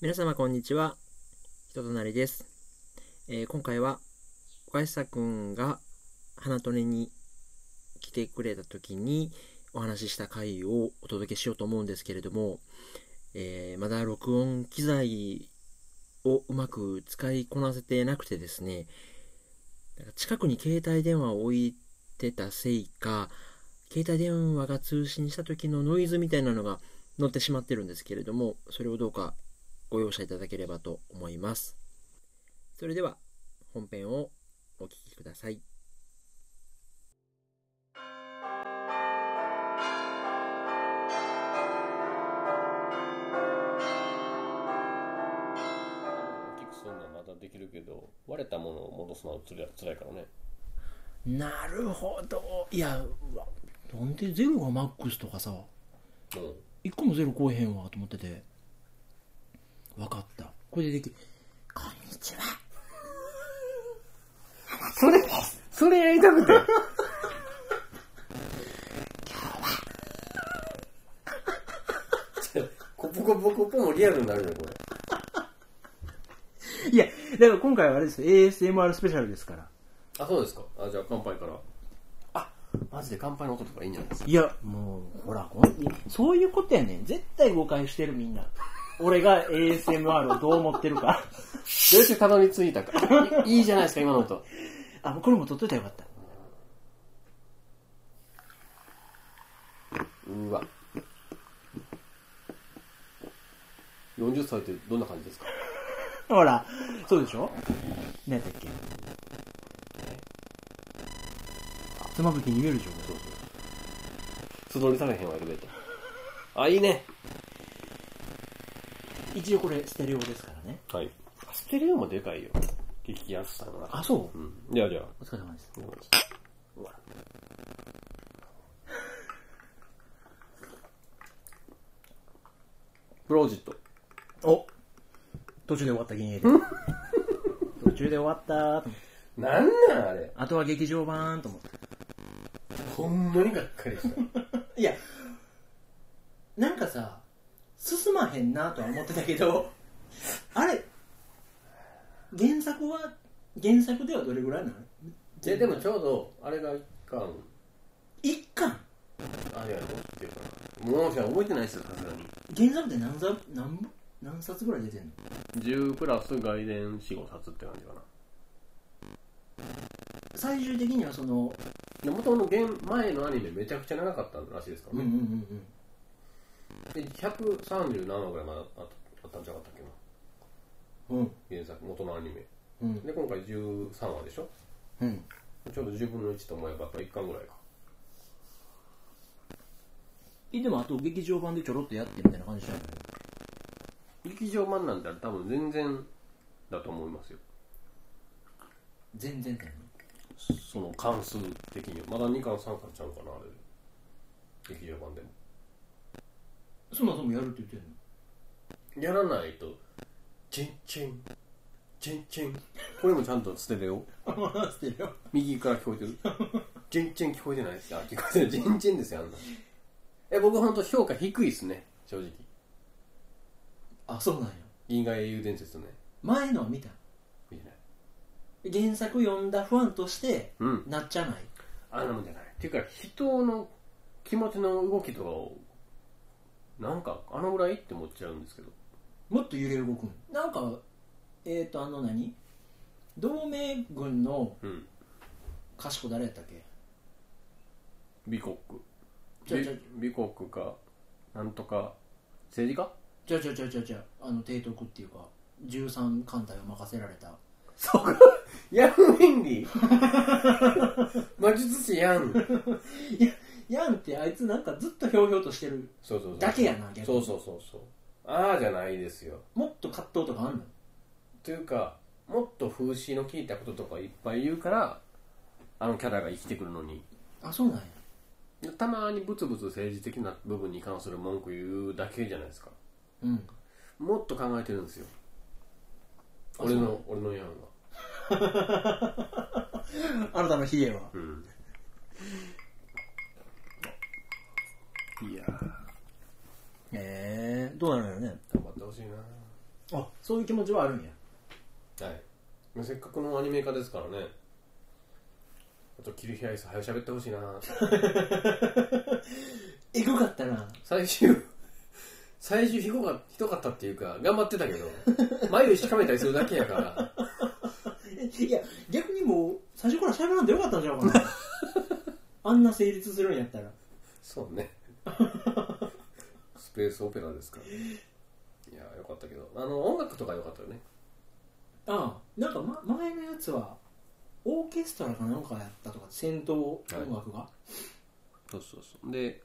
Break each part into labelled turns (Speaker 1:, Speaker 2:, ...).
Speaker 1: 皆様こんにちは人となりです、えー今回は岡下くんが花トネに来てくれた時にお話しした回をお届けしようと思うんですけれども、えーまだ録音機材をうまく使いこなせてなくてですねなんか近くに携帯電話を置いてたせいか携帯電話が通信した時のノイズみたいなのが乗ってしまってるんですけれどもそれをどうかご容赦いただければと思いますそれでは本編をお聞きください
Speaker 2: 大きくするのはまだできるけど割れたものを戻すのはつらい辛いからね
Speaker 3: なるほどいやうわなんでゼロがマックスとかさ
Speaker 2: う
Speaker 3: 一個もゼロこえへんわと思ってて分かったこれでできるこんにちはそれそれやりたくて
Speaker 2: んコポコポコポもリアルになるよこれ
Speaker 3: いやだから今回はあれですよ ASMR スペシャルですから
Speaker 2: あそうですかあじゃあ乾杯からあマジで乾杯の音とかいいんじゃないですか
Speaker 3: いやもうほらこんそういうことやねん絶対誤解してるみんな俺が ASMR をどう思ってるか
Speaker 2: どうしてたどり着いたかいいい じゃないですか今の音
Speaker 3: あこれも撮っといたらよかった
Speaker 2: うわ40歳ってどんな感じですか
Speaker 3: ほら、そうでしょ何やったっけつまぶきに見えるでしょ
Speaker 2: そうそう素通りされへんわエレベーターあいいね
Speaker 3: 一応これステレオですからね。
Speaker 2: はいステレオもでかいよ聞きやすさの中
Speaker 3: あ、そう
Speaker 2: うんじゃあじゃあ
Speaker 3: お疲れ様です。
Speaker 2: うわクロージット
Speaker 3: お途中で終わ った銀影で。途中で終わったーと思って
Speaker 2: なんなんあれ
Speaker 3: あとは劇場版と思って。
Speaker 2: ほんまにがっかりした
Speaker 3: いや、なんかさ、進まへんなとは思ってたけ ど、あれ、原作は、原作ではどれぐらいなの
Speaker 2: いやでもちょうどあれが一巻
Speaker 3: 一巻
Speaker 2: あれやろっていうかなもうじゃあ覚えてないですよさすがに
Speaker 3: 原作って何冊何部何冊ぐらい出てんの
Speaker 2: 10プラス外伝45冊って感じかな
Speaker 3: 最終的にはその
Speaker 2: で元の原前のアニメめちゃくちゃ長かったらしいですか
Speaker 3: うん
Speaker 2: ら
Speaker 3: うん
Speaker 2: ね、
Speaker 3: うん
Speaker 2: で130何話ぐらいまであったあったんじゃなかったっけな
Speaker 3: うんうん
Speaker 2: 原作元のアニメ
Speaker 3: うん
Speaker 2: で今回13話でしょ
Speaker 3: うん
Speaker 2: ちょうど10分の1と思えばやっぱ1巻ぐらいか
Speaker 3: えでもあと劇場版でちょろっとやってみたいな感じじゃない
Speaker 2: 劇場版なんて多分全然だと思いますよ
Speaker 3: 全然だよね
Speaker 2: その関数的にはまだ2巻3巻ちゃうかなあれ劇場版でも
Speaker 3: そもそもやるって言ってんの
Speaker 2: やらないとチンチンチンチンこれもちゃんとステレオ
Speaker 3: 話してるよ
Speaker 2: 右から聞こえてる チンチン聞こえてないですあ聞こえてるチンチンですよあんなえ僕本当評価低いっすね正直
Speaker 3: あそうなんや
Speaker 2: 銀河英雄伝説ね
Speaker 3: 前のは見た
Speaker 2: 見てない
Speaker 3: 原作読んだファンとして
Speaker 2: うん
Speaker 3: なっちゃない
Speaker 2: あんなもんじゃないっていうか人の気持ちの動きとかをなんかあのぐらいって思っちゃうんですけど
Speaker 3: もっと揺れ動くんなんかえっ、ー、とあの何同盟軍の
Speaker 2: うん
Speaker 3: 賢い誰やったっけ
Speaker 2: 美国
Speaker 3: ちょちょ
Speaker 2: 美美国かなんとか政治家
Speaker 3: ちゃうちゃうちゃうちゃうちゃうあの提督っていうか13艦隊を任せられた
Speaker 2: そうかヤン・ウィン リー魔術師ヤン
Speaker 3: ヤンってあいつなんかずっとひょうひょうとしてる
Speaker 2: そうそうそう
Speaker 3: だけやな逆に
Speaker 2: そうそうそうそうああじゃないですよ
Speaker 3: もっと葛藤とかあんの
Speaker 2: というかもっと風刺の効いたこととかいっぱい言うからあのキャラが生きてくるのに
Speaker 3: あそうなんや
Speaker 2: たまにブツブツ政治的な部分に関する文句言うだけじゃないですか
Speaker 3: うん
Speaker 2: もっと考えてるんですよ
Speaker 3: あ
Speaker 2: 俺の俺のヤンは
Speaker 3: あなたのヒゲは
Speaker 2: うんいやー
Speaker 3: へえどうなるのよね
Speaker 2: 頑張ってほしいな
Speaker 3: あそういう気持ちはあるんや
Speaker 2: はいまあせっかくのアニメ化ですからねあとキルヒアイス早く喋ってほしいな
Speaker 3: えぐかったな
Speaker 2: 最終最終ひどかひどかったっていうか頑張ってたけど眉しかめたりするだけやから
Speaker 3: いや逆にもう最初から喋らんでよかったんじゃないかな あんな成立するんやったら
Speaker 2: そうねスペースオペラですからねいやよかったけどあの音楽とかよかったよね
Speaker 3: ああなんか、ま、前のやつはオーケストラかなんかやったとか戦闘音楽が、
Speaker 2: そうそうそうで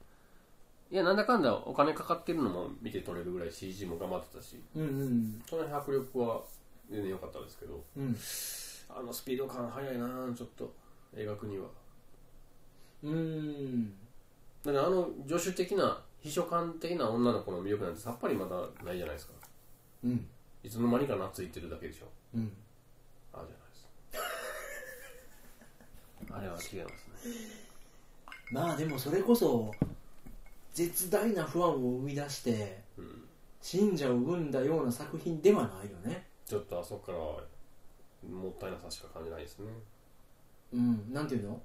Speaker 2: いやなんだかんだお金かかってるのも見て取れるぐらい CG も頑張ってたし
Speaker 3: うんうん
Speaker 2: その辺迫力は全然良かったですけど
Speaker 3: うん
Speaker 2: あのスピード感速いなぁちょっと描くには
Speaker 3: うん
Speaker 2: だからあの助手的な秘書官的な女の子の魅力なんてさっぱりまだないじゃないですか
Speaker 3: うん
Speaker 2: いつの間にか懐いてるだけでしょ
Speaker 3: うん
Speaker 2: あじゃ ないですあれは違いますね
Speaker 3: まあでもそれこそ絶大な不安を生み出して
Speaker 2: うん
Speaker 3: 信者を生んだような作品ではないよね
Speaker 2: ちょっとあそこからはもったいなさしか感じないですね
Speaker 3: うんなんていうの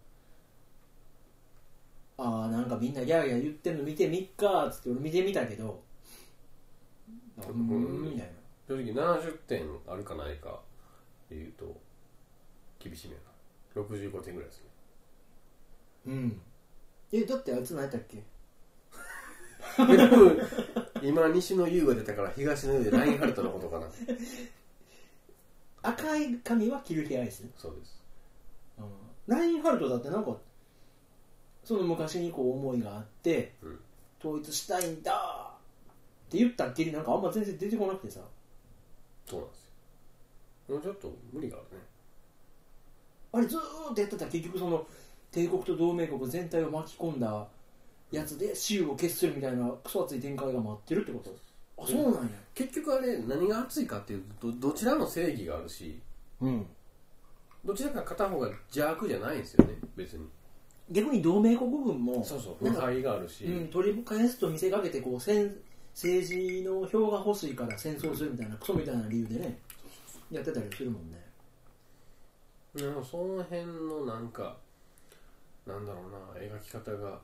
Speaker 3: ああなんかみんなギャーギャー言ってるの見てみっかっつって俺見てみたけどうーんみたいな
Speaker 2: 正直70点あるかないかでいうと厳しめな65点ぐらいですね
Speaker 3: うんえだってあいつ何やったっけ
Speaker 2: 今西の優が出たから東の優でラインハルトのことかな
Speaker 3: 赤い髪はキルヒアイス、
Speaker 2: そうです
Speaker 3: ラインハルトだってなんかその昔にこう思いがあって、
Speaker 2: うん
Speaker 3: 統一したいんだって言ったっきりなんかあんま全然出てこなくてさ
Speaker 2: そうなんですよもうちょっと無理があるね
Speaker 3: あれずーっとやってたら結局その帝国と同盟国全体を巻き込んだやつで州を決するみたいなクソ熱い展開が待ってるってことあそうなんや
Speaker 2: 結局あれ何が熱いかっていうとどどちらの正義があるし
Speaker 3: うん
Speaker 2: どちらか片方が邪悪じゃないんですよね別に
Speaker 3: 逆に同盟国軍も
Speaker 2: そうそう
Speaker 3: な
Speaker 2: 腐
Speaker 3: んか
Speaker 2: 敗があるし、
Speaker 3: うん、取り返すと見せかけてこう戦政治の票が欲しいから戦争するみたいなクソみたいな理由でねやってたりするもんね
Speaker 2: なんかその辺のなんかなんだろうな描き方が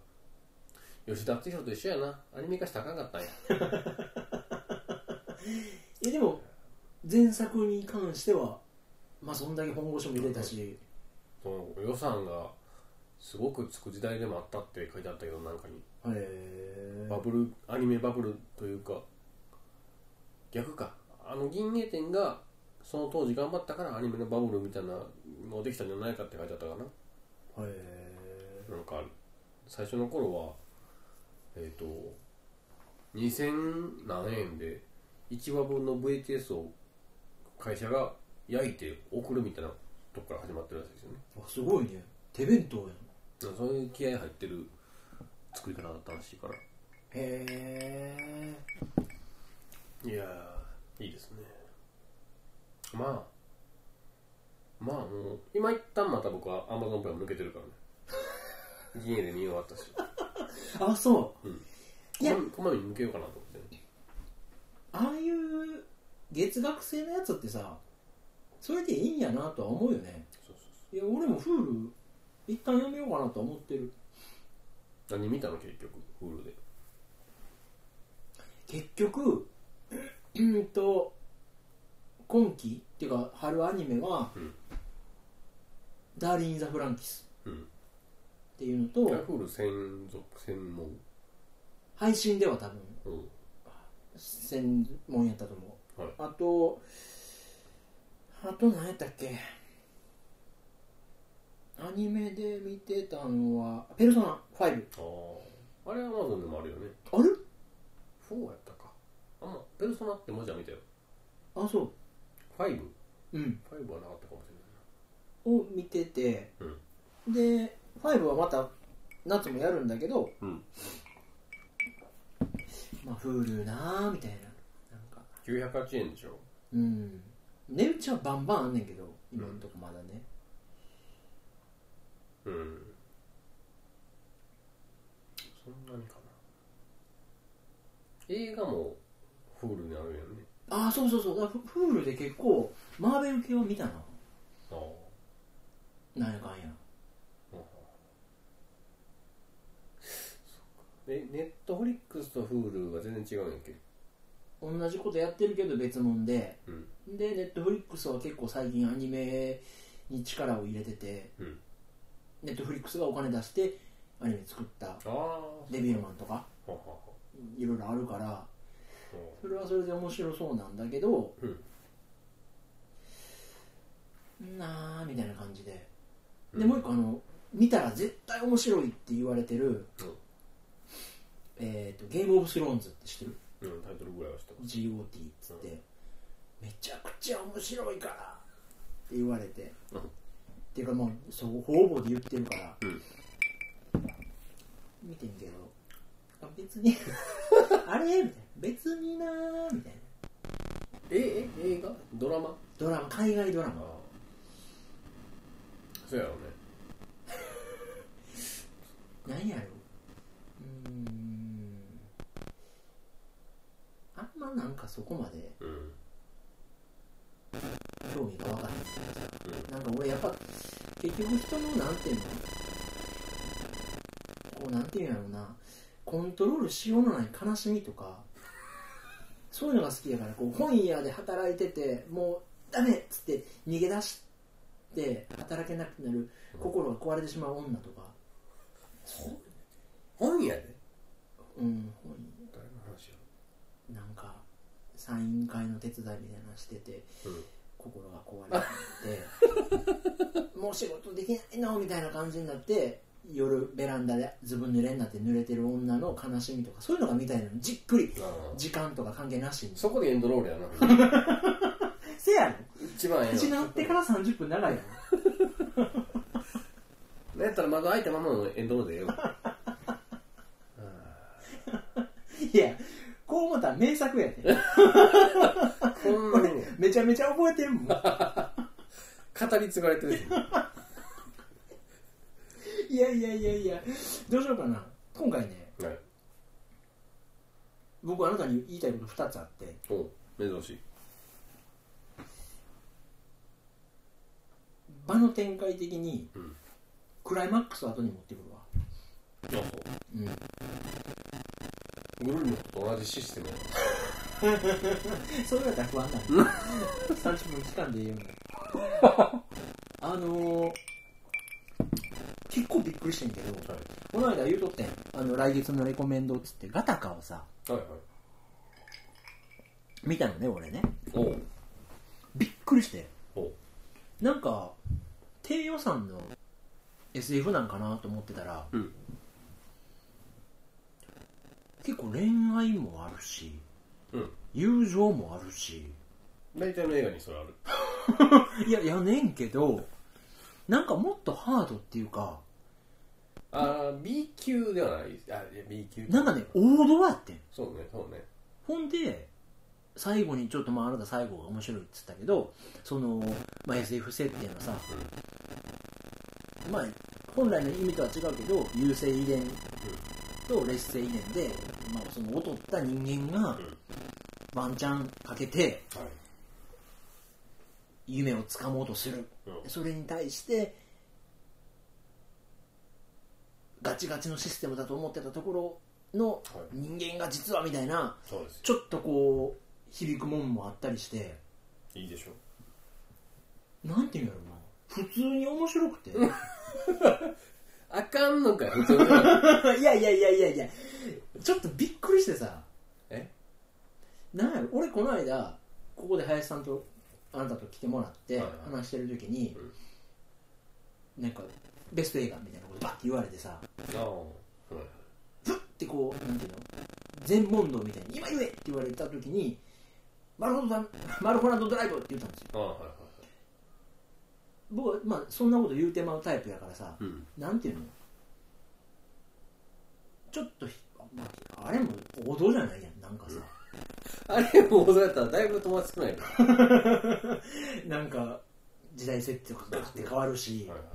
Speaker 2: 吉田敦弘と一緒やなアニメ化したらあかんかったんや
Speaker 3: いやでも前作に関してはまあそんだけ本腰も入れたし
Speaker 2: その予算がすごくつく時代でもあったって書いてあったけどなんかに
Speaker 3: へ
Speaker 2: バブルアニメバブルというか逆かあの銀英展がその当時頑張ったからアニメのバブルみたいなのができたんじゃないかって書いてあったかな
Speaker 3: え
Speaker 2: なんか最初の頃はえっ、と2000何円で1話分の VTS を会社が焼いて送るみたいなとこから始まってるらしいですよね
Speaker 3: すごいね手弁当やん
Speaker 2: なんかそういう気合入ってる作り方だったらしいから
Speaker 3: へえ
Speaker 2: いやーいいですねまあまあもう今一旦また僕は Amazon プライム抜けてるか らね銀英で見終わったし
Speaker 3: あそういや
Speaker 2: こまめに抜けようかなと思ってね
Speaker 3: ああいう月額制のやつってさそれでいいんやなとは思うよね
Speaker 2: そうそうそう
Speaker 3: いや俺もフール一旦やめようかなとは思ってる
Speaker 2: 何見たの結局 Hulu で
Speaker 3: 結局 うんと今期っていうか春アニメは「
Speaker 2: うん
Speaker 3: ダーリン・インザ・フランキス」
Speaker 2: うん
Speaker 3: っていうのと、
Speaker 2: Hulu 専属専門
Speaker 3: 配信では多分
Speaker 2: うん
Speaker 3: 専門やったと思う、
Speaker 2: はい
Speaker 3: あとあと何やったっけアニメで見てたのは「ペルソナ5
Speaker 2: あああれ Amazon でもあるよね」
Speaker 3: あれ
Speaker 2: 4やったかあんまペルソナって文字は見たよ
Speaker 3: あそ
Speaker 2: 5?5
Speaker 3: ううん
Speaker 2: はなかったかもしれない
Speaker 3: を見てて、で5はまた夏もやるんだけど、
Speaker 2: うん
Speaker 3: まあ Hulu なあみたいななんか
Speaker 2: 908円でしょ
Speaker 3: うん値打ちはバンバンあんねんけど今んとこまだね、
Speaker 2: うんそんなにかな映画も Hulu にあるよね
Speaker 3: ああそうそうそうだからフフールで結構マーベル系を見たな
Speaker 2: ああ
Speaker 3: なんやかんや
Speaker 2: えネットフリックスと Hulu は全然違うんやっけ
Speaker 3: 同じことやってるけど別物で
Speaker 2: うん
Speaker 3: でネットフリックスは結構最近アニメに力を入れてて
Speaker 2: うん
Speaker 3: ネットフリックスがお金出してアニメ作った
Speaker 2: ああは
Speaker 3: デビルマンとか
Speaker 2: はははい
Speaker 3: ろいろあるから
Speaker 2: は
Speaker 3: それはそれで面白そうなんだけど
Speaker 2: うん
Speaker 3: なあみたいな感じで
Speaker 2: う
Speaker 3: で
Speaker 2: ん
Speaker 3: もう一個あの見たら絶対面白いって言われてる、
Speaker 2: うん
Speaker 3: えー、とゲームオブスローンズって知ってる
Speaker 2: うんタイトルぐらいは知ってます
Speaker 3: GOT っつって、めちゃくちゃ面白いからって言われて、
Speaker 2: うん
Speaker 3: っていうかもうそう方々で言ってるから、
Speaker 2: うん
Speaker 3: 見てんけどあ別に あれみたいな別になーみたいな
Speaker 2: ええ映画ドラマ
Speaker 3: ドラマ海外ドラ
Speaker 2: あ
Speaker 3: マ
Speaker 2: あそうやろうね
Speaker 3: なんやろうーんあんまなんかそこまで
Speaker 2: うん
Speaker 3: 興味が分かんないなんか俺やっぱ結局人のなんていうのこうなんていうんやろうなコントロールしようのない悲しみとかそういうのが好きやからこう本屋で働いててもうダメっつって逃げ出して働けなくなる心が壊れてしまう女とか
Speaker 2: 本やで
Speaker 3: うん本
Speaker 2: 誰の話や
Speaker 3: なんかサイン会の手伝いみたいなのしてて
Speaker 2: うん
Speaker 3: 心が壊れて もう仕事できないのみたいな感じになって夜ベランダでずぶ濡れになって濡れてる女の悲しみとかそういうのが見たいのにじっくり
Speaker 2: ああ
Speaker 3: 時間とか関係なしに
Speaker 2: そこでエンドロールやな
Speaker 3: せや
Speaker 2: 一番え
Speaker 3: ろ
Speaker 2: え
Speaker 3: 失ってから30分長いよ
Speaker 2: なんやったらまだ開いたままのエンドロールでええ わ
Speaker 3: いやこう思ったら名作やで
Speaker 2: こんな
Speaker 3: 俺
Speaker 2: に
Speaker 3: めちゃめちゃ覚えてるもん
Speaker 2: 語り継がれてるし
Speaker 3: いやいやいやいやどうしようかな今回ね
Speaker 2: はい
Speaker 3: 僕あなたに言いたいこと2つあって
Speaker 2: お珍しい
Speaker 3: 場の展開的に
Speaker 2: うん
Speaker 3: クライマックスを後に持ってくるわ
Speaker 2: あそう
Speaker 3: うん
Speaker 2: グルメと同じシステムや
Speaker 3: それだったら不安なんだ30分期間で言うんだ あのー、結構びっくりしてんけど
Speaker 2: はい
Speaker 3: この間言うとってんあの来月のレコメンドっつってガタカをさ
Speaker 2: はいはい
Speaker 3: 見たのね俺ね
Speaker 2: おう
Speaker 3: びっくりして
Speaker 2: おう
Speaker 3: なんか低予算の SF なんかなと思ってたら
Speaker 2: うん
Speaker 3: 結構恋愛もあるし
Speaker 2: うん
Speaker 3: 友情もあるし
Speaker 2: 大体の映画にそれある
Speaker 3: いややねんけどなんかもっとハードっていうか
Speaker 2: あー B 級ではないあいや B 級
Speaker 3: なんかね王道やってん
Speaker 2: そうねそうね
Speaker 3: ほんで最後にちょっとまああなた最後が面白いっつったけどその、まあ、SF 設定のさ、まあ本来の意味とは違うけど優性遺伝と劣性遺伝で、まあ、その劣った人間が
Speaker 2: ん
Speaker 3: ワンチャンかけて
Speaker 2: はい
Speaker 3: 夢をつかもうとする
Speaker 2: うん
Speaker 3: それに対してガチガチのシステムだと思ってたところの
Speaker 2: はい
Speaker 3: 人間が実はみたいな
Speaker 2: そうですよ
Speaker 3: ちょっとこう響くもんもあったりして
Speaker 2: いいでしょ
Speaker 3: なんていうんやろな普通に面白くて
Speaker 2: あかんのかよ普通に
Speaker 3: いやいやいやいやいやちょっとびっくりしてさ
Speaker 2: え
Speaker 3: なんやろ俺この間ここで林さんとあなたと来てもらって
Speaker 2: はいはい
Speaker 3: 話してる時に、
Speaker 2: うん
Speaker 3: なんかベスト映画みたいなことバッて言われてさ
Speaker 2: ああはいはい
Speaker 3: ブッてこうなんていうの全問答みたいに「今言え!」って言われた時に「マルホランドマルホランドドライブ」って言ったんですよ
Speaker 2: ああはいはい
Speaker 3: 僕はまあそんなこと言うてまうタイプやからさ、
Speaker 2: うん
Speaker 3: なんていうのちょっとひ、まあ、あれも王道じゃないやんなんかさ、
Speaker 2: あれもうそうやったらだいぶ友達少ないから
Speaker 3: なんか時代設定とかガって変わるし、
Speaker 2: はいはい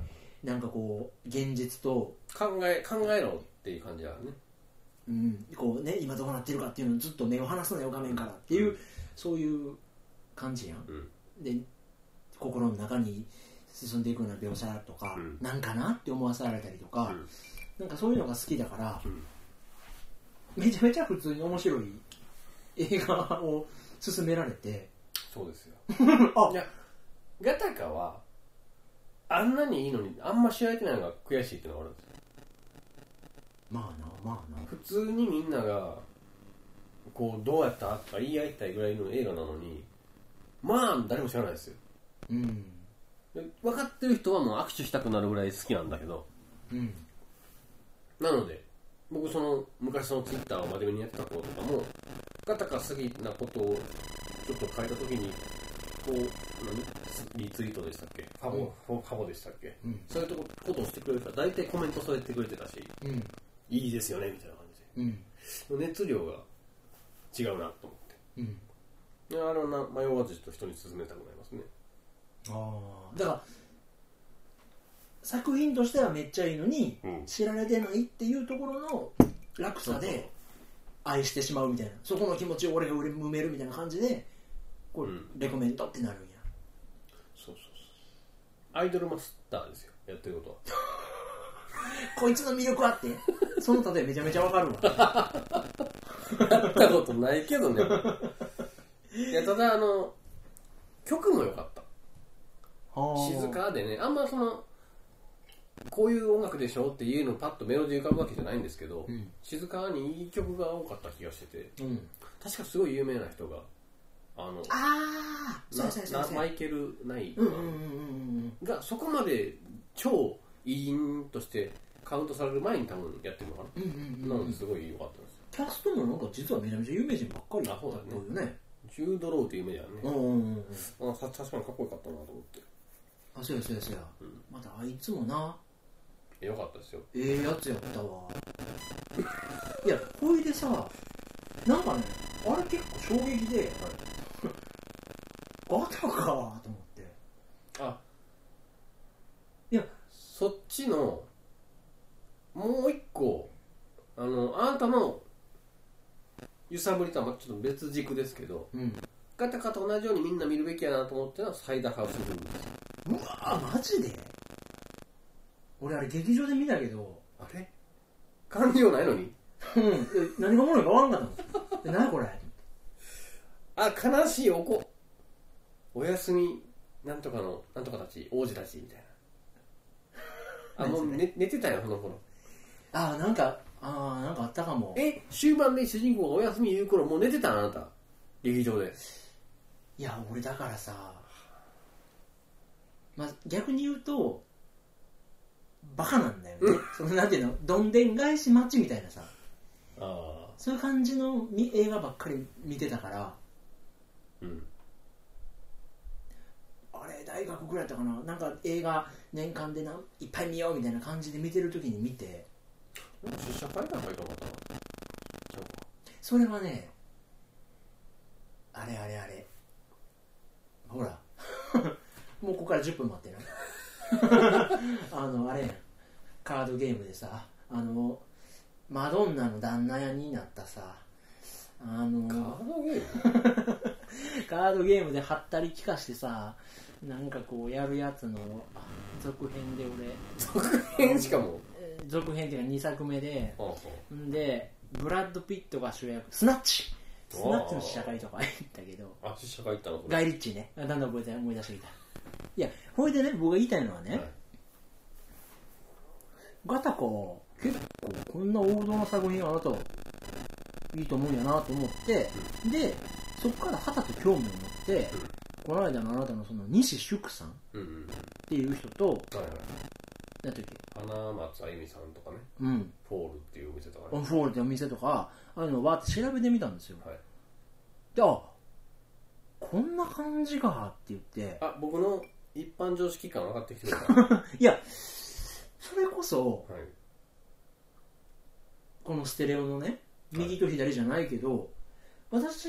Speaker 3: なんかこう現実と、
Speaker 2: 考え考えろっていう感じだね
Speaker 3: うんこうね、今どうなってるかっていうのをずっと目を離すなよ画面からっていうそういう感じやん
Speaker 2: うん
Speaker 3: で心の中に進んでいくような描写とか、
Speaker 2: うん
Speaker 3: なんかなって思わせられたりとか、
Speaker 2: うん
Speaker 3: なんかそういうのが好きだから
Speaker 2: う、ん
Speaker 3: めちゃめちゃ普通に面白い映画を勧められて、
Speaker 2: そう ですよ
Speaker 3: あ
Speaker 2: いやガタカはあんなにいいのにあんま知られてないのが悔しいっていうのがあるんですよ
Speaker 3: まあな、まあな。
Speaker 2: 普通にみんながこうどうやったとか言い合いたいぐらいの映画なのにまあ誰も知らないですよ
Speaker 3: うん。
Speaker 2: で分かってる人はもう握手したくなるぐらい好きなんだけど
Speaker 3: うん。
Speaker 2: なので僕その昔そのツイッターを真面目にやってた頃とかもガタカ好きなことをちょっと変えた時にこう何リツイートでしたっけファボ、ファボでしたっけ
Speaker 3: うん。
Speaker 2: そういうとこことをしてくれるから大体コメント添えてくれてたし
Speaker 3: うん。
Speaker 2: いいですよねみたいな感じ
Speaker 3: うん。
Speaker 2: で熱量が違うなと思って
Speaker 3: うん。
Speaker 2: いやあれはな迷わずと人に勧めたくなりますね
Speaker 3: ああ。だから、作品としてはめっちゃいいのに、
Speaker 2: うん
Speaker 3: 知られてないっていうところの落差で愛してしまうみたいな、そこの気持ちを俺が埋めるみたいな感じで、これ
Speaker 2: うん
Speaker 3: レコメンドってなるんや。
Speaker 2: そうそうそうアイドルマスターですよやってることは
Speaker 3: こいつの魅力あって、その例えめちゃめちゃわかるわ。
Speaker 2: やったことないけどねいやただあの曲も良かった静かでねあんまそのこういう音楽でしょっていうのパッとメロディー浮かぶわけじゃないんですけど、
Speaker 3: うん
Speaker 2: 静かにいい曲が多かった気がしてて
Speaker 3: うん
Speaker 2: 確かすごい有名な人があの
Speaker 3: ああそうそうそう
Speaker 2: な
Speaker 3: そう
Speaker 2: マイケル・ナイ
Speaker 3: うんうんうん
Speaker 2: がそこまで超委員としてカウントされる前に多分やってるのか
Speaker 3: うんうんうん
Speaker 2: な、
Speaker 3: うんう
Speaker 2: なの
Speaker 3: ん
Speaker 2: ですごい良かったんですよ
Speaker 3: キャストもなんか実はめちゃめちゃ有名人ばっかりだ
Speaker 2: あ
Speaker 3: った
Speaker 2: そう
Speaker 3: っぽい
Speaker 2: だね
Speaker 3: よね
Speaker 2: ジュード・ローっていうイメージあるね、
Speaker 3: うんうんうんうん
Speaker 2: あさ確かにかっこよかったなと思って
Speaker 3: あそうやそうやそうや
Speaker 2: うん
Speaker 3: またあいつもな
Speaker 2: えよかったですよ
Speaker 3: ええやつやったわいやほいでさなんかねあれ結構衝撃でガタかと思って
Speaker 2: あ
Speaker 3: いや
Speaker 2: そっちのもう一個あのあなたの揺さぶりとはまたちょっと別軸ですけど
Speaker 3: うん
Speaker 2: ガタカと同じようにみんな見るべきやなと思ってるのはサイダーハウスブルーです
Speaker 3: うわーマジで俺あれ劇場で見たけど
Speaker 2: あれ感情ないのに
Speaker 3: うんえ何がおもろいかわからんかったのえ何これ
Speaker 2: あ悲しいおこおやすみなんとかのなんとかたち王子たちみたい なあもう寝寝てたよその頃
Speaker 3: ああなんかああなんかあったかも
Speaker 2: え終盤で主人公がおやすみ言う頃もう寝てたあなた劇場で
Speaker 3: いや俺だからさ、まあ、逆に言うとバカなんだよね、そのなんていうのどんでん返し待ちみたいなさ
Speaker 2: ああ
Speaker 3: そういう感じのみ映画ばっかり見てたから
Speaker 2: うん
Speaker 3: あれ大学ぐらいだったかななんか映画年間でなんいっぱい見ようみたいな感じで見てる時に見て
Speaker 2: 出社会なんか行かなかったなちゃうか
Speaker 3: それはねあれあれあれほら もうここから10分待ってな あのあれやんカードゲームでさあのマドンナの旦那屋になったさあの
Speaker 2: カードゲーム
Speaker 3: カードゲームでハったり利かしてさなんかこうやるやつのあ続編で俺
Speaker 2: 続編しかも
Speaker 3: えー続編っていうか2作目で
Speaker 2: ああ
Speaker 3: んでブラッド・ピットが主役スナッチスナッチの試写会とか行ったけど
Speaker 2: あ出社会行ったのそれ
Speaker 3: ガイ・リッチーねあだんだん覚えて思い出してきたいやほいでね僕が言いたいのはね、
Speaker 2: はい
Speaker 3: ガタカ結構こんな王道の作品あなたいいと思うんやなと思って、でそこから旗と興味を持って、この間のあなたのその西祝さんっ
Speaker 2: うんうん
Speaker 3: ていう人と
Speaker 2: はいはい
Speaker 3: なんだっけ
Speaker 2: 花松あゆみさんとかね
Speaker 3: うん
Speaker 2: フォールっていうお店とか
Speaker 3: オン
Speaker 2: ね
Speaker 3: フォールってお店とかああいうのをわーって調べてみたんですよ
Speaker 2: はい
Speaker 3: であこんな感じかって言って
Speaker 2: あ僕の一般常識感上がってきてるから はい
Speaker 3: やそれこそこのステレオのね右と左じゃないけど、私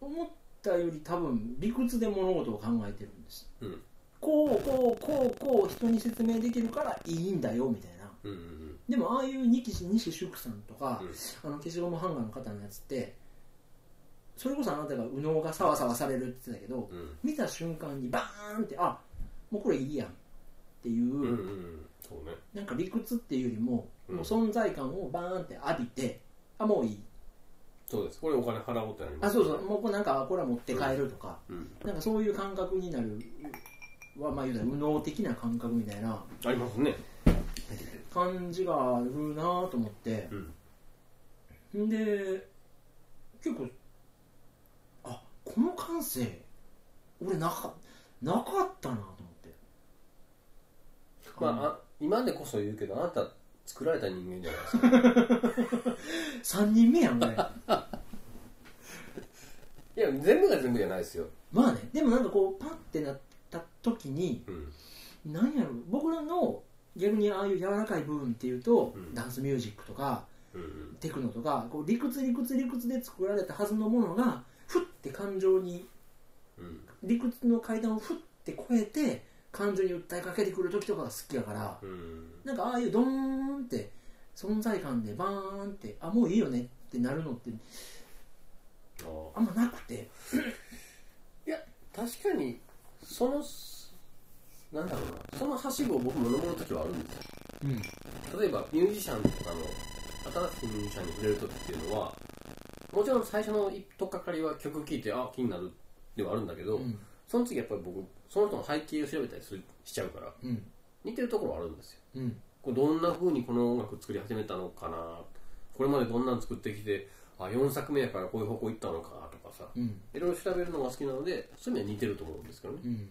Speaker 3: 思ったより多分理屈で物事を考えてるんです
Speaker 2: いうん
Speaker 3: こうこうこうこう人に説明できるからいいんだよみたいな
Speaker 2: うんうん
Speaker 3: でもああいう二木西祝さんとか
Speaker 2: うん、
Speaker 3: あの消しゴムハンガーの方のやつってそれこそあなたが右脳がサワサワされるって言ってたけど、
Speaker 2: うん
Speaker 3: 見た瞬間にバーンってあもうこれいいやんっていう、
Speaker 2: うんうんうんそうね
Speaker 3: なんか理屈っていうよりも,、
Speaker 2: うん
Speaker 3: もう存在感をバーンって浴びてあもういい
Speaker 2: そうですこれお金払おうってなりま
Speaker 3: あ
Speaker 2: す
Speaker 3: そうそうもうこれなんかこれは持って帰るとか、
Speaker 2: うん
Speaker 3: なんかそういう感覚になるはまあ言うたら右脳的な感覚みたいな
Speaker 2: ありますね
Speaker 3: 感じがあるなと思って
Speaker 2: うん
Speaker 3: んで結構あこの感性俺なかなかったなと思って
Speaker 2: まあ
Speaker 3: あの
Speaker 2: あ今でこそ言うけどあなた作られた人間じゃないです か
Speaker 3: 3人目やん俺
Speaker 2: いや全部が全部じゃないですよ
Speaker 3: まあねでもなんかこうパッてなった時に
Speaker 2: うん
Speaker 3: なんやろ僕らの逆にああいう柔らかい部分っていうと、
Speaker 2: うん
Speaker 3: ダンスミュージックとか
Speaker 2: うんうん
Speaker 3: テクノとかこう理屈理屈理屈で作られたはずのものがふって感情に
Speaker 2: うん
Speaker 3: 理屈の階段をふって越えて感情に訴えかけてくる時とかが好きやから
Speaker 2: うん
Speaker 3: なんかああいうドーンって存在感でバーンってあもういいよねってなるのって
Speaker 2: あー
Speaker 3: あんまなくて
Speaker 2: 確かにそのなんだろうなそのはしごを僕も登る時はあるんですよ
Speaker 3: うん
Speaker 2: 例えばミュージシャンとかの新しいミュージシャンに触れる時っていうのはもちろん最初の一取っかかりは曲聴いてあ気になるではあるんだけど、
Speaker 3: うん
Speaker 2: その次やっぱり僕その人の背景を調べたりするしちゃうから
Speaker 3: うん
Speaker 2: 似てるところはあるんですよ
Speaker 3: うん
Speaker 2: これどんな風にこの音楽作り始めたのかなこれまでどんなの作ってきてあ4作目やからこういう方向行ったのかとかさ
Speaker 3: うん
Speaker 2: いろいろ調べるのが好きなのでそういう意味は似てると思うんですけどね
Speaker 3: うん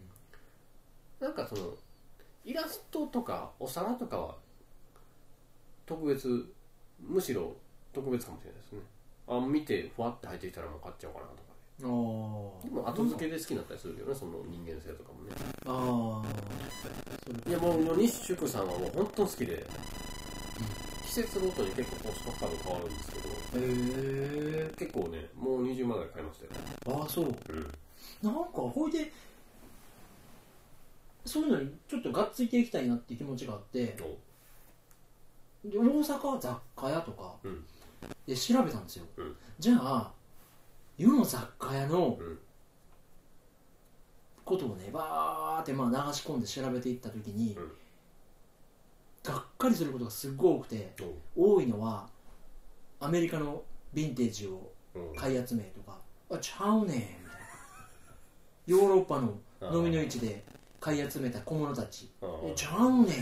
Speaker 2: なんかそのイラストとかお皿とかは特別むしろ特別かもしれないですねあ見てふわって入ってきたらもう買っちゃおうかなとか
Speaker 3: あー
Speaker 2: でも後付けで好きになったりするよねその人間性とかもね
Speaker 3: あ
Speaker 2: いやもう西宿さんはもう本当に好きで季節ごとに結構コストカード変わるんですけ
Speaker 3: あ
Speaker 2: ど
Speaker 3: へえ
Speaker 2: 結構ねもう20万ぐらい買いましたよ、
Speaker 3: ああそう
Speaker 2: うん、
Speaker 3: なんかほいでそういうのにちょっとがっついていきたいなっていう気持ちがあってで大阪雑貨屋とか
Speaker 2: うん
Speaker 3: で調べたんですよ、
Speaker 2: うん
Speaker 3: じゃあ世の雑貨屋の
Speaker 2: うん
Speaker 3: ことをねバーってまあ流し込んで調べていった時に、
Speaker 2: うん
Speaker 3: がっかりすることがすっごい多くて多いのはアメリカのヴィンテージを
Speaker 2: うん
Speaker 3: 買い集めとか「あちゃうねん」みたいなヨーロッパの飲みの市で買い集めた小物たち
Speaker 2: あ
Speaker 3: 「えち
Speaker 2: ー
Speaker 3: ゃうね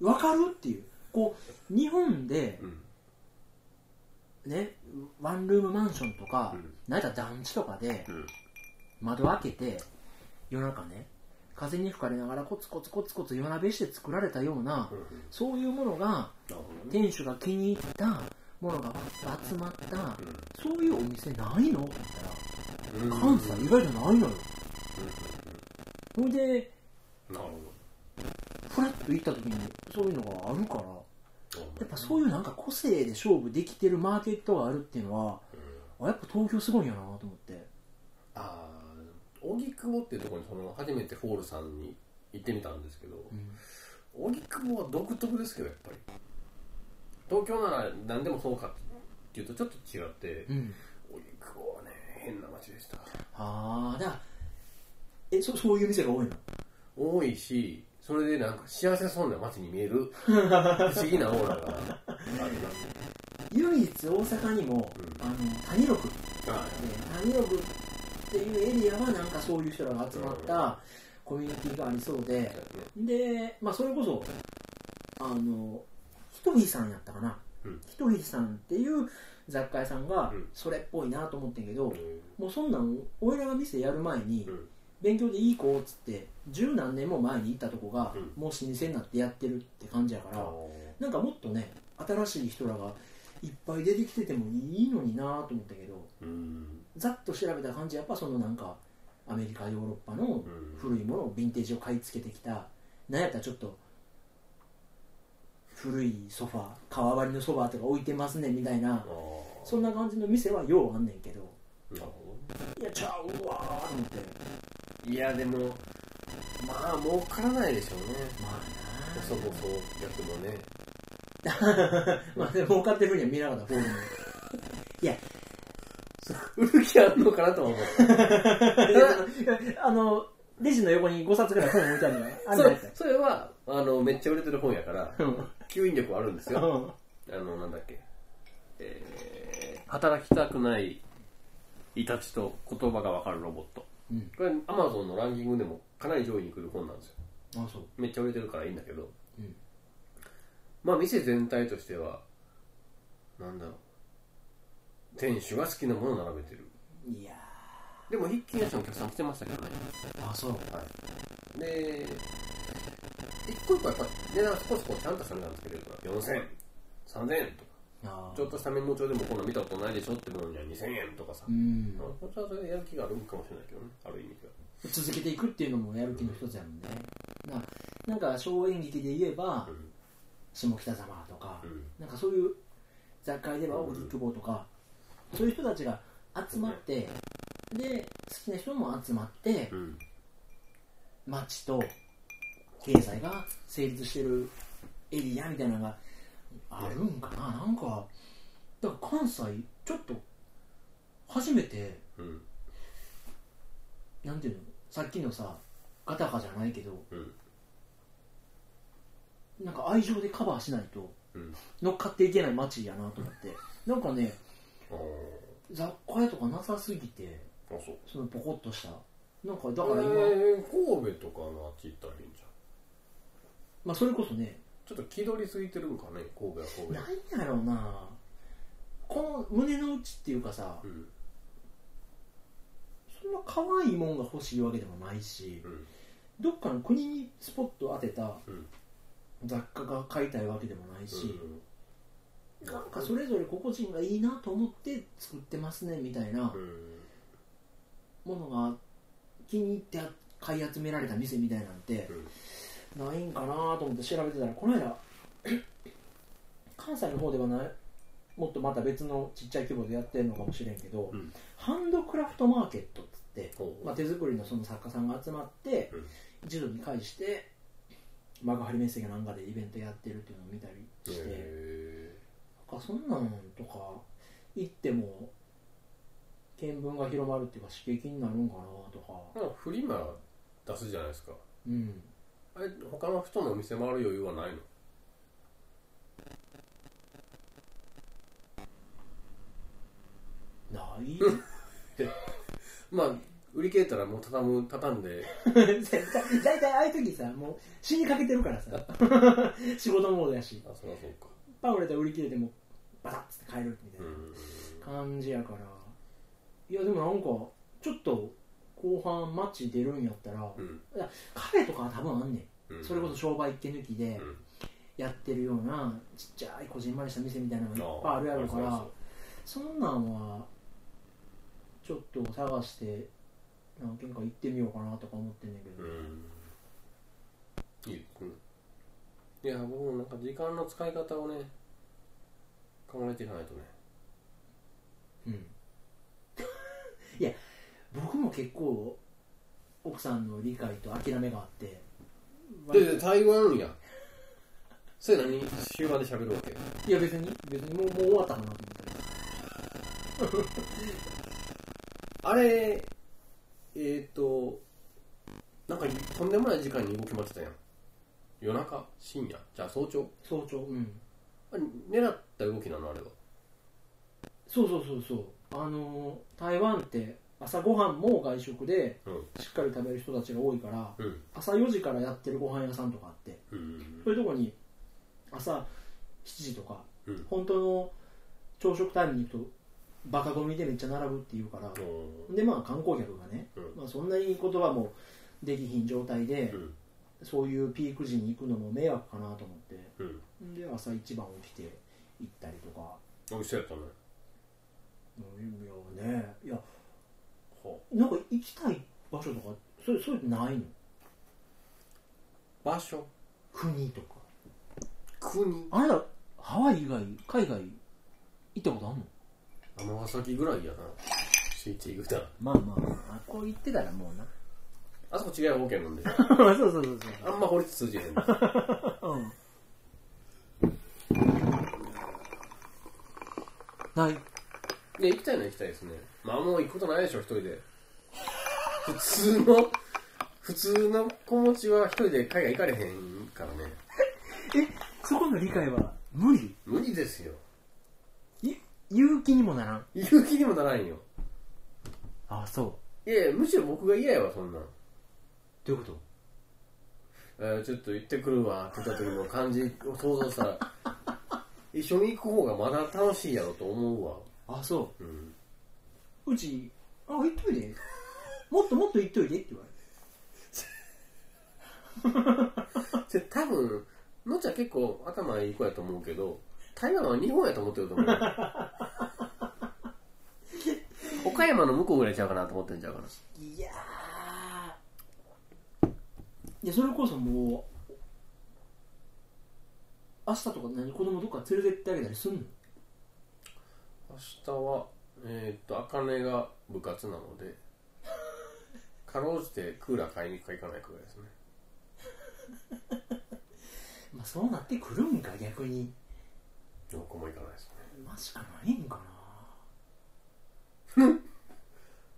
Speaker 3: ん」わかるっていうこう日本で
Speaker 2: うん
Speaker 3: ねワンルームマンションとか、
Speaker 2: うん
Speaker 3: なんか団地とかで
Speaker 2: うん
Speaker 3: 窓開けて夜中ね風に吹かれながらコツコツコツコツ夜なべして作られたような、
Speaker 2: うん
Speaker 3: そういうものが
Speaker 2: なるほどね
Speaker 3: 店主が気に入ったものがわっと集まった
Speaker 2: うん
Speaker 3: そういうお店ないのって言ったら
Speaker 2: うん
Speaker 3: 関西意外とないのよほんで
Speaker 2: なるほ
Speaker 3: フラッと行った時にそういうのがあるから
Speaker 2: ど
Speaker 3: やっぱそういうなんか個性で勝負できてるマーケットがあるっていうのは
Speaker 2: うん
Speaker 3: あやっぱ東京すごいんやなと思って
Speaker 2: あー荻窪っていうところにその初めてホールさんに行ってみたんですけど
Speaker 3: うん
Speaker 2: 荻窪は独特ですけどやっぱり東京なら何でもそうかっていうとちょっと違って
Speaker 3: うん
Speaker 2: 荻窪はね変な街でした
Speaker 3: ああだからえそそういう店が多いの
Speaker 2: 多いしそれでなんか幸せそうな街に見 える不思議なオーラがありますね
Speaker 3: 唯一大阪にも、
Speaker 2: うん
Speaker 3: あの谷六って
Speaker 2: は
Speaker 3: 谷六っていうエリアはなんかそういう人らが集まっ
Speaker 2: うん
Speaker 3: たコミュニティがありそうで
Speaker 2: いそうですね
Speaker 3: で、まあ、それこそあのひとひさんやったかな、
Speaker 2: うん
Speaker 3: ひとひさんっていう雑貨屋さんが
Speaker 2: うん
Speaker 3: それっぽいなと思ってんけど、
Speaker 2: うん
Speaker 3: もうそんなん俺らが店やる前に
Speaker 2: うん
Speaker 3: 勉強でいい子っつって十何年も前に行ったとこが
Speaker 2: うん
Speaker 3: もう老舗になってやってるって感じやから、なんかもっとね新しい人らがいっぱい出てきててもいいのになと思ったけど
Speaker 2: うん
Speaker 3: ざっと調べた感じやっぱそのなんかアメリカヨーロッパの
Speaker 2: うん
Speaker 3: 古いものをヴィンテージを買い付けてきたなんやったらちょっと古いソファー革張りのソファーとか置いてますねみたいな
Speaker 2: あー
Speaker 3: そんな感じの店はようあんねんけど
Speaker 2: なるほど
Speaker 3: いやちゃうわーと思って
Speaker 2: いやでもまあ儲からないでしょうね
Speaker 3: ま
Speaker 2: そこそうやって もね
Speaker 3: あなまあでも儲かってるふうには見なかったフォールもいや
Speaker 2: 売る気あんのかなとは思った
Speaker 3: あの、レジの横に5冊ぐらい本置いてあるのよ。あん
Speaker 2: そ
Speaker 3: なや
Speaker 2: れ
Speaker 3: つや
Speaker 2: それはあのめっちゃ売れてる本やから
Speaker 3: うん
Speaker 2: 吸引力はあるんですよ
Speaker 3: うん
Speaker 2: あのなんだっけ、えー働きたくないイタチと言葉がわかるロボット、
Speaker 3: うん
Speaker 2: これアマゾンのランキングでもかなり上位に来る本なんですよ
Speaker 3: あ、そう。
Speaker 2: めっちゃ売れてるからいいんだけど、
Speaker 3: うん
Speaker 2: まあ店全体としてはなんだろう店主が好きなものを並べてる
Speaker 3: いや
Speaker 2: でも筆記屋さんお客さん来てましたけどね
Speaker 3: ーあ、そう。
Speaker 2: で一個一個やっぱ値段少しこうちゃんとした値段つけてるから4000 3000とか
Speaker 3: あー
Speaker 2: ちょっとしたメモ帳でもこんなん見たことないでしょってものには2000円とかさ、
Speaker 3: うん
Speaker 2: まあ、こっちはそれでやる気があるかもしれないけどねある意味では
Speaker 3: 続けていくっていうのもやる気の一つやもんね。ななんか、小演劇で言えば
Speaker 2: う、
Speaker 3: 下北沢とか、
Speaker 2: んうん
Speaker 3: なんかそういう雑貨で言えば荻窪とか、そういう人たちが集まって、で、好きな人も集まって、
Speaker 2: うん
Speaker 3: 街と経済が成立してるエリアみたいなのがあるんかな、なんか、だから関西、ちょっと初めて、
Speaker 2: うん
Speaker 3: なんていうの、さっきのさ、ガタカじゃないけど、
Speaker 2: うん
Speaker 3: なんか愛情でカバーしないと
Speaker 2: うん
Speaker 3: 乗っかっていけない街やなと思って、なんかね、
Speaker 2: あ
Speaker 3: 雑貨屋とかなさすぎて、
Speaker 2: ーあそう
Speaker 3: そのポコッとした、なんかだ
Speaker 2: だ
Speaker 3: から今、
Speaker 2: 神戸とかのあっち行ったらいいんじゃん
Speaker 3: まあそれこそね、
Speaker 2: ちょっと気取りすぎてるんかね神戸は神戸で
Speaker 3: なんやろうな、この胸の内っていうかさ、
Speaker 2: うん
Speaker 3: そんな可愛いもんが欲しいわけでもないし
Speaker 2: うん
Speaker 3: どっかの国にスポット当てた
Speaker 2: うん
Speaker 3: 雑貨が買いたいわけでもないし、
Speaker 2: うん
Speaker 3: なんかそれぞれ個々人がいいなと思って作ってますねみたいな
Speaker 2: うん
Speaker 3: ものが気に入って買い集められた店みたいなんてないんかなと思って調べてたらこの間関西の方ではないもっとまた別のちっちゃい規模でやってるのかもしれんけど、
Speaker 2: うん
Speaker 3: ハンドクラフトマーケットっつって
Speaker 2: ほう
Speaker 3: まあ、手作りのその作家さんが集まって、
Speaker 2: うん
Speaker 3: 一度に会して幕張メッセがなんかでイベントやってるっていうのを見たりして、
Speaker 2: へ
Speaker 3: なんかそんなんとか行っても見聞が広まるっていうか刺激になるんかなとか
Speaker 2: ーなんかフリマ出すじゃないですか
Speaker 3: うん
Speaker 2: あれ他の人のお店回る余裕はないの
Speaker 3: ない
Speaker 2: まあ売り切れたらもう畳む畳んで
Speaker 3: 絶対大体ああいう時さもう死にかけてるから さ仕事モードやし
Speaker 2: あそりゃそうか
Speaker 3: パン売れたら売り切れてもバタッつって帰るみたいな、
Speaker 2: うん
Speaker 3: 感じやからいやでもなんかちょっと後半街出るんやったら、
Speaker 2: うん
Speaker 3: カフェとかは多分あんね、
Speaker 2: うんん
Speaker 3: それこそ商売っ気抜きで
Speaker 2: うん
Speaker 3: やってるようなちっちゃいこじんまりした店みたいなのがいっぱいあるやろか
Speaker 2: あ
Speaker 3: ら
Speaker 2: そう
Speaker 3: そんなんはちょっと探して何軒か行ってみようかなとか思ってんねんけ
Speaker 2: そ
Speaker 3: ど、
Speaker 2: ううんいいですねいや僕もなんか時間の使い方をね考えていかないとね
Speaker 3: うんいや僕も結構奥さんの理解と諦めがあって
Speaker 2: でで台湾やそれ何終盤で喋るわけ
Speaker 3: いや別に別にもうもう終わったかなと思ったけど
Speaker 2: あれえっ、ー、となんかとんでもない時間に動きましたやん夜中深夜じゃあ早朝
Speaker 3: 早朝うん
Speaker 2: あれ狙った動きなのあれは
Speaker 3: そうそうそうそうあのー台湾って朝ごはんも外食で
Speaker 2: うん
Speaker 3: しっかり食べる人たちが多いから
Speaker 2: うん
Speaker 3: 朝4時からやってるご飯屋さんとかあって
Speaker 2: うん
Speaker 3: そういうとこに朝7時とか、
Speaker 2: うん
Speaker 3: 本当の朝食タイムに行くとバカゴミでめっちゃ並ぶっていうから、でまあ観光客がね、
Speaker 2: うん
Speaker 3: まあ、そんなに言葉もできひん状態で、
Speaker 2: うん
Speaker 3: そういうピーク時に行くのも迷惑かなと思って
Speaker 2: うん
Speaker 3: で朝一番起きて行ったりとか
Speaker 2: おいしそうやったね
Speaker 3: うんいやねいや
Speaker 2: は
Speaker 3: なんか行きたい場所とかそれそれないの
Speaker 2: 場所
Speaker 3: 国とか
Speaker 2: 国
Speaker 3: あなたハワイ以外海外行ったことあんの
Speaker 2: 尼崎ぐらいやな強いて言うたら
Speaker 3: まあまああこう行ってたらもうな
Speaker 2: あそこ違い保険なんで
Speaker 3: そうそうそう
Speaker 2: あんま法律通じへんな
Speaker 3: そううんない
Speaker 2: で行きたいのは行きたいですねまあもう行くことないでしょ一人で普通の普通の子持ちは一人で海外行かれへんからね
Speaker 3: えそこの理解は無理
Speaker 2: 無理ですよ
Speaker 3: い勇気にもならん
Speaker 2: 言う気にもならんよ
Speaker 3: ああそう
Speaker 2: いやいやむしろ僕が嫌やわそんなん
Speaker 3: どういうこと
Speaker 2: えーちょっと行ってくるわって言った時の感じを想像したら一緒に行く方がまだ楽しいやろと思うわ
Speaker 3: ああそ
Speaker 2: うん
Speaker 3: ううちあ行っといでもっともっと行っといでって言われて
Speaker 2: で多分のっちゃん結構頭いい子やと思うけど台湾は日本やと思ってると 思う岡山の向こうぐらいちゃうかなと思ってんちゃうかない
Speaker 3: やーいやそれこそもう明日とか何子供どっか連れてってあげたりすんの
Speaker 2: 明日はえーっと茜が部活なのでかろうじてクーラー買いに行くか行かないかぐらいですね
Speaker 3: まあそうなってくるんか逆に
Speaker 2: どこも行かないですね
Speaker 3: マジかないんかない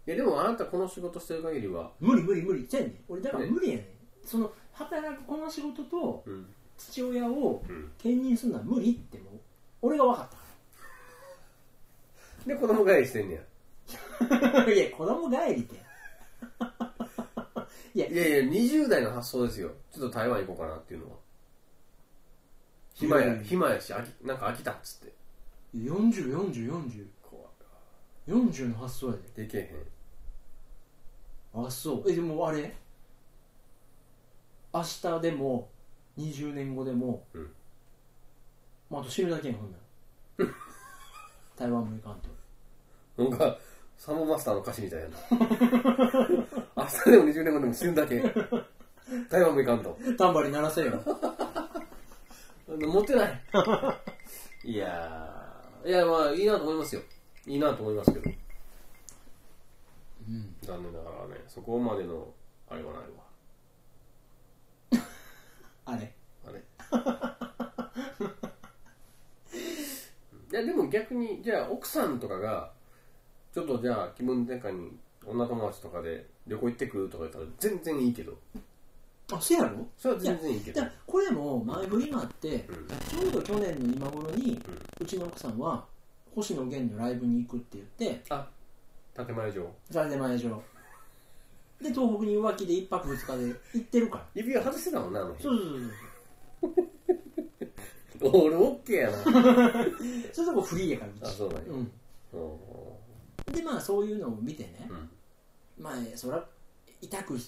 Speaker 2: やでもあなたこの仕事してる限りは
Speaker 3: 無理無理無理じゃあねん俺だから
Speaker 2: ね
Speaker 3: 無理やねんその働くこの仕事と
Speaker 2: うん
Speaker 3: 父親を
Speaker 2: うん
Speaker 3: 兼任するのは無理ってもう俺が分かったか
Speaker 2: で子供返りしてんねや
Speaker 3: ら いや子供帰りっていや
Speaker 2: いやいや、20代の発想ですよ。ちょっと台湾行こうかなっていうのは。暇や、
Speaker 3: うん
Speaker 2: 暇やし、飽きなんか飽きたっつって。
Speaker 3: 40404040
Speaker 2: 怖いわ
Speaker 3: 40の発想やで
Speaker 2: でけへん。
Speaker 3: あそうえでもあれ明日でも20年後でも、
Speaker 2: うん
Speaker 3: まあ、あと死ぬだけやんほんなら台湾も行かんと
Speaker 2: なんか、サモンマスターの歌詞みたいやな。 明日でも20年後でも死ぬだけ。台湾も行かんと。
Speaker 3: タンバリン鳴らせよ
Speaker 2: 持ってない。いやー、いやまあいいなと思いますよ。いいなと思いますけど。
Speaker 3: うん
Speaker 2: 残念ながらね、そこまでの、あれはないわ。
Speaker 3: あれ
Speaker 2: あ れいやでも逆にじゃあ奥さんとかがちょっとじゃあ気分転換に女友達とかで旅行行ってくるとか言ったら全然いいけど
Speaker 3: あそうやろ
Speaker 2: それは全然いいけ
Speaker 3: じ
Speaker 2: ど
Speaker 3: ゃあこれも前振りがあって
Speaker 2: うん
Speaker 3: ちょうど去年の今頃に
Speaker 2: うん
Speaker 3: うちの奥さんは星野源のライブに行くって言って
Speaker 2: あ建前上
Speaker 3: 残念前上で東北に浮気で1泊2日で行ってるから
Speaker 2: 指輪外してたもんなあの日
Speaker 3: そうそうそうそう
Speaker 2: 俺オッケーやな
Speaker 3: そういうとこフリーやからうち
Speaker 2: あそうなんや
Speaker 3: うん
Speaker 2: うん
Speaker 3: でまあそういうのを見てね
Speaker 2: う、ん
Speaker 3: まあそら痛く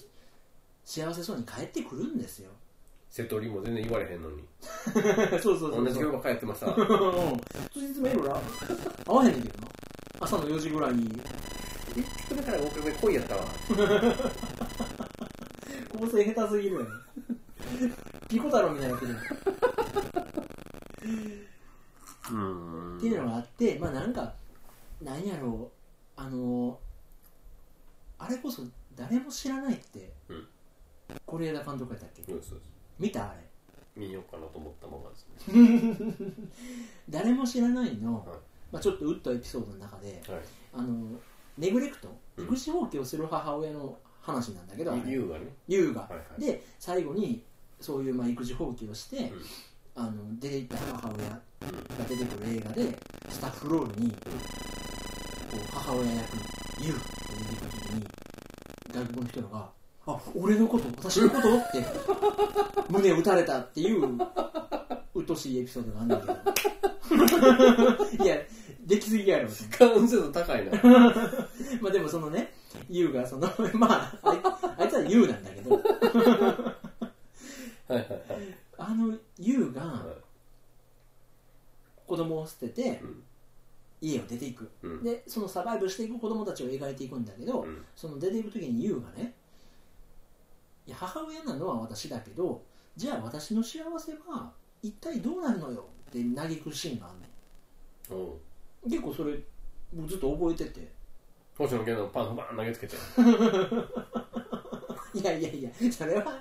Speaker 3: 幸せそうに帰ってくるんですよ
Speaker 2: 瀬戸利も全然言われへんのに
Speaker 3: そうそうそうそう
Speaker 2: 同じ業ば帰ってました
Speaker 3: つじつめいろいろ合わへんねんけどな朝の4時ぐらいに
Speaker 2: それからおかげで恋やったわ
Speaker 3: 構成下手すぎるよねピコ太郎みたいになってるっ
Speaker 2: うん
Speaker 3: ていうのがあってまあなんかなんやろうあのあれこそ誰も知らないって、
Speaker 2: うん
Speaker 3: 是枝監督やったっけ
Speaker 2: そうそうそう
Speaker 3: 見たあれ
Speaker 2: 見ようかなと思ったままですね
Speaker 3: 誰も知らないの、
Speaker 2: はい
Speaker 3: まあ、ちょっとウッドエピソードの中で、
Speaker 2: はい
Speaker 3: あのネグレクト
Speaker 2: うん
Speaker 3: 育児放棄をする母親の話なんだけど、あれ
Speaker 2: 理由がね、
Speaker 3: 優が
Speaker 2: はいはい、
Speaker 3: で最後にそういうまあ育児放棄をして、
Speaker 2: うん
Speaker 3: あの出ていった母親が
Speaker 2: う
Speaker 3: 出てくる映画でスタッフロールにこう母親役の優が出てきた時に外国の人が「あ俺のこと私のこと?」って胸を打たれたっていう鬱陶しいエピソードがあんだけど いやできすぎやろ
Speaker 2: ん、完成度高いな
Speaker 3: まあでもそのね、ユウがその、まあ、あいあいつはユウなんだけど、
Speaker 2: はいはいはい
Speaker 3: あのユウが
Speaker 2: は
Speaker 3: 子供を捨て
Speaker 2: い
Speaker 3: て
Speaker 2: うん
Speaker 3: 家を出ていく。
Speaker 2: うん
Speaker 3: で、そのサバイブしていく子供たちを描いていくんだけど
Speaker 2: う、ん
Speaker 3: その出ていく時にユウがね、いや母親なのは私だけど、じゃあ私の幸せは一体どうなるのよって嘆くシーンがあんね。
Speaker 2: おうん
Speaker 3: 結構それ、もうずっと覚えてて。
Speaker 2: 星野源のパンをバーン投げつけて
Speaker 3: いやいやいや、それは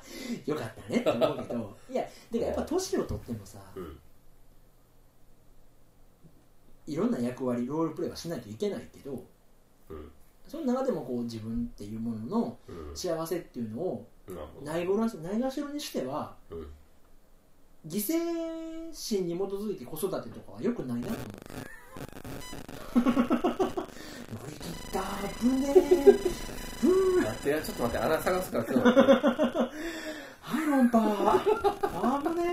Speaker 3: 良かったねって思うけ ど、いや、てかやっぱ年を取ってもさ、
Speaker 2: うん
Speaker 3: いろんな役割ロールプレイはしないといけないけど
Speaker 2: うん
Speaker 3: その中でもこう自分っていうものの
Speaker 2: うん
Speaker 3: 幸せっていうのを
Speaker 2: なるほど
Speaker 3: ないがしないがしろにしては
Speaker 2: うん
Speaker 3: 犠牲心に基づいて子育てとかは良く ないなと思う乗り切った危ねえふう
Speaker 2: 待ってやちょっと待って穴探すからちょっと待って
Speaker 3: はいロンパー危ね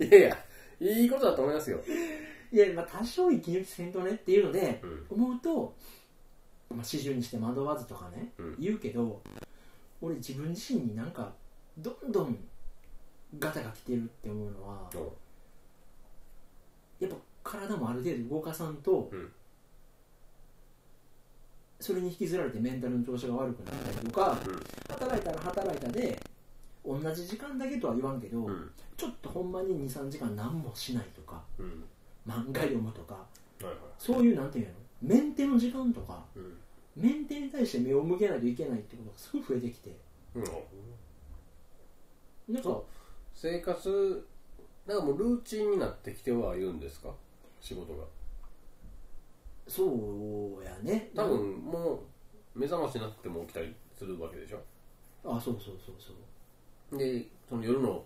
Speaker 2: いやいやいいことだと思いますよ
Speaker 3: えいやまあ多少息抜きせんとねっていうので
Speaker 2: うん
Speaker 3: 思うと、まあ、始終にして惑わずとかね、
Speaker 2: うん
Speaker 3: 言うけど俺自分自身になんかどんどんガタが来てるって思うのは
Speaker 2: おう
Speaker 3: やっぱ体もある程度動かさんと、
Speaker 2: うん
Speaker 3: それに引きずられてメンタルの調子が悪くなったりとか
Speaker 2: うん
Speaker 3: 働いたら働いたで同じ時間だけとは言わんけど、
Speaker 2: うん
Speaker 3: ちょっとほんまに23時間何もしないとか
Speaker 2: うん
Speaker 3: 漫画読むとか
Speaker 2: はいはい
Speaker 3: そういうなんていうのメンテの時間とか
Speaker 2: うん
Speaker 3: メンテに対して目を向けないといけないってことがすごく増えてきて
Speaker 2: うん
Speaker 3: なんか
Speaker 2: 生活なんかもうルーチンになってきてはいるんですか仕事が
Speaker 3: そうやね
Speaker 2: 多分もう目覚ましなくても起きたりするわけでしょ
Speaker 3: あそうそうそうそう
Speaker 2: でその夜の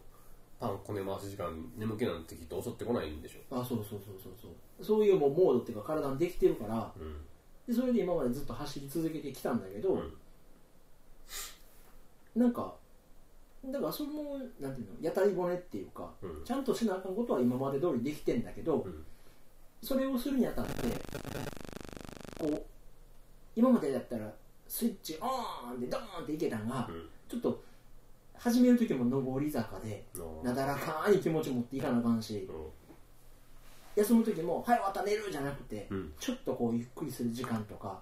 Speaker 2: パンこね回す時間眠気なんてきっと襲ってこないんでしょ
Speaker 3: あそうそうそうそうそうそういうもうモードっていうか体にできてるから
Speaker 2: うん
Speaker 3: でそれで今までずっと走り続けてきたんだけど、
Speaker 2: うん
Speaker 3: なんかだからそれもなんていうの屋台骨っていうか
Speaker 2: うん
Speaker 3: ちゃんとしなあかんことは今まで通りできてんだけど、
Speaker 2: うん
Speaker 3: それをするにあたってこう今までだったらスイッチオーンでドーンっていけたんが、
Speaker 2: うん
Speaker 3: ちょっと始める時も上り坂でなだらかい気持ち持っていかなあかんし休む時も「はいまた寝る」じゃなくて、
Speaker 2: うん
Speaker 3: ちょっとこうゆっくりする時間とか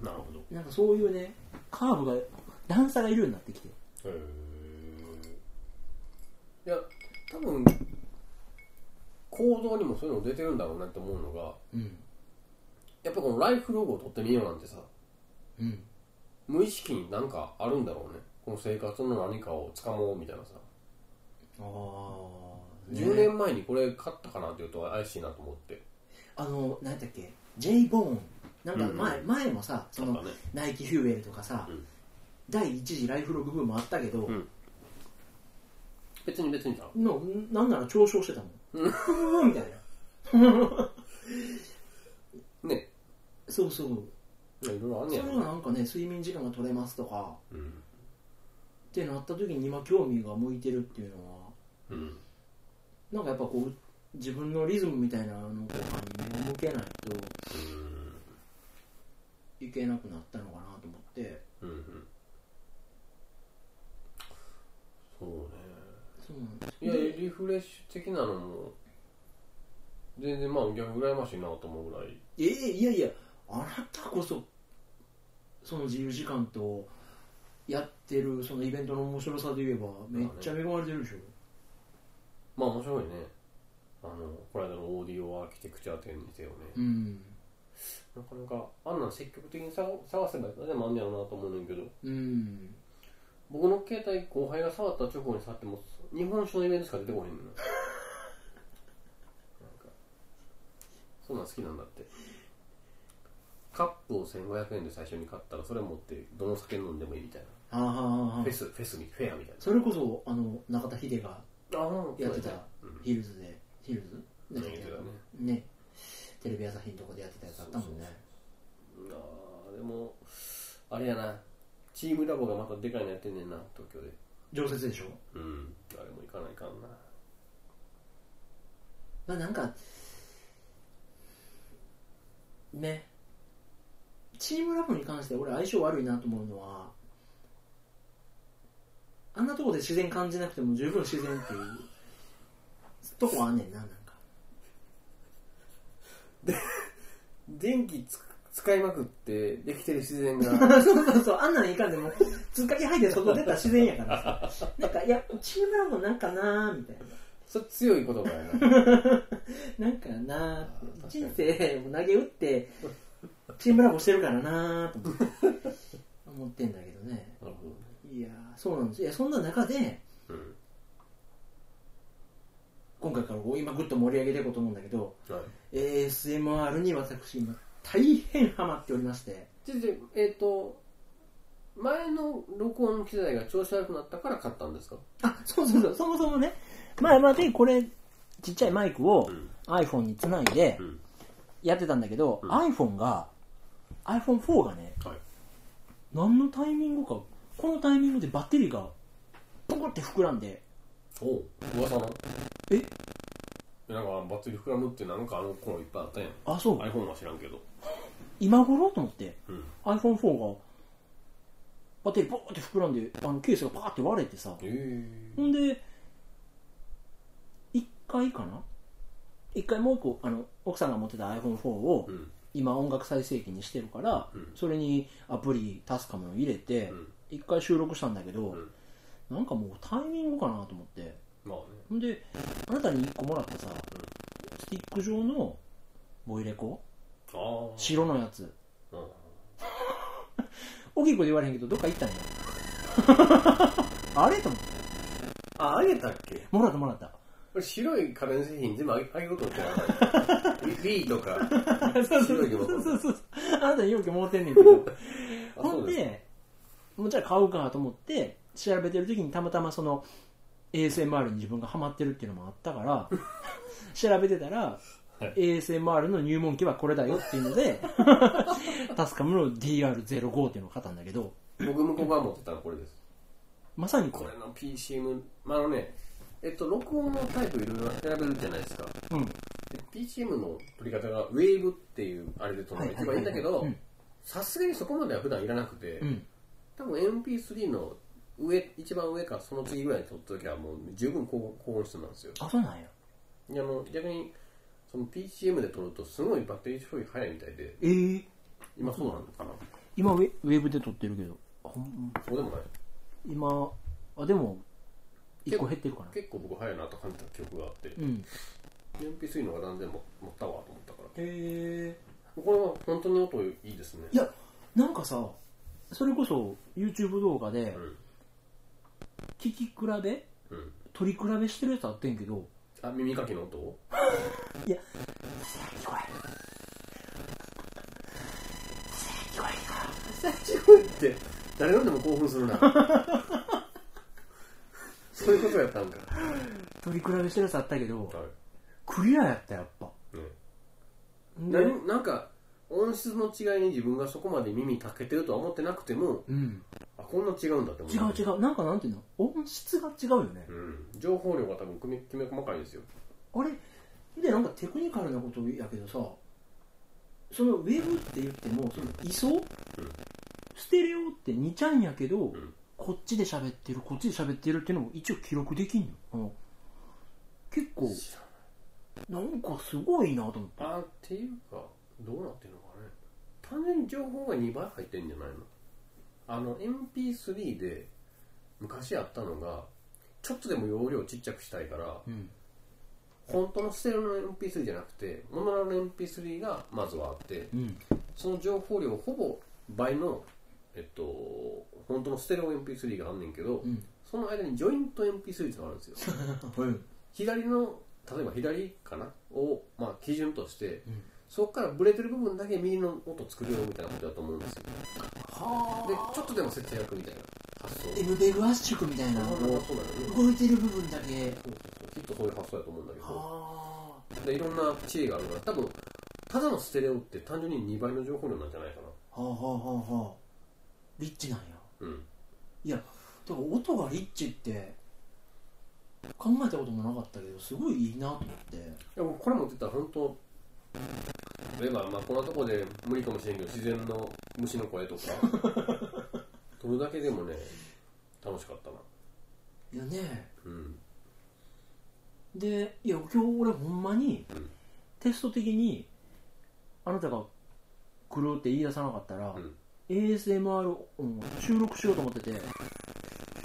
Speaker 2: なるほど
Speaker 3: なんかそういうねカーブが段差がいるようになってきて
Speaker 2: へえいや多分行動にもそういうの出てるんだろうなって思うのが
Speaker 3: うん
Speaker 2: やっぱこのライフログを取ってみようなんてさ
Speaker 3: うん
Speaker 2: 無意識になんかあるんだろうねこの生活の何かをつかもうみたいなさ、
Speaker 3: ああ、
Speaker 2: 10年前にこれ買ったかなって言うと怪しいなと思って
Speaker 3: あの何だっけ J ボーンなんか前,、
Speaker 2: うん
Speaker 3: 前もさそ
Speaker 2: なん
Speaker 3: の
Speaker 2: かね
Speaker 3: ナイキフューエルとかさ、
Speaker 2: うん
Speaker 3: 第一次ライフログブームあったけど、
Speaker 2: ん別に別にさ
Speaker 3: のなんなら嘲笑してたもん
Speaker 2: うん
Speaker 3: うーんみたいな
Speaker 2: ね
Speaker 3: そうそう
Speaker 2: いやいろいろあん
Speaker 3: そ
Speaker 2: ね
Speaker 3: れ
Speaker 2: や
Speaker 3: が
Speaker 2: ろ
Speaker 3: なんかね睡眠時間が取れますとか
Speaker 2: うん
Speaker 3: ってなった時に今興味が向いてるっていうのは
Speaker 2: うん
Speaker 3: なんかやっぱこう自分のリズムみたいなのとかに目を向けないといけなくなったのかなと思って
Speaker 2: うんうんそうね
Speaker 3: そうなんです
Speaker 2: いやリフレッシュ的なのも全然まあ逆羨ましいなと思うぐらい
Speaker 3: ええいやいやあなたこそその自由時間とやってるそのイベントの面白さで言えばめっちゃ恵まれてるでしょ、
Speaker 2: まあ面白いねあのこの間のオーディオアーキテクチャ展にせよね、
Speaker 3: うん
Speaker 2: なかなかあんなん積極的に探探せばいいでもあんねやろなと思うねんけど
Speaker 3: うん
Speaker 2: 僕の携帯後輩が触った直後に触っても日本酒のイベントしか出てこへんねんななんかそんなん好きなんだってカップを1500円で最初に買ったらそれ持ってどの酒飲んでもいいみたい
Speaker 3: あああ
Speaker 2: な
Speaker 3: あ
Speaker 2: フェスフェスみフェアみたい
Speaker 3: それこそあの中田秀が
Speaker 2: なああ
Speaker 3: やってた
Speaker 2: うん
Speaker 3: ヒルズでヒルズ
Speaker 2: やっ
Speaker 3: だ
Speaker 2: て
Speaker 3: っけ
Speaker 2: たね
Speaker 3: ねテレビ朝日のとこでやってたやつあったもんね
Speaker 2: ああでもあれやなチームラボがまたでかいのやってんねんな東京で
Speaker 3: 常設でしょ
Speaker 2: うんあれも行かないかんな
Speaker 3: まあなんかねチームラボに関して俺相性悪いなと思うのはあんなとこで自然感じなくても十分自然っていうとこはあんねんななんか
Speaker 2: 電気つ使いまくってできてる自然が
Speaker 3: そうそうそうあんなんいかんでもつっかけ入ってそこ出たら自然やからさ なんかいやチームラボなんかなーみたい
Speaker 2: それ強い言葉 やな
Speaker 3: ななんかなー
Speaker 2: あー
Speaker 3: 人生を投げ打ってチームラボしてるからなーと思って思ってんだけどね
Speaker 2: なるほどね
Speaker 3: いやーそうなんですいやそんな中で
Speaker 2: うん
Speaker 3: 今回からこう今ぐっと盛り上げていこうと思うんだけど、
Speaker 2: はい。
Speaker 3: ASMR に私今大変ハマっておりまして、
Speaker 2: ちょちょえっ、と、前の録音機材が調子悪くなったから買ったんですか
Speaker 3: あ、そうそうそう、そもそもね、前までこれ、ちっちゃいマイクを
Speaker 2: うん
Speaker 3: iPhone につないで
Speaker 2: ん。
Speaker 3: やってたんだけど、
Speaker 2: うん
Speaker 3: iPhone が、iPhone4 がね、
Speaker 2: はい。
Speaker 3: 何のタイミングか、このタイミングでバッテリーが、ポコって膨らんで、
Speaker 2: おう噂の
Speaker 3: え
Speaker 2: なんかバッテリー膨らむってなんかあの頃いっぱいあったやん。
Speaker 3: あ、そう、
Speaker 2: iPhone は知らんけど。
Speaker 3: 今頃と思って、
Speaker 2: うん。
Speaker 3: iPhone4 が、バッテリーポコって膨らんで、あのケースがパーって割れてさ、
Speaker 2: え
Speaker 3: ほんで、一回かな一回もう一個、あの、奥さんが持ってた iPhone4 を
Speaker 2: えう、ん。
Speaker 3: 今音楽再生機にしてるから、
Speaker 2: うん
Speaker 3: それにアプリタスカムを入れて
Speaker 2: うん
Speaker 3: 一、回収録したんだけど、
Speaker 2: うん
Speaker 3: なんかもうタイミングかなと思って
Speaker 2: まあね。
Speaker 3: ほんであなたに1個もらったさ、スティック状のボイレコ
Speaker 2: ああ。
Speaker 3: 白のやつ
Speaker 2: うん。
Speaker 3: 大きい声で言われへんけどどっか行ったん やあれと思って
Speaker 2: あ、あげたっけ
Speaker 3: もらったもらった
Speaker 2: これ白い家電製品全部あげあげようと思ってなかった。ビビーと か。
Speaker 3: そうそう
Speaker 2: 白い
Speaker 3: そ
Speaker 2: よ
Speaker 3: うそうそう あなたに容器もらってんねんけど
Speaker 2: あ
Speaker 3: ほ
Speaker 2: そ
Speaker 3: ん
Speaker 2: うです
Speaker 3: で、もうじゃあ買うかと思って、調べてる時にたまたまその ASMR に自分がハマってるっていうのもあった から、調べてたら、
Speaker 2: はい
Speaker 3: ASMR の入門機はこれだよっていうの で、タスカムの DR05 っていうのを買ったんだけど、
Speaker 2: 僕もここは持ってたのこれです。
Speaker 3: まさにこ
Speaker 2: こ
Speaker 3: れ。
Speaker 2: れの PCM、まあ、あのね、えっと、録音のタイプいろいろ選べるじゃないですか。
Speaker 3: うん。
Speaker 2: で PCM の取り方が Wave っていうあれで撮るのが一番いいんだけ
Speaker 3: う
Speaker 2: ど
Speaker 3: ん、
Speaker 2: さすがにそこまでは普段いらなくて、
Speaker 3: うん。
Speaker 2: 多分 MP3 の上、一番上かその次ぐらいに撮った時はもう十分高高音質なんですよ。
Speaker 3: あ、そうなんや。
Speaker 2: であの逆に、その PCM で撮るとすごいバッテリー消費早いみたいで、
Speaker 3: えー、
Speaker 2: 今そうなのかな
Speaker 3: 今ウェウェーブで撮ってるけど、あほん
Speaker 2: そうでもない。
Speaker 3: 今、あ、でも、1個減ってるかな。
Speaker 2: 結構僕早いなと感じた記憶があって、
Speaker 3: うん。
Speaker 2: MP3 のが断然も持ったわと思ったから。
Speaker 3: えー。
Speaker 2: これは本当に音いいですね。
Speaker 3: いや、なんかさ、それこそ YouTube 動画で
Speaker 2: う、ん。
Speaker 3: 聞き比べ、
Speaker 2: うん。
Speaker 3: 取り比べしてるやつあってんけど、
Speaker 2: あ、耳かきの音を
Speaker 3: 聞こえ聞こえか。
Speaker 2: って誰飲んでも興奮するな そういうことやったんか
Speaker 3: 取り比べしてるやつあったけど、
Speaker 2: は
Speaker 3: クリアやった、やっぱ。
Speaker 2: い、ね、
Speaker 3: で
Speaker 2: 何なんか音質の違いに自分がそこまで耳たけてるとは思ってなくても
Speaker 3: うん。
Speaker 2: あこんな違うんだって思
Speaker 3: 違う違
Speaker 2: う
Speaker 3: う。なんかなんていうの音質が違うよね。
Speaker 2: うん、情報量が多分きめきめ細かいですよ
Speaker 3: あれで、なんかテクニカルなことやけどさ、そのウェブって言っても、その位相ステレオって2ちゃんやけど、
Speaker 2: ん
Speaker 3: こっちで喋ってる、こっちで喋ってるっていうのも一応記録できんの。うん結構、なんかすごいなと思って。
Speaker 2: あっていうかどうなってるのかね単純に情報が2倍入ってんじゃないのあの MP3 で昔あったのがちょっとでも容量ちっちゃくしたいから
Speaker 3: うん。
Speaker 2: 本当のステレオの MP3 じゃなくてモノラルの MP3 がまずはあって
Speaker 3: うん。
Speaker 2: その情報量ほぼ倍のえっと本当のステレオ MP3 があんねんけど、
Speaker 3: うん。
Speaker 2: その間にジョイント MP3 ってのがあるんですよ左の例えば左かなを、まあ、基準として、
Speaker 3: うん
Speaker 2: そこからブレてる部分だけ右の音作るよみたいなことだと思うんですよで
Speaker 3: は
Speaker 2: ちょっとでも節約みたいな発想
Speaker 3: ぁ。エムベグ圧縮みたいな、
Speaker 2: そんな発想なんだよね
Speaker 3: 動いてる部分だけ。
Speaker 2: そうそうそうきっとそういう発想だと思うんだけど
Speaker 3: は
Speaker 2: でいろんな知恵があるから多分ただのステレオって単純に2倍の情報量なんじゃないか
Speaker 3: ぁ。はぁはぁはぁ。リッチなんや。
Speaker 2: なうん
Speaker 3: いや、だから音がリッチって、考えたこともなかったけど、すごいいいなと思って。
Speaker 2: でもこれ持ってたら本当例えばまあこんなとこで無理かもしれんけど自然の虫の声と か撮るだけでもね楽しかったない
Speaker 3: やね。
Speaker 2: うん
Speaker 3: で、いや、今日俺ほんまに
Speaker 2: うん、
Speaker 3: テスト的に、あなたが来るって言い出さなかったら、
Speaker 2: うん
Speaker 3: ASMR を収録しようと思って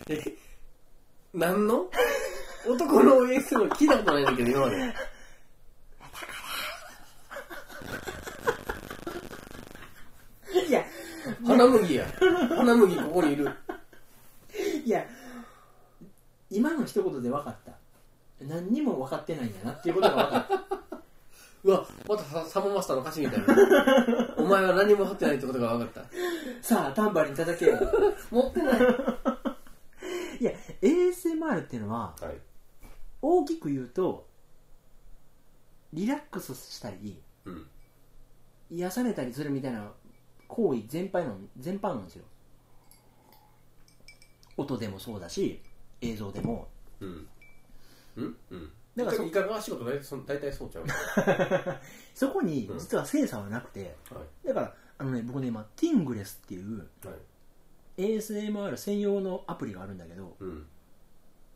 Speaker 3: て、
Speaker 2: 何の男の ASM 聞いたことないんだけど今まで
Speaker 3: いや、
Speaker 2: 花麦や花麦ここにいる
Speaker 3: いや、今の一言で分かった。何にも分かってないんだなっていうことが分かった
Speaker 2: うわ、またササボマスターの歌詞みたいな。お前は何も持ってないってことが分かった。
Speaker 3: さあタンバリン叩けよ
Speaker 2: 持ってない。
Speaker 3: いや ASMR っていうのは
Speaker 2: はい。
Speaker 3: 大きく言うとリラックスしたり
Speaker 2: うん。
Speaker 3: 癒されたりするみたいな行為全般なん全般なんですよ音でもそうだし映像でも
Speaker 2: うん。うんうん。
Speaker 3: だ
Speaker 2: だ
Speaker 3: か
Speaker 2: から
Speaker 3: そ
Speaker 2: ら、いかがわしいこと大体そ大体 そうちゃう。
Speaker 3: そこに
Speaker 2: うん
Speaker 3: 実はセンサーはなくて、
Speaker 2: は
Speaker 3: だからあのね僕ね今ティングレスっていう
Speaker 2: い。はい。
Speaker 3: ASMR 専用のアプリがあるんだけど
Speaker 2: うん。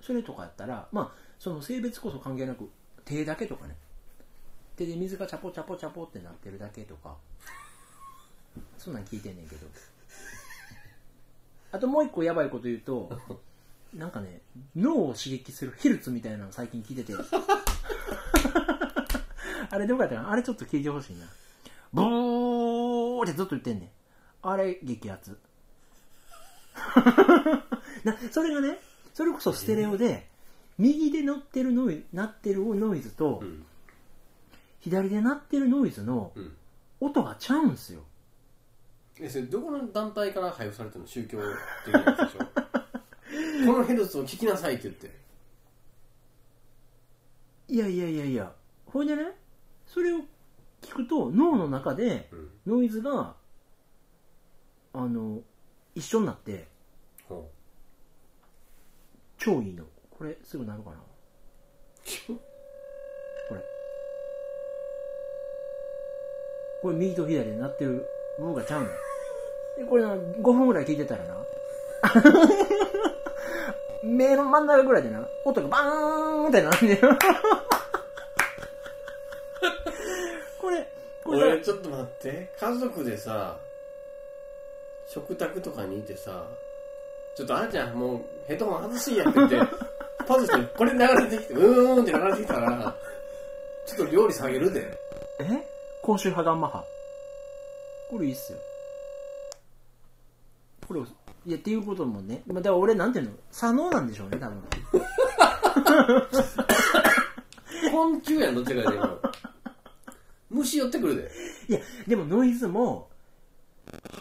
Speaker 3: それとかやったらまあその性別こそ関係なく手だけとかね手で水がチャポチャポチャポってなってるだけとかそんなん聞いてんねんけどあともう一個やばいこと言うとなんかね脳を刺激するヒルツみたいなの最近聞いてて あれどこやったかなあれちょっと聞いてほしいなボーってずっと言ってんねんあれ激アツ なそれがねそれこそステレオで右で鳴ってるノイ鳴ってるノイズと、
Speaker 2: うん。
Speaker 3: 左で鳴ってるノイズの
Speaker 2: うん。
Speaker 3: 音がちゃうんすよ
Speaker 2: え、それ、どこの団体から配布されてるの宗教的なやつでし ょこのヘルツを聞きなさいって言って。
Speaker 3: いやいやいやいやほいでねそれを聞くと脳の中で
Speaker 2: うん。
Speaker 3: ノイズがあの一緒になって
Speaker 2: ほ
Speaker 3: 超いいのこれすぐなるかな
Speaker 2: う。
Speaker 3: これこれ右と左で鳴ってる部分がちゃうので これな5分ぐらい聞いてたらな 目の真ん中ぐらいでな音がバーンってなるんねん これこれ
Speaker 2: 俺ちょっと待って家族でさ食卓とかにいてさちょっとあーちゃんもうヘッドホン外しいやって言って パズしてこれ流れてきてうーんって流れてきたらちょっと料理下げるで
Speaker 3: え今週派ガンマ派これいいっすよこれいやっていうこともね、まあ、だから俺なんていうの左脳なんでしょうね多分
Speaker 2: 昆虫やんどっちかで今虫寄ってくるで
Speaker 3: いやでもノイズも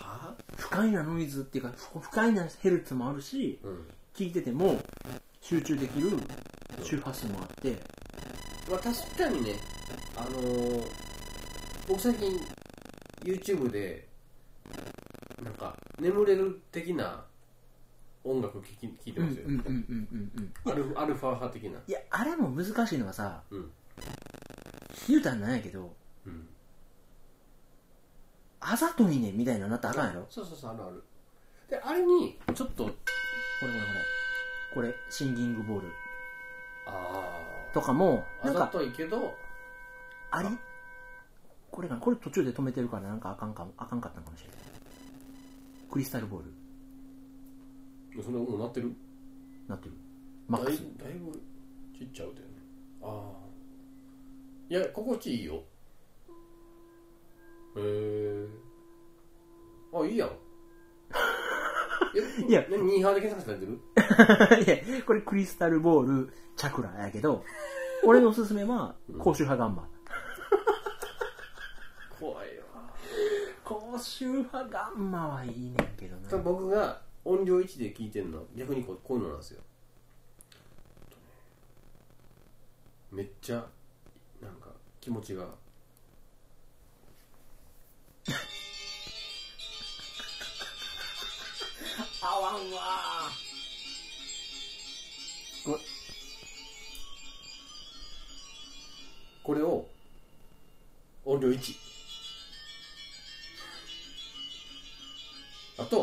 Speaker 2: は
Speaker 3: 不快なノイズっていうか不不快なヘルツもあるし
Speaker 2: うん
Speaker 3: 聞いてても集中できる周波数もあって
Speaker 2: まあ確かにねあのー、僕最近 YouTube でなんか眠れる的な音楽聴き聞いて
Speaker 3: うんう
Speaker 2: ま
Speaker 3: ん
Speaker 2: すよ、
Speaker 3: うんうんうんうん
Speaker 2: アルフアルファ派的な。
Speaker 3: いやあれも難しいのがさ
Speaker 2: うん。
Speaker 3: 言うたらなんやけど
Speaker 2: うん。
Speaker 3: あざといねみたいなのなったらあかんやろ
Speaker 2: そうそうそう、あるある。で、あれに、ちょっと、
Speaker 3: これこれこれこれシンギングボール
Speaker 2: あ
Speaker 3: とかも
Speaker 2: あ
Speaker 3: な
Speaker 2: あ
Speaker 3: ん
Speaker 2: ざ
Speaker 3: か
Speaker 2: といけど、
Speaker 3: ありこれかなこれ途中で止めてるからなんかあかんかあかんかったんかもしれないクリスタルボール
Speaker 2: それもうなってる
Speaker 3: なってるマッ
Speaker 2: だ
Speaker 3: ク
Speaker 2: い
Speaker 3: ス
Speaker 2: だいぶちっちゃうだよね。ああ。いや、心地いいよ。へえ。あ、いいやん。 え
Speaker 3: いや
Speaker 2: 何、ニーハーで検索されてる
Speaker 3: いやこれクリスタルボールチャクラやけど俺のおすすめは高周波ガンマ
Speaker 2: 怖いわ。
Speaker 3: 高周波ガンマはいいねんけど
Speaker 2: 多分
Speaker 3: な
Speaker 2: 僕が音量1で聞いてるのは逆にこうこういうのなんですよめっちゃなんか気持ちが
Speaker 3: 合わんわ
Speaker 2: これを音量1あと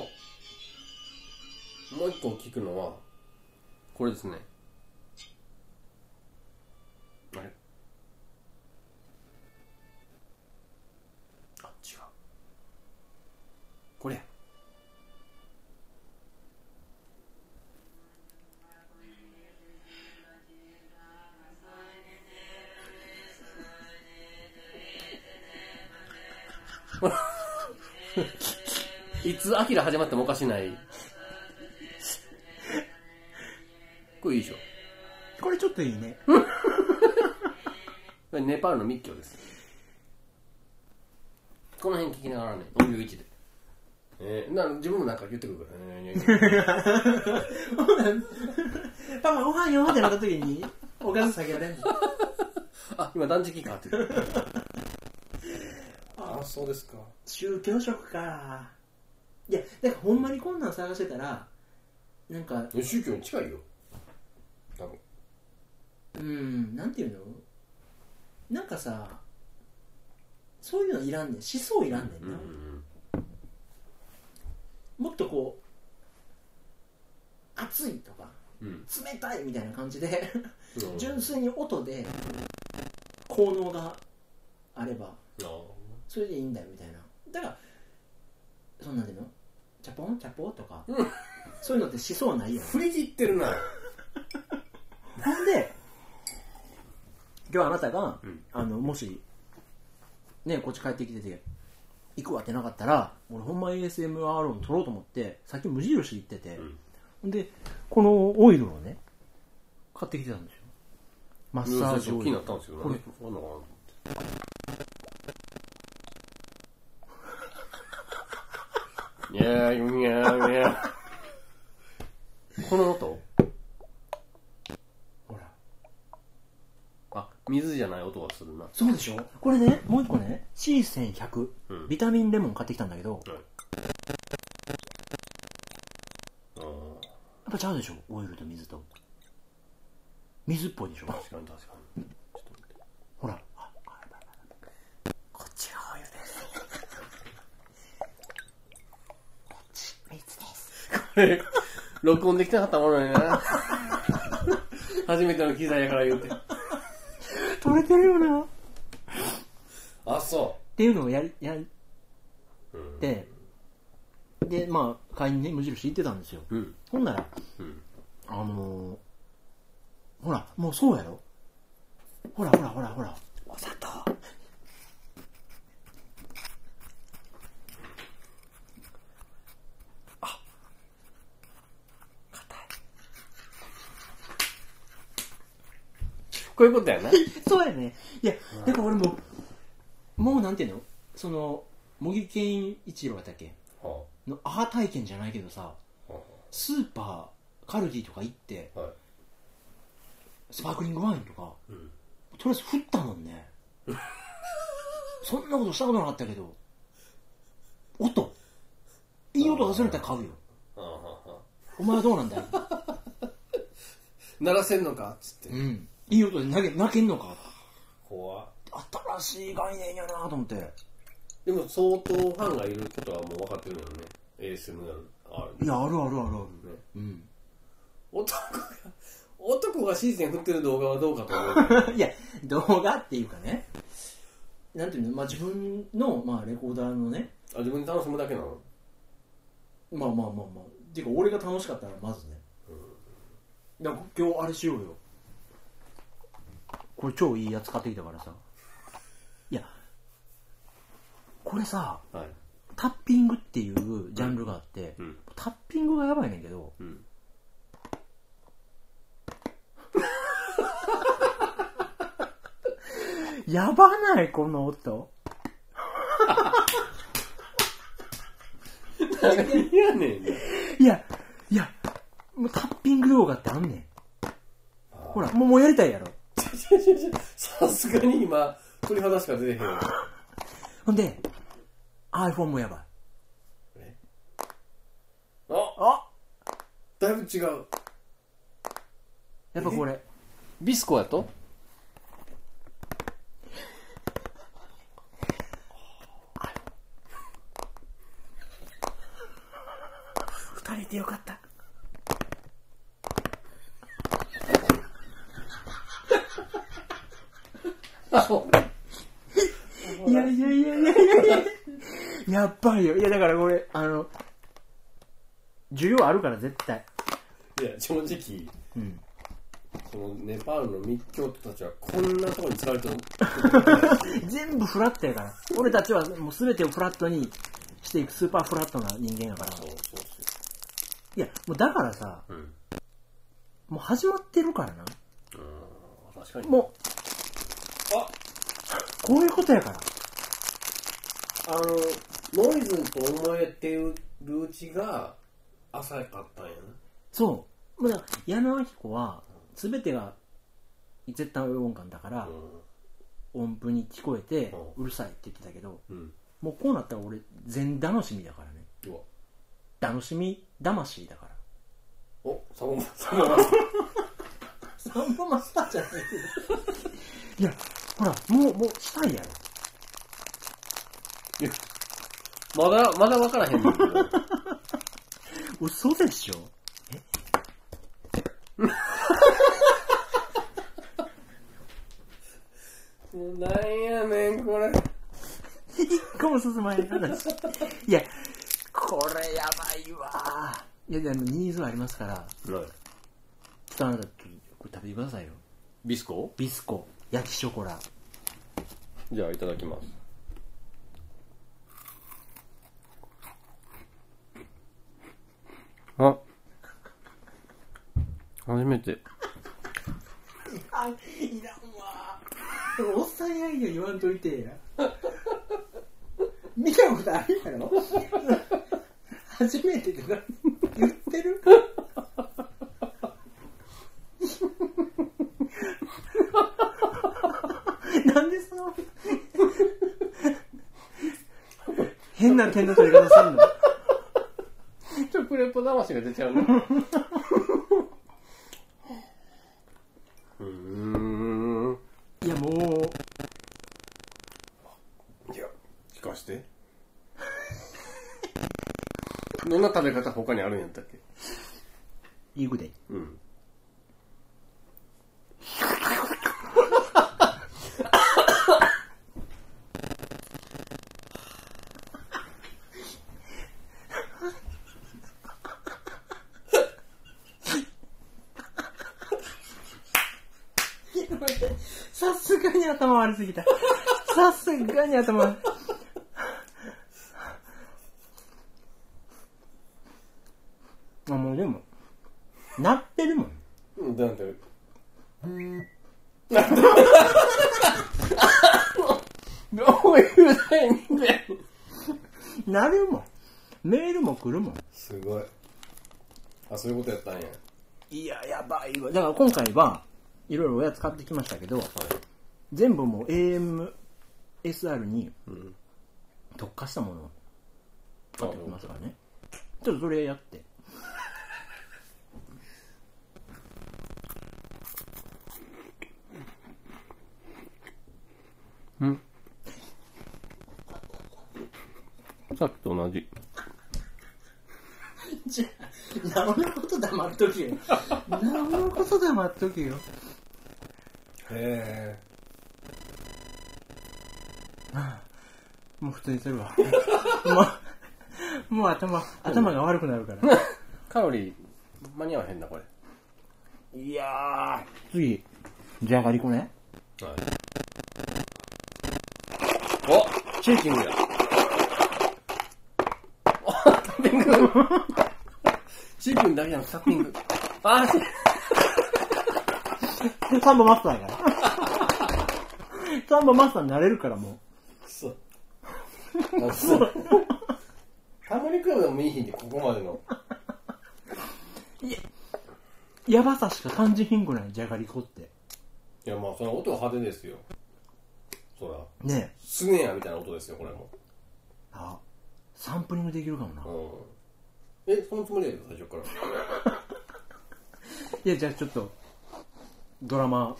Speaker 2: もう一個聞くのはこれですねあれあ違うこれやいつアキラ始まってもおかしない。これいいでしょ。
Speaker 3: これちょっといい ね。
Speaker 2: これネパールの密教ですこの辺聞きながらねどういう位置で、えー、な自分もなんか言ってくるからね
Speaker 3: パパご飯よってなった時に、おかず下げられんの。
Speaker 2: あ今断食かって言ってあそうですか
Speaker 3: 宗教色か。いや、なんかほんまにこんなん探してたら、なんか、
Speaker 2: 宗教に近いよ多分
Speaker 3: うん、なんていうのなんかさ、そういうのいらんねん。思想いらんねんな。もっとこう、熱いとか、
Speaker 2: うんうん
Speaker 3: 冷たいみたいな感じで、
Speaker 2: うん
Speaker 3: 純粋に音で、効能があれば、
Speaker 2: あー
Speaker 3: それでいいんだよみたいなだからそんなんでのチャポンチャポとか、
Speaker 2: うん
Speaker 3: そういうのってしそうないやん
Speaker 2: 振り切ってるな
Speaker 3: なんで今日あなたが、
Speaker 2: うん
Speaker 3: あのもしねこっち帰ってきてて行くわってなかったら俺ほんま ASMR を撮ろうと思ってさっき無印行ってて、ほん、でこのオイルをね買ってきてたんですよマッサージ
Speaker 2: 最
Speaker 3: オ
Speaker 2: 初
Speaker 3: イル
Speaker 2: 気になったんですよ
Speaker 3: これ
Speaker 2: 何こんなのかなと思っていやーいやーいやーこの音
Speaker 3: ほら
Speaker 2: あ水じゃない音がするな
Speaker 3: そうでしょこれねもう一個ね C1100、
Speaker 2: うん
Speaker 3: ビタミンレモン買ってきたんだけど、
Speaker 2: あー
Speaker 3: やっぱちゃうでしょオイルと水と水っぽいでしょ
Speaker 2: 確かに確かにちょっと待って
Speaker 3: ほらああやばいやばいこっちがオイルですこっち水です
Speaker 2: 録音できなかったものやな 初めての機材やから言うて
Speaker 3: 取れてるよなっ
Speaker 2: あそ
Speaker 3: ていうのをやりやり
Speaker 2: ううん
Speaker 3: てでまあ買いにね無印行ってたんですよ
Speaker 2: うん
Speaker 3: ほんなら
Speaker 2: うん
Speaker 3: あのー、ほらもうそうやろほらほらほらほらお砂糖
Speaker 2: こういうことやな
Speaker 3: そうやね。いや、だから俺もう、もうなんていうのその、茂木健一郎やったっけ
Speaker 2: は
Speaker 3: のアハ体験じゃないけどさ、
Speaker 2: あは
Speaker 3: スーパー、カルディとか行って、
Speaker 2: あはい
Speaker 3: スパークリングワインとか、
Speaker 2: うん
Speaker 3: とりあえず振ったもん ね。そんなことしたことなかったけど、音。いい音がするんだったら買うよ。
Speaker 2: あはあはあ
Speaker 3: お前はどうなんだよ。
Speaker 2: 鳴らせんのかっつって
Speaker 3: うん。いい音で泣け泣けんのか。
Speaker 2: 怖っ
Speaker 3: 新しい概念やなと思って。
Speaker 2: でも相当ファンがいることはもう分かってるのよね ASMR あ
Speaker 3: いや、あるあるあるあ
Speaker 2: るね
Speaker 3: る。うん。
Speaker 2: 男が男がシーズン振ってる動画はどうかと思 う
Speaker 3: いや、動画っていうかね、なんていうの、まあ、自分の、まあ、レコーダーのね、
Speaker 2: あ自分で楽しむだけなの
Speaker 3: まあまあまあまあ、っていうか、俺が楽しかったら、まずね、だから今日あれしようよ、これ、超いいやつ買ってきたからさ、いや、これさ、
Speaker 2: はい
Speaker 3: タッピングっていうジャンルがあって、
Speaker 2: うん
Speaker 3: タッピングがやばいねんけど、
Speaker 2: うん
Speaker 3: やばない、この音。
Speaker 2: 何やねん
Speaker 3: いや、いや、もうタッピング動画ってあんねん。ほら、もうもうやりたいやろ。
Speaker 2: さすがに今鳥肌しか出てへんわ
Speaker 3: ほんで、iPhone もやばい。
Speaker 2: えあ
Speaker 3: あ
Speaker 2: だいぶ違う
Speaker 3: やっぱこれ。
Speaker 2: ビスコやと
Speaker 3: 二人でよかった。いやいやいやいやいやいややっぱりよ。いやだからこれ、あの、需要あるから絶対。
Speaker 2: いや正直、
Speaker 3: ん
Speaker 2: そのネパールの密教徒たちはこんなとこに使われてる
Speaker 3: 全部フラットやから。俺たちはもう全てをフラットにしていくスーパーフラットな人間やから。
Speaker 2: そうそう
Speaker 3: いや、もうだからさ、
Speaker 2: そううん
Speaker 3: もう始まってるからな。
Speaker 2: あ確かに。
Speaker 3: もう、
Speaker 2: あ
Speaker 3: こういうことやから。
Speaker 2: あの、ノイズと思えてるうちが浅かったんや
Speaker 3: そう。まだ、矢野明子は、すべてが、絶対音感だから
Speaker 2: な。、
Speaker 3: 音符に聞こえて
Speaker 2: う
Speaker 3: うるさいって言ってたけど
Speaker 2: うん。うん。
Speaker 3: もうこうなったら俺全楽しみだからね
Speaker 2: うわ。
Speaker 3: 楽しみ魂だから
Speaker 2: お、サボマス。サボマス。
Speaker 3: サンボマスターじゃないけどいやほらもうもうしたいやろ
Speaker 2: まだ、まだわからへんねんけど。
Speaker 3: 嘘でしょえ
Speaker 2: もうなんやねん、これ。
Speaker 3: 一個も進まない話いやこれやばいわいやでもニーズはありますからちょっとあなたちょっとこれ食べてくださいよ
Speaker 2: ビスコ
Speaker 3: ビスコ焼きショコラ
Speaker 2: じゃあ、いただきます。あ。初めて。
Speaker 3: あいらんわおっさんやいや言わんといてや見たことあるやろ初めてとか言ってるなんでその変な点の取り方するの
Speaker 2: 食レポ魂が出ちゃうね。うーん。
Speaker 3: いやもう
Speaker 2: いや、聞かして。 どんな食べ方他にあるんやったっけ
Speaker 3: 行くで
Speaker 2: うん。
Speaker 3: さすがに頭悪すぎた。さすがに頭悪い。あ、もうでも、なってるもん。
Speaker 2: うん、なんて。うん。なんて。どういうタイミング や
Speaker 3: なるもん。メールも来るもん。
Speaker 2: すごい。あ、そういうことやったんや。
Speaker 3: いや、やばいわ。だから今回は、いろいろおやつ買ってきましたけど、全部もう AMSR に
Speaker 2: ん
Speaker 3: 特化したものを買ってきますからね。ちょっとそれやって。
Speaker 2: さっきと同じ。
Speaker 3: じゃあ、なおのこと黙っとけよ。 なおのこと黙っとけよ。
Speaker 2: へえ。
Speaker 3: もう普通にするわ。 もう、もう頭、頭が悪くなるから。
Speaker 2: カロリー、間に合わへんな、これ。
Speaker 3: いやー。次、じゃがりこね。
Speaker 2: はい。おシェイ キングだ。おタッピ ングシェイキングだけじゃなくてタッピング。あー、シェイ
Speaker 3: サンボマスターやから。サンボマスターになれるからも
Speaker 2: そう。あそう。タモリクラブでもいい日でここまでの。
Speaker 3: う。やばさしか感じひんくない、じゃがりこって。
Speaker 2: いや、まあ、その音は派手ですよ。そら、
Speaker 3: ねえ。
Speaker 2: すげえや、みたいな音ですよ、これも。
Speaker 3: あ、サンプリングできるかもな。
Speaker 2: うん。え、そのつもりやけど、最初から。
Speaker 3: いや、じゃあちょっと、ドラマ、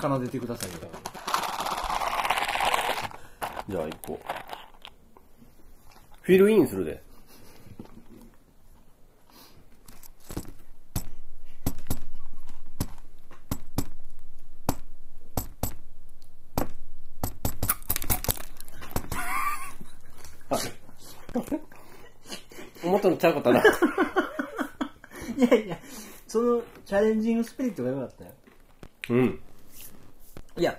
Speaker 3: かな、奏でてくださいよ。
Speaker 2: じゃあ、行こう。フィルインするで。思ったのちゃうかったな。
Speaker 3: いやいや、そのチャレンジングスピリットが良かったよ。
Speaker 2: うん。
Speaker 3: いや、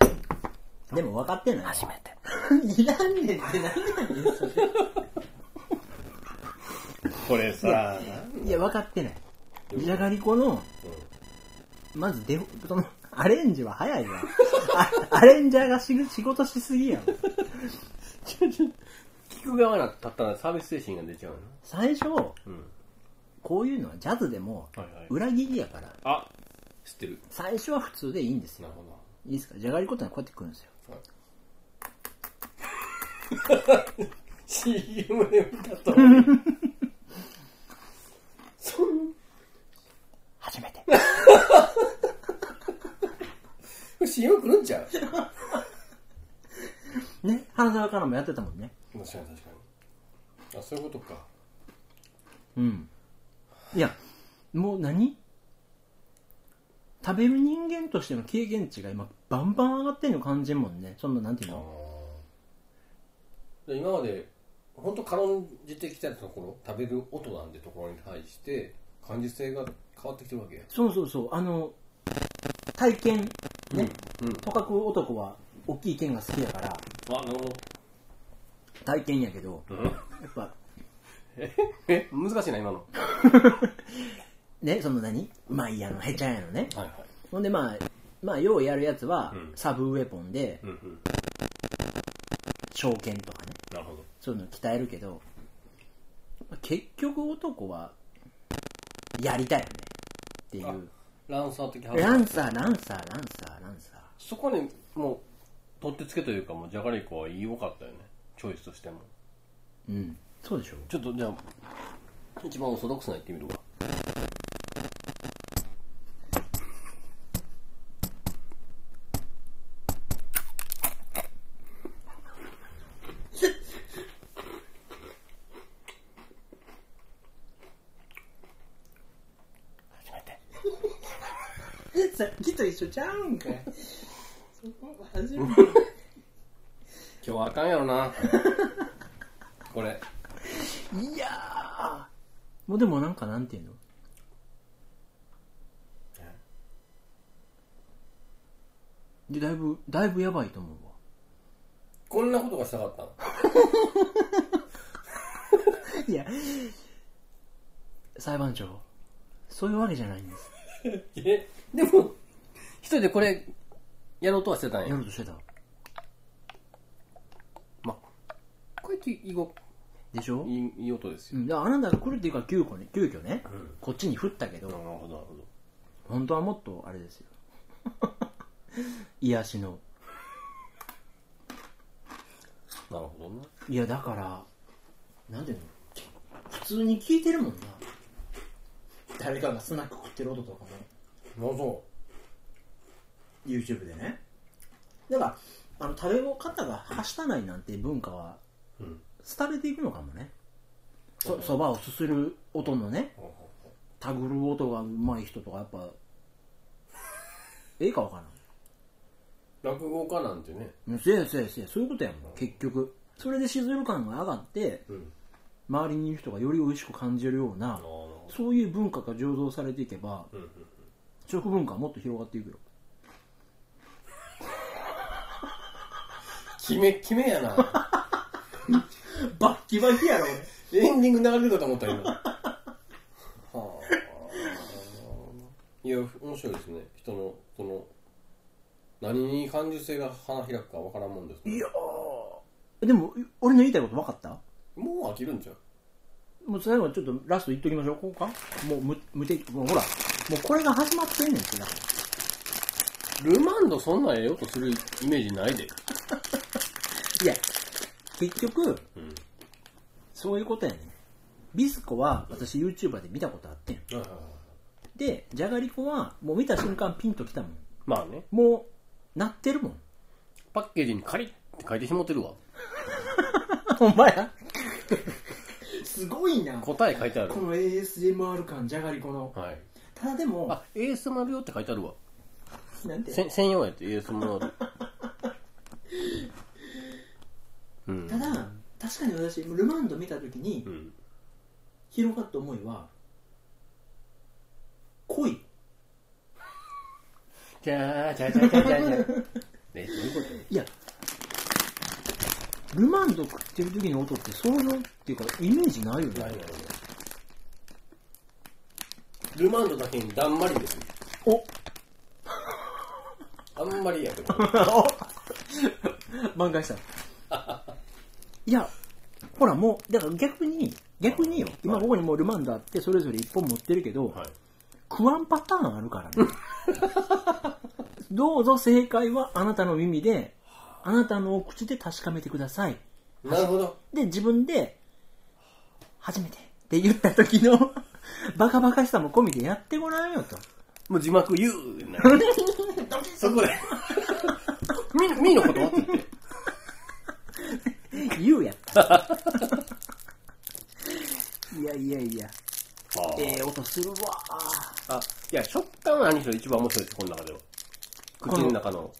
Speaker 3: でも分かってない。初めて。 いらんねんってなんなんです
Speaker 2: これさ、
Speaker 3: いや、分かってない。じゃがりこの、まずデフォ、その、アレンジは早いわ。あアレンジャーがし仕事しすぎやん。
Speaker 2: 聞く側だったらサービス精神が出ちゃうの
Speaker 3: 最初、
Speaker 2: うん
Speaker 3: こういうのはジャズでも
Speaker 2: はいはい
Speaker 3: 裏切りやから、
Speaker 2: あ知ってる
Speaker 3: 最初は普通でいいんです
Speaker 2: な
Speaker 3: よ
Speaker 2: る。ほど
Speaker 3: いいですかじゃがりこってのはこうやってくるんですよ。
Speaker 2: CM で見たとそん
Speaker 3: 初 めて。
Speaker 2: な CM 来るんちゃう確か
Speaker 3: ね、花澤香菜もやってたもんね。
Speaker 2: に確かにあそういうことか
Speaker 3: うん。いや、もう何食べる人間としての経験値が今、バンバン上がってんの感じるもんね。そんな、なんていう
Speaker 2: あ
Speaker 3: の
Speaker 2: ーで今まで本当軽んじてきたところ食べる音なんてところに対して感受性が変わってきてるわけや
Speaker 3: そうそうそう、あの、体験、ね、
Speaker 2: うん、
Speaker 3: とかく男は大きい剣が好きやから、
Speaker 2: あなるほ
Speaker 3: 体験やけど、
Speaker 2: ど、
Speaker 3: やっぱ、
Speaker 2: え難しいな今のは
Speaker 3: ね、その何うまいやの、へちゃやのね。
Speaker 2: いはい
Speaker 3: ほんでまあ、まあ、ようやるやつは、
Speaker 2: うん
Speaker 3: サブウェポンで
Speaker 2: う、んうん
Speaker 3: 証券とかね、
Speaker 2: なるほど
Speaker 3: そういうの鍛えるけど、まあ結局男は、やりたいよね。っていう。
Speaker 2: ランサー的話
Speaker 3: ランサー、ランサー、ランサー、ランサー。
Speaker 2: そこにもう取ってつけというかもうじゃがりこは良かったよねチョイスとしても
Speaker 3: うん。そうでしょ
Speaker 2: ちょっとじゃあ一番オーソドックスな言ってみるわ初め て
Speaker 3: さっきと一緒ちゃうんかい。そこ、初めて。
Speaker 2: 今日はあかんやろ なこれ
Speaker 3: いやー。もうでもなんかなんていうので、だいぶ、だいぶやばいと思うわ。
Speaker 2: こんなことがしたかったの
Speaker 3: いや、裁判長、そういうわけじゃないんです。
Speaker 2: えでも一人でこれやろうとはしてたん
Speaker 3: や
Speaker 2: や
Speaker 3: ろうとしてた。
Speaker 2: まこれっていいご
Speaker 3: でしょ
Speaker 2: いいいい音です
Speaker 3: う
Speaker 2: よ、
Speaker 3: ん、だからあなたが来るっていうから急遽ね、急遽ね、こっちに降ったけど、
Speaker 2: なるほどなるほど
Speaker 3: 本当はもっとあれ ですよ。癒しの。
Speaker 2: なるほどね
Speaker 3: いや、だから、なんていうの普通に聞いてるもんな。誰かがスナック食ってる音とかも、
Speaker 2: なるほ
Speaker 3: YouTube でね。だから、あの、食べ方がはしたないなんて文化は
Speaker 2: どうん
Speaker 3: 廃れていくのかもねそそばをすする音のねたぐる音がうまい人とかやっぱええかわからん
Speaker 2: 落語家なんてね
Speaker 3: うんせやせやせやそういうことやもん結局それでしずる感が上がって
Speaker 2: うん
Speaker 3: 周りにいる人がより美味しく感じるような
Speaker 2: ああなるほ
Speaker 3: そういう文化が醸造されていけば
Speaker 2: どうんうん
Speaker 3: 食文化はもっと広がっていくよ
Speaker 2: 決め決めやな
Speaker 3: バッキバキやろ
Speaker 2: エンディング流れてたと思った 今はあいや面白いですね人のその何に感受性が花開くかわからんもんですね
Speaker 3: いやーでも俺の言いたいこと分かった
Speaker 2: もう飽きるんちゃう
Speaker 3: もう最後ちょっとラスト言っときましょうこうかもう無無敵もうほらもうこれが始まってんねんってだから
Speaker 2: ルマンドそんなええ音するイメージないで。
Speaker 3: いや、結局、
Speaker 2: うん。
Speaker 3: そういうことやねんビスコは、私 YouTuber で見たことあってん。で、じゃがりこは、もう見た瞬間ピンときたもん。
Speaker 2: まあね、
Speaker 3: もう、なってるもん。
Speaker 2: パッケージにカリって書いてしもてるわ。
Speaker 3: ほんまや。すごいな。
Speaker 2: 答え書いてある。
Speaker 3: の ASMR 感、じゃがりこの。
Speaker 2: はい。
Speaker 3: ただでも、
Speaker 2: あ、ASMR よって書いてあるわ。
Speaker 3: なん
Speaker 2: せ専用やって ASMR。うん。
Speaker 3: ただ、確かに私、ルマンド見たときに
Speaker 2: う、ん。
Speaker 3: 広がった思いは、濃い。
Speaker 2: じゃーじゃーじゃーじゃーじゃーじゃー。え、どういうこと
Speaker 3: いや、ルマンド食ってる時の音って想像っていうかイメージないよね。
Speaker 2: ルマンドだけにだんまりですね。
Speaker 3: お
Speaker 2: あんまりやけど。
Speaker 3: 挽回した。いや、ほらもう、だから逆に、逆によ、今ここにもうルマンダあって、それぞれ1本持ってるけど、
Speaker 2: はい。
Speaker 3: 食わんパターンあるから ね。どうぞ正解はあなたの耳で、あなたのお口で確かめてください。
Speaker 2: なるほど。
Speaker 3: で、自分で、初めてって言った時の、バカバカしさも込みでやってごらんよと。
Speaker 2: もう字幕言うな。そこで。み、みのことって言って
Speaker 3: 言うやった。 いやいやいや、
Speaker 2: はあ
Speaker 3: ええ音するわ。
Speaker 2: あ、いや、食感は何しろ一番面白いです、この中では。口の中の、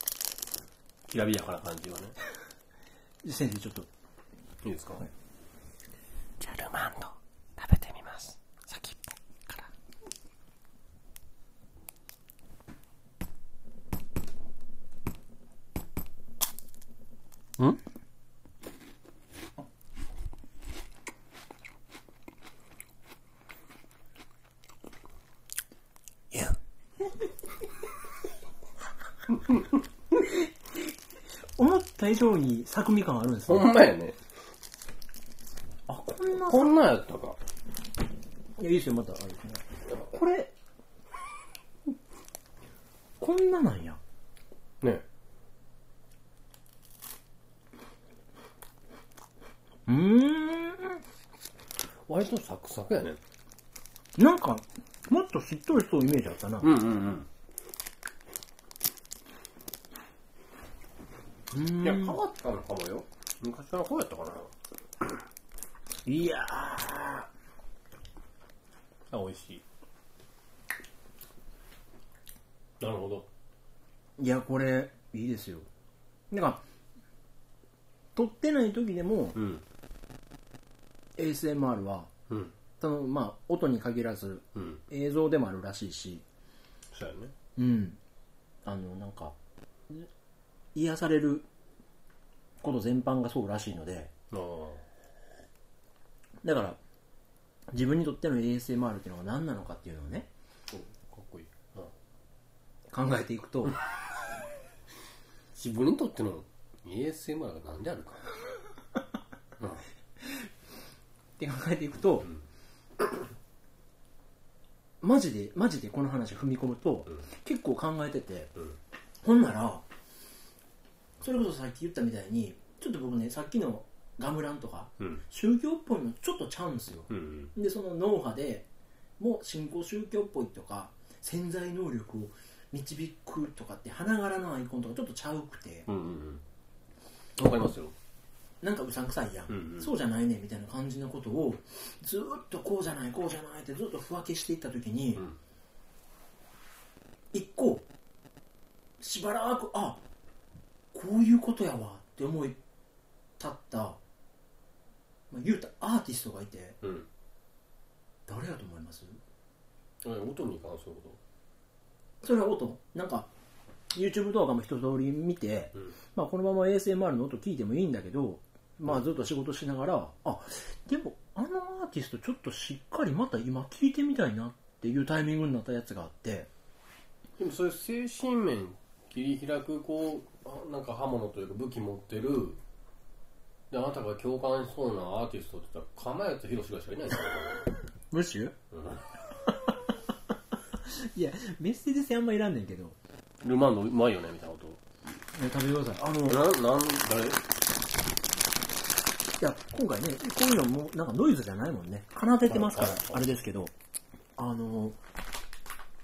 Speaker 2: きらびやかな感じはね。
Speaker 3: 先生ちょっと。
Speaker 2: いいですか、
Speaker 3: ジャルマンド。
Speaker 2: 食べてみます。先っぽから。うん
Speaker 3: 思った以上に作味感あるんですね。
Speaker 2: ほんまやね。
Speaker 3: あ、こんな。
Speaker 2: こんなんやったか。
Speaker 3: いや、いいですよ、また。あれこれ、こんななんや。
Speaker 2: ね。
Speaker 3: うーん。
Speaker 2: 割とサクサクやね。
Speaker 3: なんか、もっとしっとりしそうイメージあったな。
Speaker 2: んうんうん。
Speaker 3: うん
Speaker 2: いや、変わったのかもよ。昔からこうやったかな。
Speaker 3: いや
Speaker 2: あ、美味しい。なるほど。
Speaker 3: ー。いや、これ、いいですよ。なんか、撮ってない時でも、
Speaker 2: うん。
Speaker 3: ASMR は、
Speaker 2: うん。
Speaker 3: その、まあ、音に限らず、
Speaker 2: うん。
Speaker 3: 映像でもあるらしいし、
Speaker 2: そうやね。
Speaker 3: うん。あの、なんか、癒されること全般がそうらしいので、
Speaker 2: ああ。
Speaker 3: だから、自分にとっての ASMR っていうのが何なのかっていうのをね、
Speaker 2: そうかっこいい。ああ
Speaker 3: 考えていくと、
Speaker 2: 自分にとっての ASMR が何であるか。うん
Speaker 3: って考えていくと、マジでマジでこの話踏み込むと、結構考えてて、
Speaker 2: うん
Speaker 3: ほんならそれこそさっき言ったみたいにちょっと僕ねさっきのガムランとか
Speaker 2: うん。
Speaker 3: 宗教っぽいのちょっとちゃうんですよ、
Speaker 2: うん。
Speaker 3: でその脳波でもう信仰宗教っぽいとか潜在能力を導くとかって花柄のアイコンとかちょっとちゃうくて、
Speaker 2: うん。うん。わかりますよ。
Speaker 3: なんかうさんくさいやん、
Speaker 2: うんうん
Speaker 3: そうじゃないねみたいな感じのことをずーっとこうじゃないこうじゃないってずっとふわけしていった時に、
Speaker 2: うん
Speaker 3: 一個しばらくあこういうことやわって思い立った、まあ、言うたらアーティストがいて
Speaker 2: うん。
Speaker 3: 誰やと思います
Speaker 2: え音に関するこ
Speaker 3: それは音なんか YouTube 動画も一通り見て、
Speaker 2: うん
Speaker 3: まあ、このまま ASMR の音聞いてもいいんだけど、まあ、ずっと仕事しながらあでもあのアーティストちょっとしっかりまた今聞いてみたいなっていうタイミングになったやつがあって
Speaker 2: と。でもそういう精神面切り開く、こう、あなんか刃物というか武器持ってる、で、あなたが共感しそうなアーティストって言ったら、釜谷と博士がしかいないですよ。
Speaker 3: 無視
Speaker 2: う
Speaker 3: いやメッセージ性あんまいらんねんけど
Speaker 2: んルマンドうまいよね、みたいなこ
Speaker 3: 食べてくださいあのい
Speaker 2: と。なん、なん、誰
Speaker 3: や今回ねこういうのもなんかノイズじゃないもんね奏でてますからあれですけどあの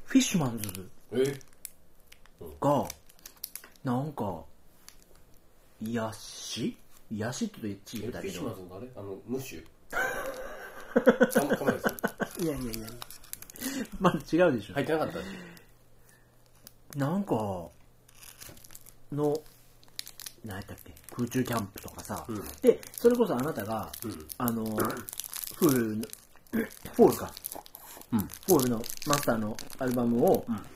Speaker 3: フィッシュマンズ
Speaker 2: え
Speaker 3: が、なんか、癒し癒しって言って言
Speaker 2: え
Speaker 3: っ
Speaker 2: フ
Speaker 3: た
Speaker 2: ィ
Speaker 3: け
Speaker 2: ッシュマ
Speaker 3: ど。
Speaker 2: ンズの誰あの、ムッシ ュ。か釜谷さん。
Speaker 3: いやいやいや。まあ違うでしょ。
Speaker 2: 入ってなかったし。
Speaker 3: なんか、の、何やったっけ空中キャンプとかさ。
Speaker 2: うん
Speaker 3: で、それこそあなたが、
Speaker 2: うん。
Speaker 3: あの、フールの、 フォールか。
Speaker 2: うん
Speaker 3: フォールのマスターのアルバムを、
Speaker 2: ん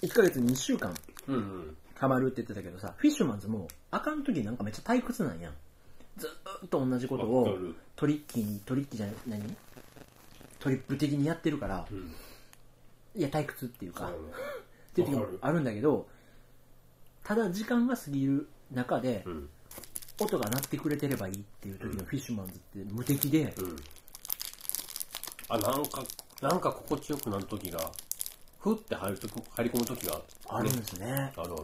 Speaker 3: 1ヶ月に1週間
Speaker 2: うんうん。
Speaker 3: ハマるって言ってたけどさ、フィッシュマンズも、あかん時なんかめっちゃ退屈なんやん。ずーっと同じこと
Speaker 2: わ
Speaker 3: を
Speaker 2: かる
Speaker 3: トリッキーに、トリッキーじゃない、何トリップ的にやってるから
Speaker 2: う、ん。
Speaker 3: いや退屈っていう
Speaker 2: そ
Speaker 3: か、
Speaker 2: う
Speaker 3: っ
Speaker 2: よね。
Speaker 3: ていう時もあるんだけど、ただ時間が過ぎる中で
Speaker 2: うん
Speaker 3: 音が鳴ってくれてればいいっていう時のフィッシュマンズって無敵で
Speaker 2: うんあなんかなんか心地よくなる時がふって入るとこ入り込む時が
Speaker 3: あるんですね
Speaker 2: あるあ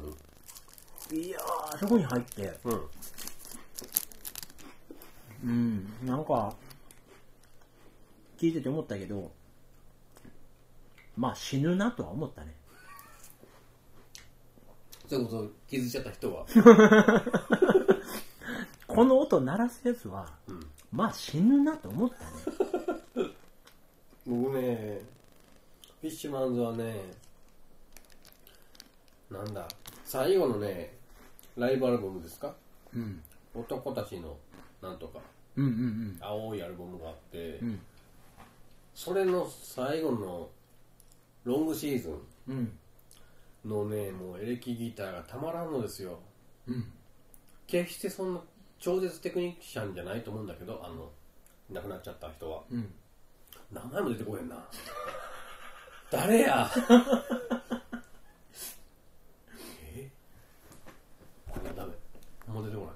Speaker 2: る
Speaker 3: いやーそこに入って
Speaker 2: うん
Speaker 3: うんなんか聞いてて思ったけどまあ死ぬなとは思ったね
Speaker 2: そういうこと気づいちゃった人は
Speaker 3: この音鳴らすやつは
Speaker 2: うん
Speaker 3: まあ死ぬなと思ったね
Speaker 2: 僕ねフィッシュマンズはねなんだ最後のねライブアルバムですか
Speaker 3: うん
Speaker 2: 男たちのなんとか
Speaker 3: うんうん
Speaker 2: 青いアルバムがあって、
Speaker 3: うん
Speaker 2: それの最後のロングシーズ
Speaker 3: うんうん
Speaker 2: ンのねもうエレキギターがたまらんのですよ
Speaker 3: うん
Speaker 2: 決してそんな超絶テクニシャンじゃないと思うんだけどあの亡くなっちゃった人は
Speaker 3: うん
Speaker 2: 名前も出てこへんな 誰や えこれダメもう出てこない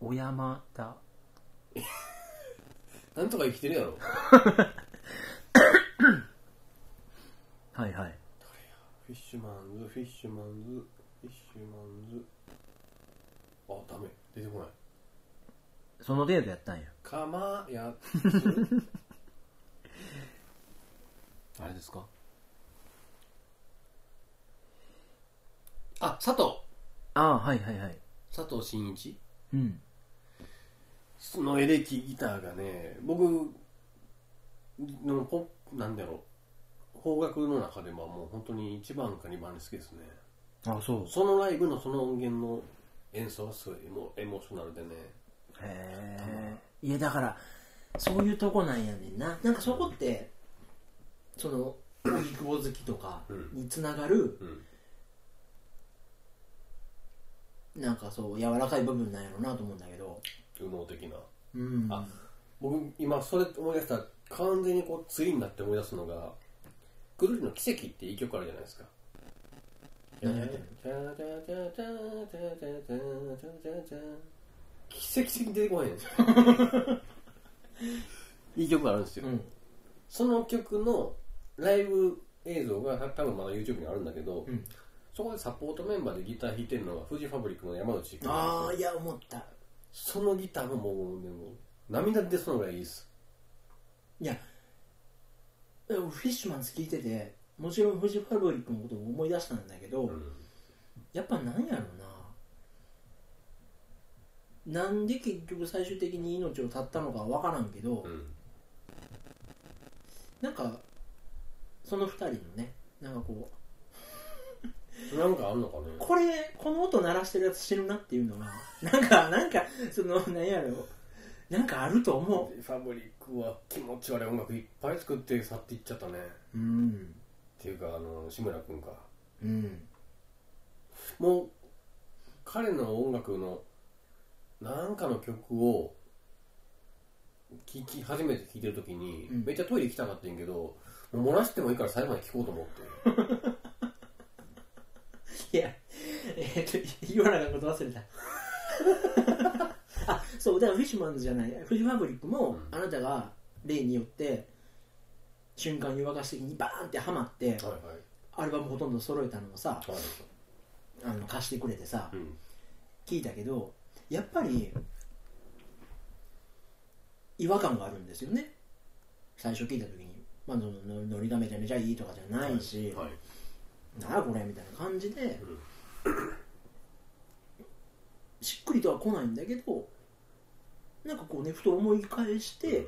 Speaker 3: 小山田
Speaker 2: なんとか生きてるやろ
Speaker 3: はいはい
Speaker 2: フィッシュマンズ、フィッシュマンズ、フィッシュマンズ。あ、ダメ。出てこない。
Speaker 3: その程度やったんや
Speaker 2: かまや あれですかあ、佐藤
Speaker 3: ああはいはいはい
Speaker 2: 佐藤真一
Speaker 3: うん
Speaker 2: そのエレキギターがね、僕のポップ、なんだろう。邦楽の中でももう本当に1番か2番に好きですね。
Speaker 3: あそう
Speaker 2: そのライブのその音源の演奏はすごいエモエモーショナルでね
Speaker 3: へえいやだからそういうとこなんやねんななんかそこってその荻窪好きとかにつながる、
Speaker 2: うん
Speaker 3: なんかそう柔らかい部分なんやろうなと思うんだけど
Speaker 2: 右脳的な
Speaker 3: うん
Speaker 2: あ僕今それ思い出したら完全にこうツイになって思い出すのが「くるりの奇跡」っていい曲あるじゃないですか
Speaker 3: 何やってる
Speaker 2: 奇跡的に出てこへんいい曲があるんですよ、
Speaker 3: うん
Speaker 2: その曲のライブ映像が多分まだ YouTube にあるんだけど、
Speaker 3: うん
Speaker 2: そこでサポートメンバーでギター弾いてるのがフジファブリックの山内君
Speaker 3: ああいや思った
Speaker 2: そのギターももうねもう涙出そうなぐらいいいです
Speaker 3: いやでもフィッシュマンズ聞いててもちろんフジファブリックのことを思い出したんだけど、
Speaker 2: うん
Speaker 3: やっぱなんやろななんで結局最終的に命を絶ったのかわからんけど、
Speaker 2: うん
Speaker 3: なんかその2人のねなんかこう
Speaker 2: なんかあんのかね
Speaker 3: これこの音鳴らしてるやつ死ぬなっていうのが なんかなんかそのなんやろなんかあると思
Speaker 2: フジファブリックは気持ち悪い音楽いっぱい作って去っていっちゃったねっ
Speaker 3: ううん
Speaker 2: ていうかあの志村君か
Speaker 3: うん
Speaker 2: もう彼の音楽のなんかの曲を聞き初めて聴いてる時に、
Speaker 3: うん
Speaker 2: めっちゃトイレ行きたかったんやけどもう漏らしてもいいから最後まで聴こうと思って
Speaker 3: いやえっ、と言わなかったこと 忘れたあそうだからフィッシュマンズじゃないフジファブリックも
Speaker 2: うん
Speaker 3: あなたが例によって瞬間湯沸かし的にバーンってハマって
Speaker 2: はいはい
Speaker 3: アルバムほとんど揃えたのをさ
Speaker 2: はい
Speaker 3: あの貸してくれてさ、
Speaker 2: うん
Speaker 3: 聞いたけどやっぱり違和感があるんですよね最初聞いた時に、まあ、ののノリがめちゃめちゃいいとかじゃないし、
Speaker 2: はい
Speaker 3: なあこれみたいな感じで
Speaker 2: うん
Speaker 3: しっくりとは来ないんだけどなんかこうねふと思い返して、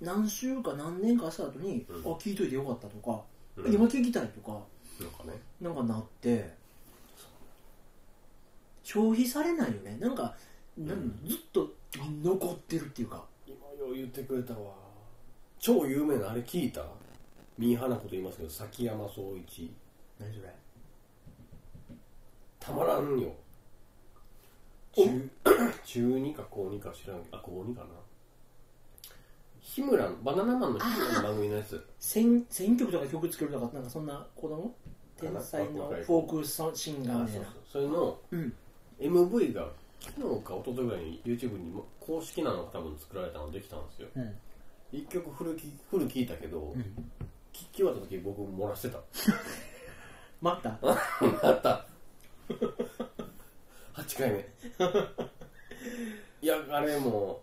Speaker 3: 何週か何年かした後に、
Speaker 2: うん
Speaker 3: あ聞いといてよかったとか、
Speaker 2: うんうん
Speaker 3: 今聞きたいとか
Speaker 2: なんかね
Speaker 3: なんかなって消費されないよねなんかなん
Speaker 2: うん
Speaker 3: ずっと残ってるっていうか
Speaker 2: 今よう言ってくれたわ超有名なあれ聞いたミーハーなこと言いますけど崎山総一
Speaker 3: 何それ
Speaker 2: たまらんよ
Speaker 3: お
Speaker 2: 中 中2か高2か知らんけどあ高2かな日村のバナナマンの日村の番組のやつ
Speaker 3: 選選曲とか曲作るとかなんかそんな子供天才の
Speaker 2: 若い
Speaker 3: フ
Speaker 2: 子
Speaker 3: ォークソンシンガー
Speaker 2: あ
Speaker 3: みた
Speaker 2: そ
Speaker 3: いうな
Speaker 2: そうそ
Speaker 3: うん
Speaker 2: れの MV が昨日か一昨日ぐらいに YouTube にも公式なのが多分作られたのできたんですよ
Speaker 3: うん
Speaker 2: 一曲フルきフル聞いたけど、
Speaker 3: ん
Speaker 2: 聞き終わった時僕漏らしてた
Speaker 3: 待った
Speaker 2: あった8回 目いやあれも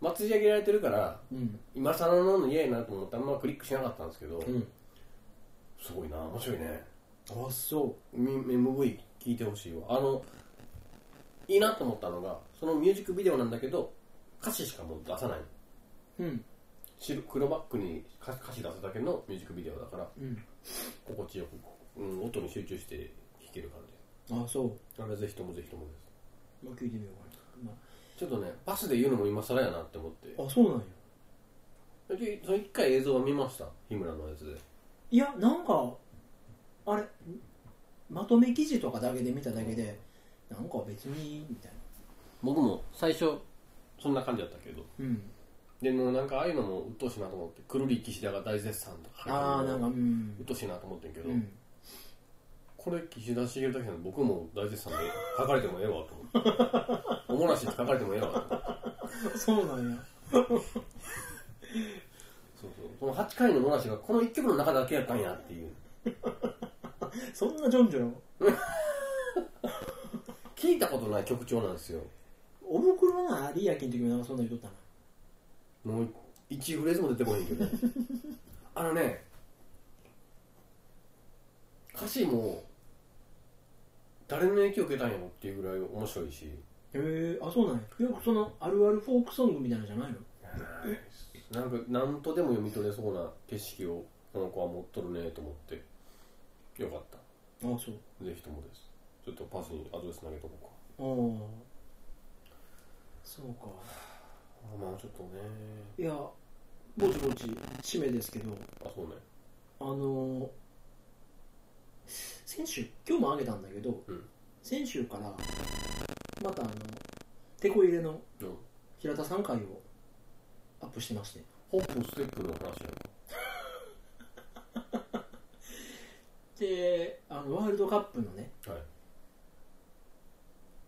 Speaker 2: う祭り上げられてるから
Speaker 3: うん
Speaker 2: 今更のの嫌やなと思ってあんまクリックしなかったんですけど、
Speaker 3: うん
Speaker 2: すごいな面白いね
Speaker 3: あそ
Speaker 2: み MV 聞いてほしいわあのいいなと思ったのがそのミュージックビデオなんだけど歌詞しかもう出さないう
Speaker 3: うん
Speaker 2: 白黒バックに歌歌詞出すだけのミュージックビデオだから
Speaker 3: うん
Speaker 2: 心地よく、うん、音に集中して聴ける感じ
Speaker 3: あそ
Speaker 2: あれぜひともぜひともです
Speaker 3: うまあ聞いてみようかな、
Speaker 2: ちょっとねパスで言うのも今更やなって思って
Speaker 3: まあ、あそうなんや
Speaker 2: でその一回映像は見ました日村のやつで
Speaker 3: いやなんかあれんまとめ記事とかだけで見ただけでなんか別にみたいな
Speaker 2: 僕も最初そんな感じだったけど
Speaker 3: うん
Speaker 2: でもなんかああいうのも鬱陶しいなと思ってくるり岸田が大絶賛とか書いてるの
Speaker 3: ああなんかう
Speaker 2: 鬱
Speaker 3: ん、
Speaker 2: 陶しいなと思ってんけど、
Speaker 3: うん、
Speaker 2: これ岸田茂だけの僕も大絶賛で書かれてもええわと思って おもらしって書かれてもええわと思って
Speaker 3: そうなんや
Speaker 2: そうそうその8回のおもらしがこの1曲の中だけやったんやっていう
Speaker 3: そんなジョンジョン
Speaker 2: 聞いたことない曲調なんですよ
Speaker 3: おぶくろが有明の時もなんかそんな言うとったな
Speaker 2: もう1フレーズも出てこへんけどあのね歌詞も誰の影響を受けたんやろっていうぐらい面白いし
Speaker 3: へえあそうなんやいやそのあるあるフォークソングみたいなのじゃないの
Speaker 2: なんか何とでも読み取れそうな景色をこの子は持っとるねと思ってよかった
Speaker 3: あそう
Speaker 2: ぜひともですちょっとパスにアドレス投げとこうか
Speaker 3: ああそうか
Speaker 2: あまあちょっとね
Speaker 3: いやぼちぼち締めですけど
Speaker 2: あそうね
Speaker 3: あのー、先週今日もあげたんだけど、
Speaker 2: うん
Speaker 3: 先週からまたあのテこ入れの
Speaker 2: うん
Speaker 3: 平田さん回をアップしてまして
Speaker 2: ホップステップの話やんか
Speaker 3: であのワールドカップのね
Speaker 2: は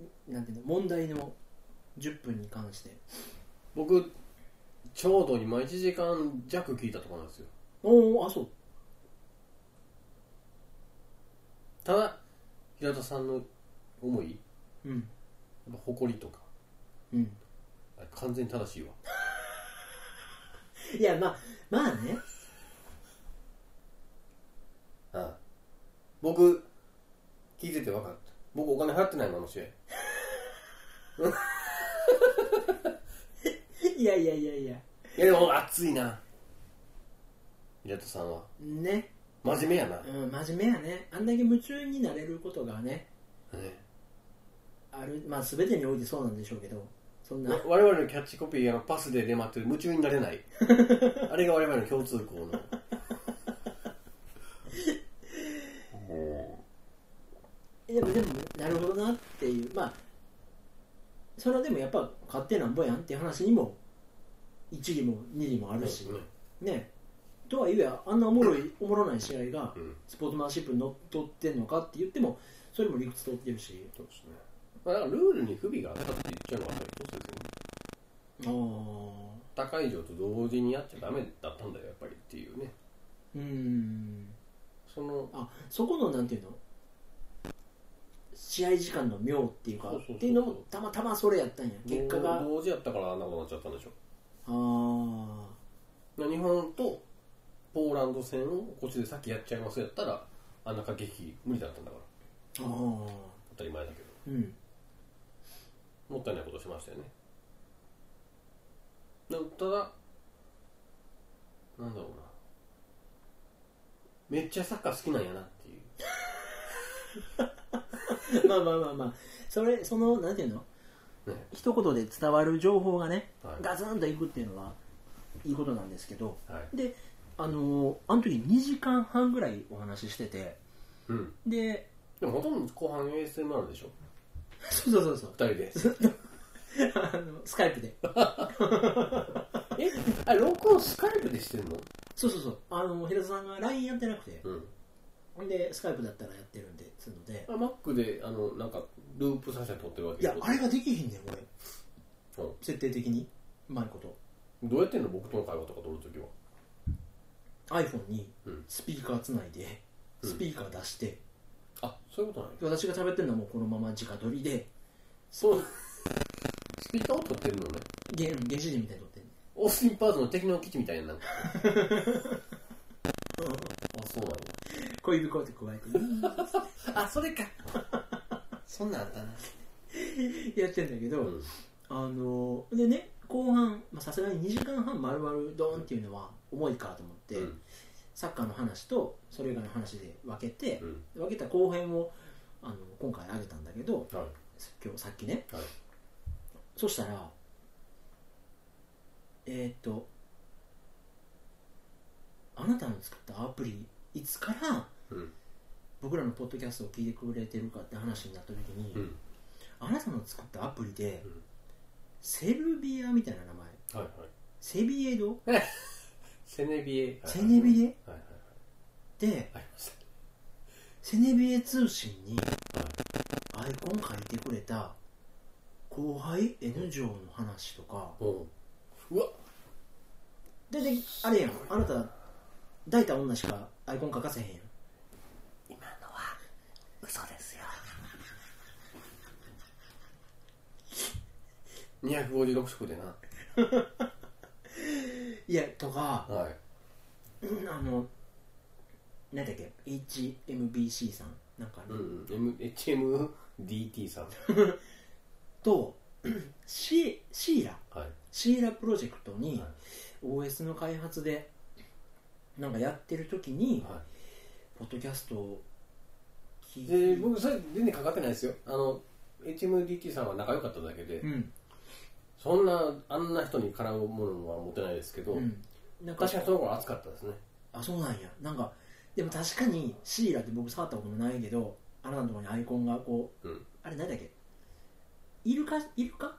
Speaker 2: い
Speaker 3: なんていうの問題の10分に関して
Speaker 2: 僕ちょうど今1時間弱聞いたところなんですよ
Speaker 3: おおあそう
Speaker 2: ただ平田さんの思いや
Speaker 3: うん
Speaker 2: っぱ誇りとか
Speaker 3: うん
Speaker 2: あれ完全に正しいわ
Speaker 3: いやまあまあね
Speaker 2: ああ僕聞いてて分かった僕お金払ってないのかもしれん
Speaker 3: いやいやいやいや
Speaker 2: いやでも熱いな平田さんは
Speaker 3: ね
Speaker 2: 真面目やな、
Speaker 3: うん真面目やねあんだけ夢中になれることがね
Speaker 2: ね
Speaker 3: あるまあ全てにおいてそうなんでしょうけどそんな
Speaker 2: わ我々のキャッチコピーあのパスで出回ってる夢中になれない あれが我々の共通項のも
Speaker 3: でもでもなるほどなっていうまあそれはでもやっぱ勝手なんぼやんっていう話にも1理も2理もあ
Speaker 2: う
Speaker 3: るし
Speaker 2: すね
Speaker 3: ねとはいえあんなおもろいおもろない試合が
Speaker 2: うん
Speaker 3: スポーツマンシップにのっとってんのかって言ってもそれも理屈取ってるし
Speaker 2: そうですねまあだからルールに不備があったって言っちゃうのはやっぱり一つですよね
Speaker 3: ああ
Speaker 2: 他会場と同時にやっちゃダメだったんだよやっぱりっていうね
Speaker 3: うん
Speaker 2: その
Speaker 3: あそこのなんていうの試合時間の妙っていうか
Speaker 2: そうそうそうそう
Speaker 3: っていうのもたまたまそれやったんや結果があ
Speaker 2: 同同時やったからあんなことになっちゃったんでしょ
Speaker 3: あー
Speaker 2: 日本とポーランド戦をこっちでさっきやっちゃいますやったらあんな駆け引き無理だったんだから
Speaker 3: あー
Speaker 2: 当たり前だけど
Speaker 3: うん
Speaker 2: もったいないことしましたよねでもただなんだろうなめっちゃサッカー好きなんやなっていう
Speaker 3: まあまあまあまあそれそのなんていうの
Speaker 2: ね
Speaker 3: 一言で伝わる情報がね、
Speaker 2: はい
Speaker 3: ガツンといくっていうのはいいことなんですけど
Speaker 2: はい
Speaker 3: であのーあの時2時間半ぐらいお話ししてて
Speaker 2: うん
Speaker 3: で
Speaker 2: でもほとんど後半 ASMR でしょ
Speaker 3: そうそうそうそう
Speaker 2: 二人で
Speaker 3: あのスカイプで
Speaker 2: えあれ録音スカイプでしてんの
Speaker 3: そうそうそうあの平田さんが LINE やってなくて
Speaker 2: うん
Speaker 3: ほんでスカイプだったらやってるんでっつうので
Speaker 2: あ Mac であのなんかループ再生撮ってるわけ
Speaker 3: いやあれができひんねん俺
Speaker 2: うん
Speaker 3: 設定的にうまいこと
Speaker 2: どうやってんの僕との会話とか撮るときは
Speaker 3: iPhone に
Speaker 2: うん
Speaker 3: スピーカーつないで
Speaker 2: うん
Speaker 3: スピーカー出して、
Speaker 2: あそういうことない
Speaker 3: 私が喋ってるのはもうこのまま直撮りで
Speaker 2: そうスピーカーを撮ってるのね
Speaker 3: 原原始人みたいに撮ってる
Speaker 2: オースティン・パーズの敵の基地みたいな なんかあそうなの
Speaker 3: 恋人こうやって加えて うん
Speaker 2: あそれ かそんなんあったな
Speaker 3: やってんだけど、
Speaker 2: うん
Speaker 3: あのでね後半まあさすがに2時間半丸々ドーンっていうのは重いかと思って、
Speaker 2: うん
Speaker 3: サッカーの話とそれ以外の話で分けて
Speaker 2: う、ん
Speaker 3: 分けた後編をあの今回あげたんだけど
Speaker 2: はい
Speaker 3: 今日さっきね
Speaker 2: はい
Speaker 3: そしたらえーっとあなたの作ったアプリいつから
Speaker 2: うん
Speaker 3: 僕らのポッドキャストを聞いてくれてるかって話になった時に、
Speaker 2: うん
Speaker 3: あなたの作ったアプリで、
Speaker 2: うん
Speaker 3: セルビアみたいな名前
Speaker 2: はいはい
Speaker 3: セビエド
Speaker 2: セネビエ
Speaker 3: セネビエ
Speaker 2: はいはい
Speaker 3: で
Speaker 2: ありました
Speaker 3: セネビエ通信に
Speaker 2: はい
Speaker 3: アイコン書いてくれた後輩 N 城の話とか
Speaker 2: おうわ
Speaker 3: でであれやんあなた抱いた女しかアイコン書かせへんやん
Speaker 2: 今のは嘘ですよ256色でない
Speaker 3: やとか
Speaker 2: はい
Speaker 3: うんあの何だっけ HMBC さんなんかあ
Speaker 2: う
Speaker 3: る、
Speaker 2: ん、M- HMDT さん
Speaker 3: と シシーラ
Speaker 2: はい
Speaker 3: シーラプロジェクトに
Speaker 2: はい
Speaker 3: OS の開発でなんかやってる時に
Speaker 2: は
Speaker 3: ポッドキャストを聞い
Speaker 2: い
Speaker 3: て、
Speaker 2: で僕それ全然かかってないですよあの HMDT さんは仲良かっただけで、
Speaker 3: うん、
Speaker 2: そんなあんな人に絡むものは持てないですけど、
Speaker 3: うん、なんか
Speaker 2: 確かにその頃暑かったですね
Speaker 3: あそうなんやなんかでも確かにシーラって僕触ったこともないけどあなたのところにアイコンがこう
Speaker 2: うん
Speaker 3: あれ何だっけイルカイルカ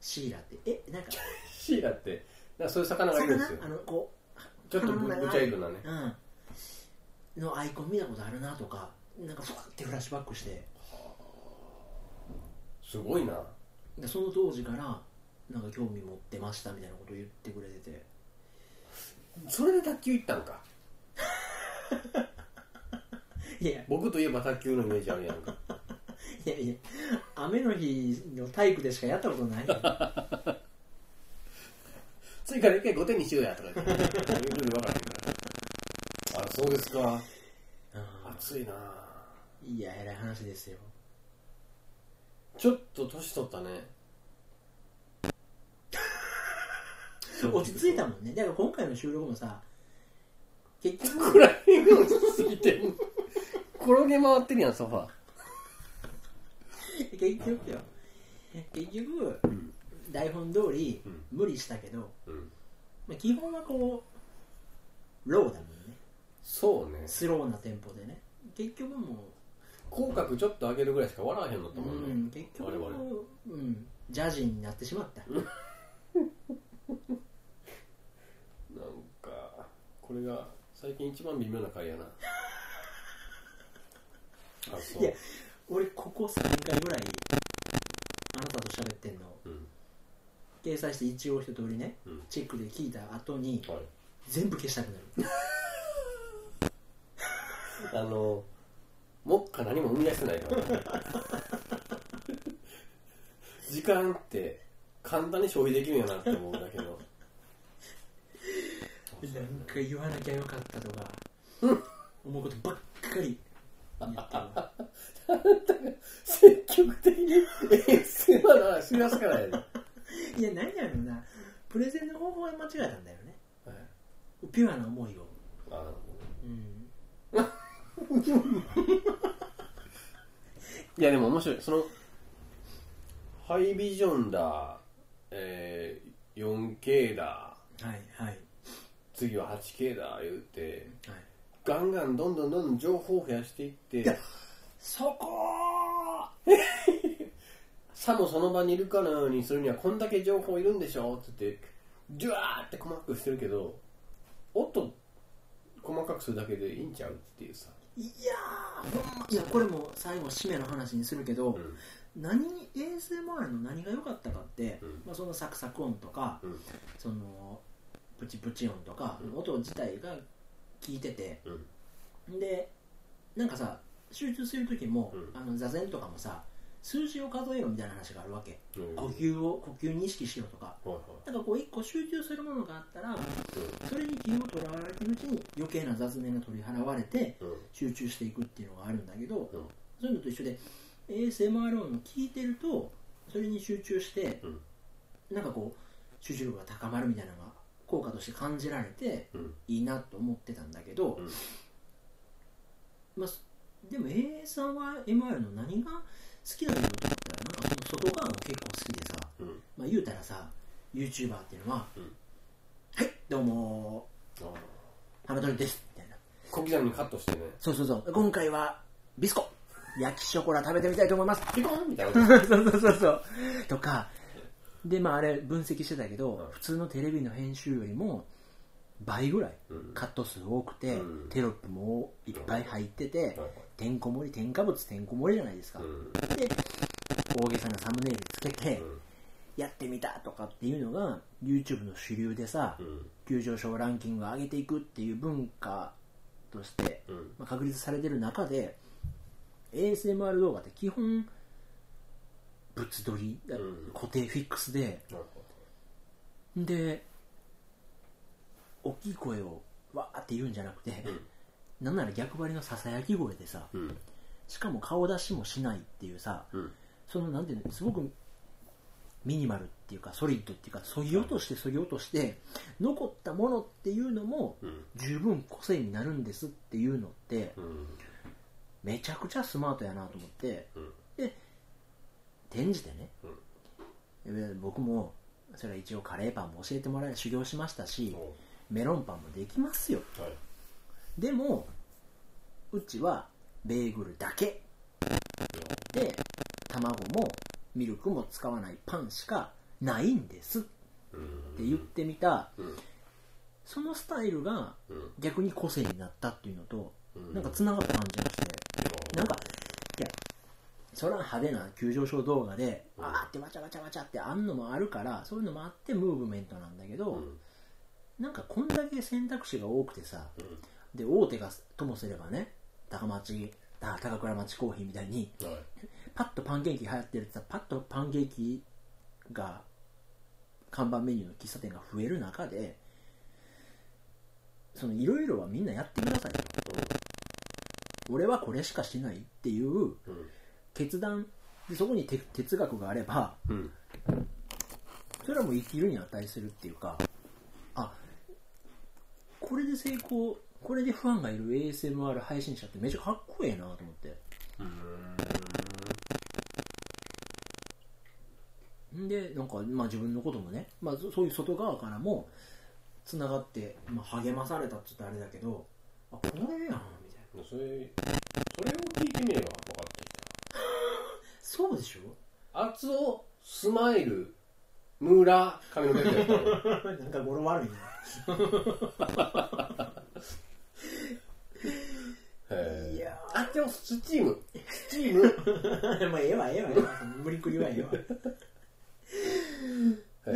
Speaker 3: シーラってえ なんか
Speaker 2: シーラってなんかそういう魚がいるんですよ
Speaker 3: 魚あのこう
Speaker 2: ちょっと
Speaker 3: 鼻
Speaker 2: ぶ
Speaker 3: の
Speaker 2: ぶ
Speaker 3: 長
Speaker 2: ちゃ
Speaker 3: い
Speaker 2: いるなね
Speaker 3: うん、のアイコン見たことあるなとかなんかふわってフラッシュバックして
Speaker 2: すごいな
Speaker 3: でその当時からなんか興味持ってましたみたいなことを言ってくれてて
Speaker 2: それで卓球行ったんか
Speaker 3: いや
Speaker 2: 僕といえば卓球のイメージあるやんか
Speaker 3: いやいや雨の日の体育でしかやったこと ない
Speaker 2: 次から一回5点にしようやとか 言ってルール分からへんからあそうですか暑いない
Speaker 3: や偉い話ですよ
Speaker 2: ちょっと年取った ね
Speaker 3: 落ち着いたもんねだから今回の収録もさ結
Speaker 2: フ
Speaker 3: 局
Speaker 2: ライング落ちすぎて転げ回ってるやんソファ
Speaker 3: 結局よ結局、
Speaker 2: ん
Speaker 3: 台本通り、
Speaker 2: うん
Speaker 3: 無理したけど、
Speaker 2: うん
Speaker 3: まあ、基本はこうローだもんね
Speaker 2: そうね
Speaker 3: スローなテンポでね結局も
Speaker 2: 口角ちょっと上げるぐらいしか笑わへんの
Speaker 3: う、
Speaker 2: と
Speaker 3: う
Speaker 2: 思うね、
Speaker 3: ん、結局
Speaker 2: 我々
Speaker 3: もう、うん、ジャージーになってしまった
Speaker 2: なんかこれが最近一番微妙な回や なあそう
Speaker 3: いや俺ここ3回ぐらいあなたと喋ってんの
Speaker 2: うん
Speaker 3: 掲載して一応一通りね、
Speaker 2: うん
Speaker 3: チェックで聞いた後に
Speaker 2: はい
Speaker 3: 全部消したくな る
Speaker 2: あの目下何も生み出せないからね時間って簡単に消費できるんやなって思うだけの
Speaker 3: なんか言わなきゃよかったとか思うことばっか り言ってるわ
Speaker 2: 積極的に ASMR の話し出すからやね、
Speaker 3: いや何やろうなプレゼンの方法は間違えたんだよね
Speaker 2: はい、
Speaker 3: ピュアな思いを、
Speaker 2: あの
Speaker 3: うん、
Speaker 2: いやでも面白いそのハイビジョンだ、えー、4K だ
Speaker 3: はいはい
Speaker 2: 次は 8K だ言うて
Speaker 3: はい
Speaker 2: ガンガンどんどんどんどん情報を増やしていって
Speaker 3: そこ
Speaker 2: さもその場にいるかのようにするにはこんだけ情報いるんでしょっつってジュワーって細かくしてるけど音細かくするだけでいいんちゃうっていうさ、
Speaker 3: いやーほんまいやこれも最後締めの話にするけど、
Speaker 2: うん
Speaker 3: 何 ASMR の何が良かったかって、
Speaker 2: うん
Speaker 3: まあ、そのサクサク音とか
Speaker 2: うん
Speaker 3: そのプチプチ音とか、
Speaker 2: うん
Speaker 3: 音自体が聞いてて
Speaker 2: うん
Speaker 3: でなんかさ集中する時も、
Speaker 2: うん
Speaker 3: あの座禅とかもさ数字を数えろみたいな話があるわけ、
Speaker 2: うん、
Speaker 3: 呼
Speaker 2: はい
Speaker 3: 吸を呼吸に意識しろとか
Speaker 2: はい
Speaker 3: なんかこう一個集中するものがあったら
Speaker 2: う
Speaker 3: それに気をとらわれてるうちに余計な雑念が取り払われて
Speaker 2: んうん
Speaker 3: 集中していくっていうのがあるんだけど、
Speaker 2: うん
Speaker 3: そういうのと一緒で ASMR 音を聞いてるとそれに集中して、なんかこう集中力が高まるみたいなのが効果として感じられて
Speaker 2: うん
Speaker 3: いいなと思ってたんだけど、
Speaker 2: うん
Speaker 3: まあ、すでも ASMR の何が好きなんだろうと思ったらなんかその外側も結構好きでさ、
Speaker 2: うん
Speaker 3: まあ、言うたらさ YouTuber っていうのは「
Speaker 2: うん
Speaker 3: はいどうも
Speaker 2: あー
Speaker 3: 花鳥です」みたいな
Speaker 2: 小刻みにカットしてね
Speaker 3: そうそうそう今回はビスコ焼きショコラ食べてみたいと思います
Speaker 2: ピコンみたいな
Speaker 3: そうそうそうそう とかでまああれ分析してたけど、
Speaker 2: うん
Speaker 3: 普通のテレビの編集よりも倍ぐらい
Speaker 2: うん
Speaker 3: カット数多くて、
Speaker 2: うん
Speaker 3: テロップもいっぱい入ってて、
Speaker 2: はいはい
Speaker 3: てんこ盛り添加物てんこ盛りじゃないですか、
Speaker 2: うん
Speaker 3: で大げさなサムネイルつけて、
Speaker 2: うん
Speaker 3: やってみたとかっていうのが YouTube の主流でさ、
Speaker 2: うん
Speaker 3: 急上昇ランキングを上げていくっていう文化として、
Speaker 2: うん
Speaker 3: まあ、確立されてる中で ASMR 動画って基本物撮り、
Speaker 2: ん
Speaker 3: 固定フィックスで
Speaker 2: はいはい
Speaker 3: で大きい声をわーって言うんじゃなくて、なんなら逆張りのささやき声でさ
Speaker 2: うん
Speaker 3: しかも顔出しもしないっていうさ
Speaker 2: うん
Speaker 3: そのなんていうのすごくミニマルっていうかソリッドっていうかそぎ落としてそぎ落として残ったものっていうのも
Speaker 2: うん
Speaker 3: 十分個性になるんですっていうのって
Speaker 2: うん
Speaker 3: めちゃくちゃスマートやなと思って
Speaker 2: うん
Speaker 3: 転じてねで僕もそれは一応カレーパンも教えてもらい修行しましたし
Speaker 2: お
Speaker 3: メロンパンもできますよ
Speaker 2: はい
Speaker 3: でもうちはベーグルだけで卵もミルクも使わないパンしかないんですっ
Speaker 2: うん
Speaker 3: て言ってみた
Speaker 2: うん
Speaker 3: そのスタイルが
Speaker 2: うん
Speaker 3: 逆に個性になったっていうのと
Speaker 2: うん
Speaker 3: なんかつながった感じがしてなんかいやそら派手な急上昇動画で
Speaker 2: うん
Speaker 3: あーってわちゃわちゃわちゃってあんのもあるからそういうのもあってムーブメントなんだけ
Speaker 2: う
Speaker 3: ど
Speaker 2: ん
Speaker 3: なんかこんだけ選択肢が多くてさ
Speaker 2: うん
Speaker 3: で大手がともすればね高町あ高倉町コーヒーみたいに
Speaker 2: はい
Speaker 3: パッとパンケーキ流行ってるってさパッとパンケーキが看板メニューの喫茶店が増える中でそのいろいろはみんなやってくださいよ俺はこれしかしないっていう
Speaker 2: うん
Speaker 3: 決断でそこにて哲学があれば
Speaker 2: うん
Speaker 3: それはもう生きるに値するっていうかあこれで成功これでファンがいる ASMR 配信者ってめっちゃかっこええなと思ってんでなんか、まあ、自分のこともね、まあ、そそういう外側からもつながって、まあ、励まされたって言ったらあれだけどあこれやんみたいな
Speaker 2: うんそれそれを聞いてみれば分かってきた
Speaker 3: そうでしょ
Speaker 2: アツオ、スマイル、ムーラ、髪の毛やったの
Speaker 3: なんか語呂悪いな
Speaker 2: へー
Speaker 3: いや
Speaker 2: アツオ、スチーム。スチーム。
Speaker 3: まあええわええわええわその無理くりはええわ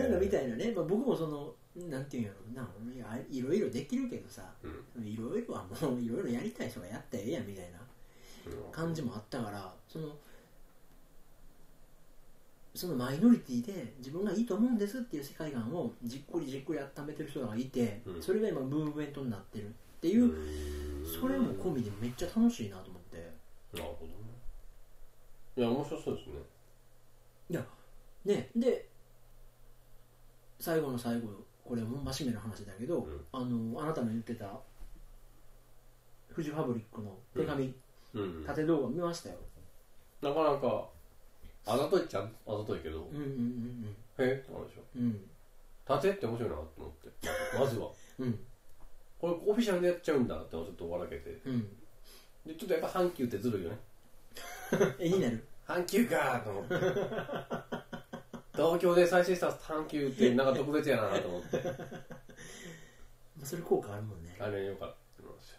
Speaker 3: なんかみた
Speaker 2: い。
Speaker 3: いなね、まあ、僕もそのなんていうんやろうないやいろいろできるけどさ
Speaker 2: うん
Speaker 3: いろいろはもういろいろやりたい人がやったらええやんみたいな感じもあったからそのそのマイノリティで自分がいいと思うんですっていう世界観をじっくりじっくり温めてる人がいて、
Speaker 2: うん
Speaker 3: それが今ムーブメントになってるっていうう、
Speaker 2: ん
Speaker 3: それも込みでめっちゃ楽しいなと思って
Speaker 2: なるほどね。いや、面白そうですね。
Speaker 3: いやねで最後の最後これも真面目な話だけど、
Speaker 2: うん
Speaker 3: あのあなたの言ってたフジファブリックの手紙、
Speaker 2: うん。なか
Speaker 3: 縦動画見ましたよ、
Speaker 2: なか、あざといっちゃあざといけど
Speaker 3: う、ん、うんうん
Speaker 2: へえ、なんでしょ。
Speaker 3: うんうん
Speaker 2: 盾って面白いなって思って。まずは。
Speaker 3: うん
Speaker 2: これオフィシャルでやっちゃうんだってちょっと笑けて。
Speaker 3: うん
Speaker 2: で、ちょっとやっぱ阪急ってずるいよね。
Speaker 3: 絵にな る
Speaker 2: 阪急かーと思って東京で再生した阪急ってなんか特別やなと思って
Speaker 3: それ効果あるもんね
Speaker 2: あれよかったと思いますよ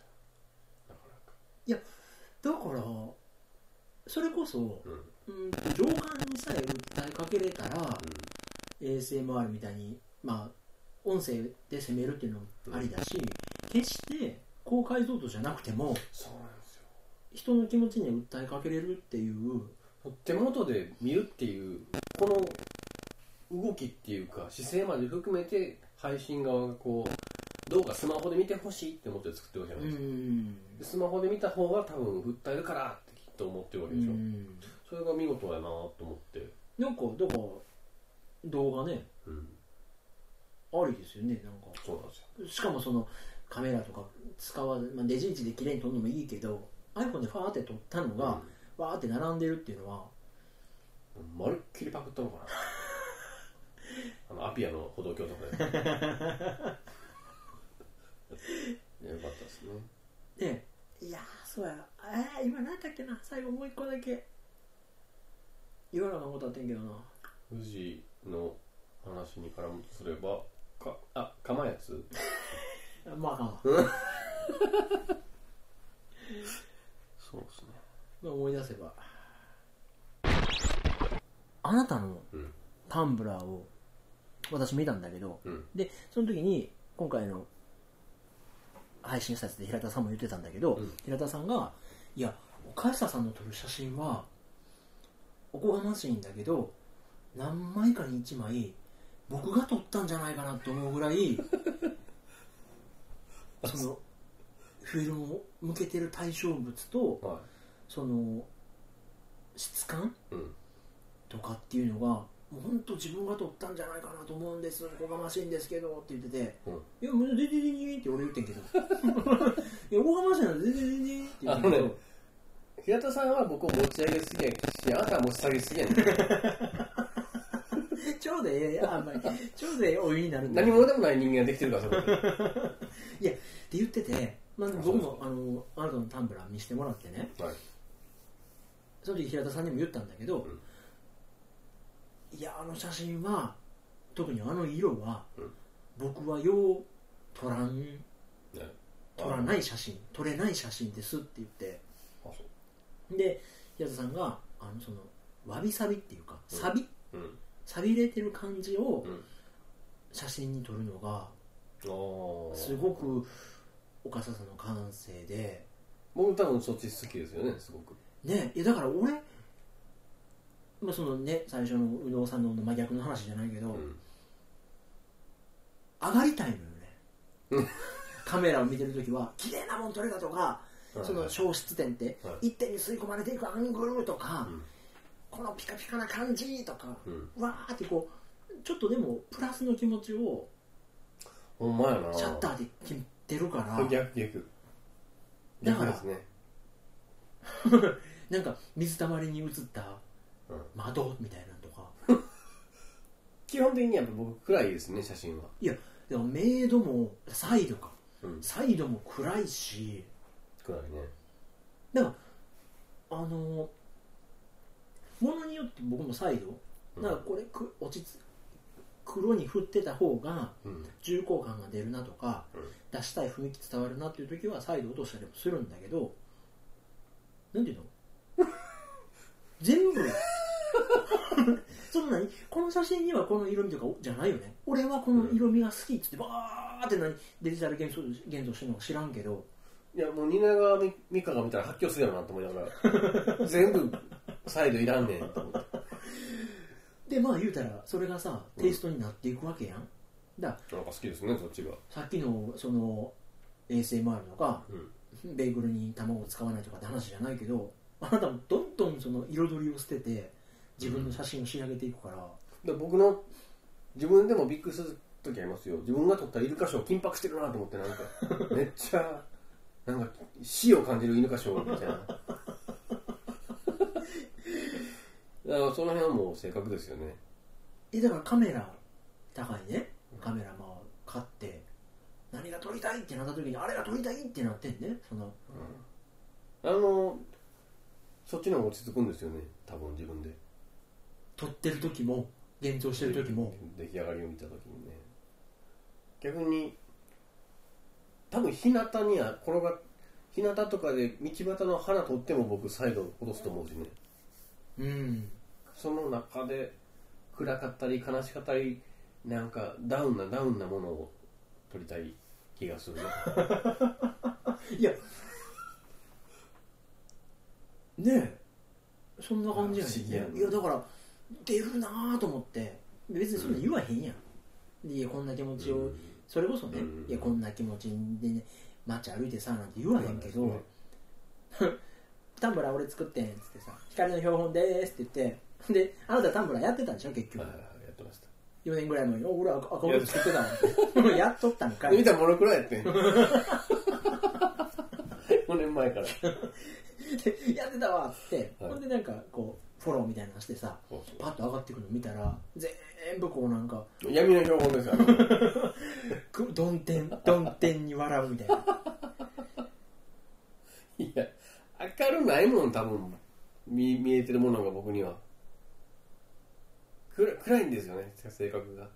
Speaker 3: だからそれこそ
Speaker 2: うんうん
Speaker 3: うんと上官にさえ訴えかけれたら ASMR みたいにまあ音声で攻めるっていうのもありだし決して高解像度じゃなくても
Speaker 2: そうなんですよ
Speaker 3: 人の気持ちには訴えかけれるっていう
Speaker 2: 手元で見るっていうこの動きっていうか姿勢まで含めて配信側がこうどうかスマホで見てほしいって思って作ってるわけじゃないですか、
Speaker 3: ん
Speaker 2: でスマホで見た方が多分訴えるからってきっと思ってるわけでしょ、
Speaker 3: うん
Speaker 2: それが見事やなと思って
Speaker 3: なんかだから動画ね
Speaker 2: うん
Speaker 3: ありですよねなんか
Speaker 2: そうなんですよ
Speaker 3: しかもそのカメラとか使わず、まあ、デジイチで綺麗に撮るのもいいけど iPhone でファーって撮ったのが、わーって並んでるっていうのは
Speaker 2: うんまるっきりパクった のかなあのアピアの歩道橋とかでいやよかったですね
Speaker 3: ねいやーそうやえー、今何だっけな最後もう一個だけ言わなあかんことあってんけどな
Speaker 2: 富士の話に絡むとすればかあかまやつ
Speaker 3: あまああかんわ
Speaker 2: そうですね
Speaker 3: まあ思い出せばあなたの
Speaker 2: うん
Speaker 3: タンブラーを私見たんだけど
Speaker 2: うん
Speaker 3: でその時に今回の配信したやつで平田さんも言ってたんだけど、
Speaker 2: うん
Speaker 3: 平田さんが「いや岡下さんの撮る写真はおこがましいんだけど何枚かに1枚僕が撮ったんじゃないかなと思うぐら いそのフィルムを向けてる対象物と
Speaker 2: は
Speaker 3: その質感
Speaker 2: いうん
Speaker 3: とかっていうのがもう本当自分が撮ったんじゃないかなと思うんですおこがましいんですけどって言ってて
Speaker 2: うん
Speaker 3: 「いやもう全然全然」って俺言ってん けど「いやおこがましいなら全然全然」って言ってんけ
Speaker 2: あのね
Speaker 3: ど
Speaker 2: 平田さんは僕を持ち上げすぎやしあなたは持ち下げす ぎやね
Speaker 3: ちょうどええやあんまりちょうどええお湯になるんだ
Speaker 2: 何者でもない人間ができてるからそこで
Speaker 3: って言ってて、まあ、僕もあのあなたのタンブラー見せてもらってね
Speaker 2: はい
Speaker 3: その時平田さんにも言ったんだけど、
Speaker 2: うん
Speaker 3: いやあの写真は特にあの色は、
Speaker 2: うん
Speaker 3: 僕はよう撮らん
Speaker 2: ね
Speaker 3: 撮らない写真撮れない写真ですって言って
Speaker 2: あそ
Speaker 3: で平田さんがあのそのわびさびっていうか
Speaker 2: うん
Speaker 3: サビ、
Speaker 2: ううん
Speaker 3: さびれてる感じを
Speaker 2: うん
Speaker 3: 写真に撮るのが
Speaker 2: ああ
Speaker 3: すごく岡下さんの感性で
Speaker 2: 僕多分そっち好きですよねすごく
Speaker 3: ねいやだから俺、まあ、そのね最初の有働さんの真逆の話じゃないけど、
Speaker 2: うん
Speaker 3: 上がりたいのよ
Speaker 2: う
Speaker 3: ねカメラを見てるときは綺麗なもん撮れたとかその消失点って
Speaker 2: は
Speaker 3: 一点に吸い込まれていくアングルとか
Speaker 2: うん
Speaker 3: このピカピカな感じとか
Speaker 2: うん
Speaker 3: わーってこうちょっとでもプラスの気持ちを
Speaker 2: ほんまやな
Speaker 3: シャッターで切ってるから
Speaker 2: 逆逆
Speaker 3: だか
Speaker 2: 逆
Speaker 3: ら
Speaker 2: ですね
Speaker 3: なんか水たまりに映った
Speaker 2: うん
Speaker 3: 窓みたいなのとか
Speaker 2: 基本的にやっぱ僕暗いですね写真は
Speaker 3: でもメイドもサイドか
Speaker 2: うん
Speaker 3: サイドも暗いし
Speaker 2: 暗いね
Speaker 3: あのものによって僕もサイド
Speaker 2: うん
Speaker 3: なんかこれく落ち着黒に振ってた方が
Speaker 2: うん
Speaker 3: 重厚感が出るなとか、
Speaker 2: うん
Speaker 3: 出したい雰囲気伝わるなっていう時は再度落としたりもするんだけどなんていうの 全部 そんなにこの写真にはこの色味とかじゃないよね俺はこの色味が好きっつってバーって何デジタル幻想現像してるのか知らんけど
Speaker 2: いやもう蜷川美美香が見たら発狂するやろなと思いながら 全部サイドいらんねんと思って
Speaker 3: でまあ言うたらそれがさテイストになっていくわけやん、
Speaker 2: なんか好きですねそっちが
Speaker 3: さっきのその ASMR とか
Speaker 2: うん
Speaker 3: ベーグルに卵を使わないとかって話じゃないけどあなたもどんどんその彩りを捨てて自分の写真を仕上げていくから、
Speaker 2: で僕の自分でもびっくりする時ありますよ自分が撮ったイルカショー緊迫してるなと思ってなん かめっちゃなんか死を感じるイルカショーみたいな だからその辺はもう性格ですよね
Speaker 3: えだからカメラ高いねカメラまあ買って何が撮りたいってなった時にあれが撮りたいってなってんねその
Speaker 2: あのそっちの方が落ち着くんですよね多分自分で
Speaker 3: 撮ってる時も現像してる時も
Speaker 2: 出来上がりを見た時にね逆に多分日向には転が日向とかで道端の花取っても僕サイド落とすと思うしね
Speaker 3: うん
Speaker 2: その中で暗かったり悲しかったりなんかダウンなダウンなものを撮りたい気がするね
Speaker 3: いやねえそんな感じやね
Speaker 2: 不思議やない
Speaker 3: やだから出るなぁと思って別にそんな言わへんやん、いやこんな気持ちを、
Speaker 2: うん
Speaker 3: それこそね、
Speaker 2: うん
Speaker 3: いやこんな気持ちでね街歩いてさなんて言わへんけど、
Speaker 2: 言わない
Speaker 3: タンブラー俺作ってんっつってさ「光の標本です」って言ってであなたタンブラーやってたんでしょ結局、
Speaker 2: はいはいはいやってました
Speaker 3: 4年ぐらい前に「お俺アカアカウント作ってたもん」 やっとったんかい
Speaker 2: 見たものくらいやってん5年前からそう
Speaker 3: でやってたわっつって、
Speaker 2: はい
Speaker 3: ほんでなんかこうフォローみたいなのしてさ
Speaker 2: そ
Speaker 3: パッと上がってくるの見たら全部こうなんか
Speaker 2: う闇の標本ですよあの
Speaker 3: くどん てんどんてんに笑うみたいな
Speaker 2: いや明るないもん多分見見えてるものが僕には暗暗いんですよね性格が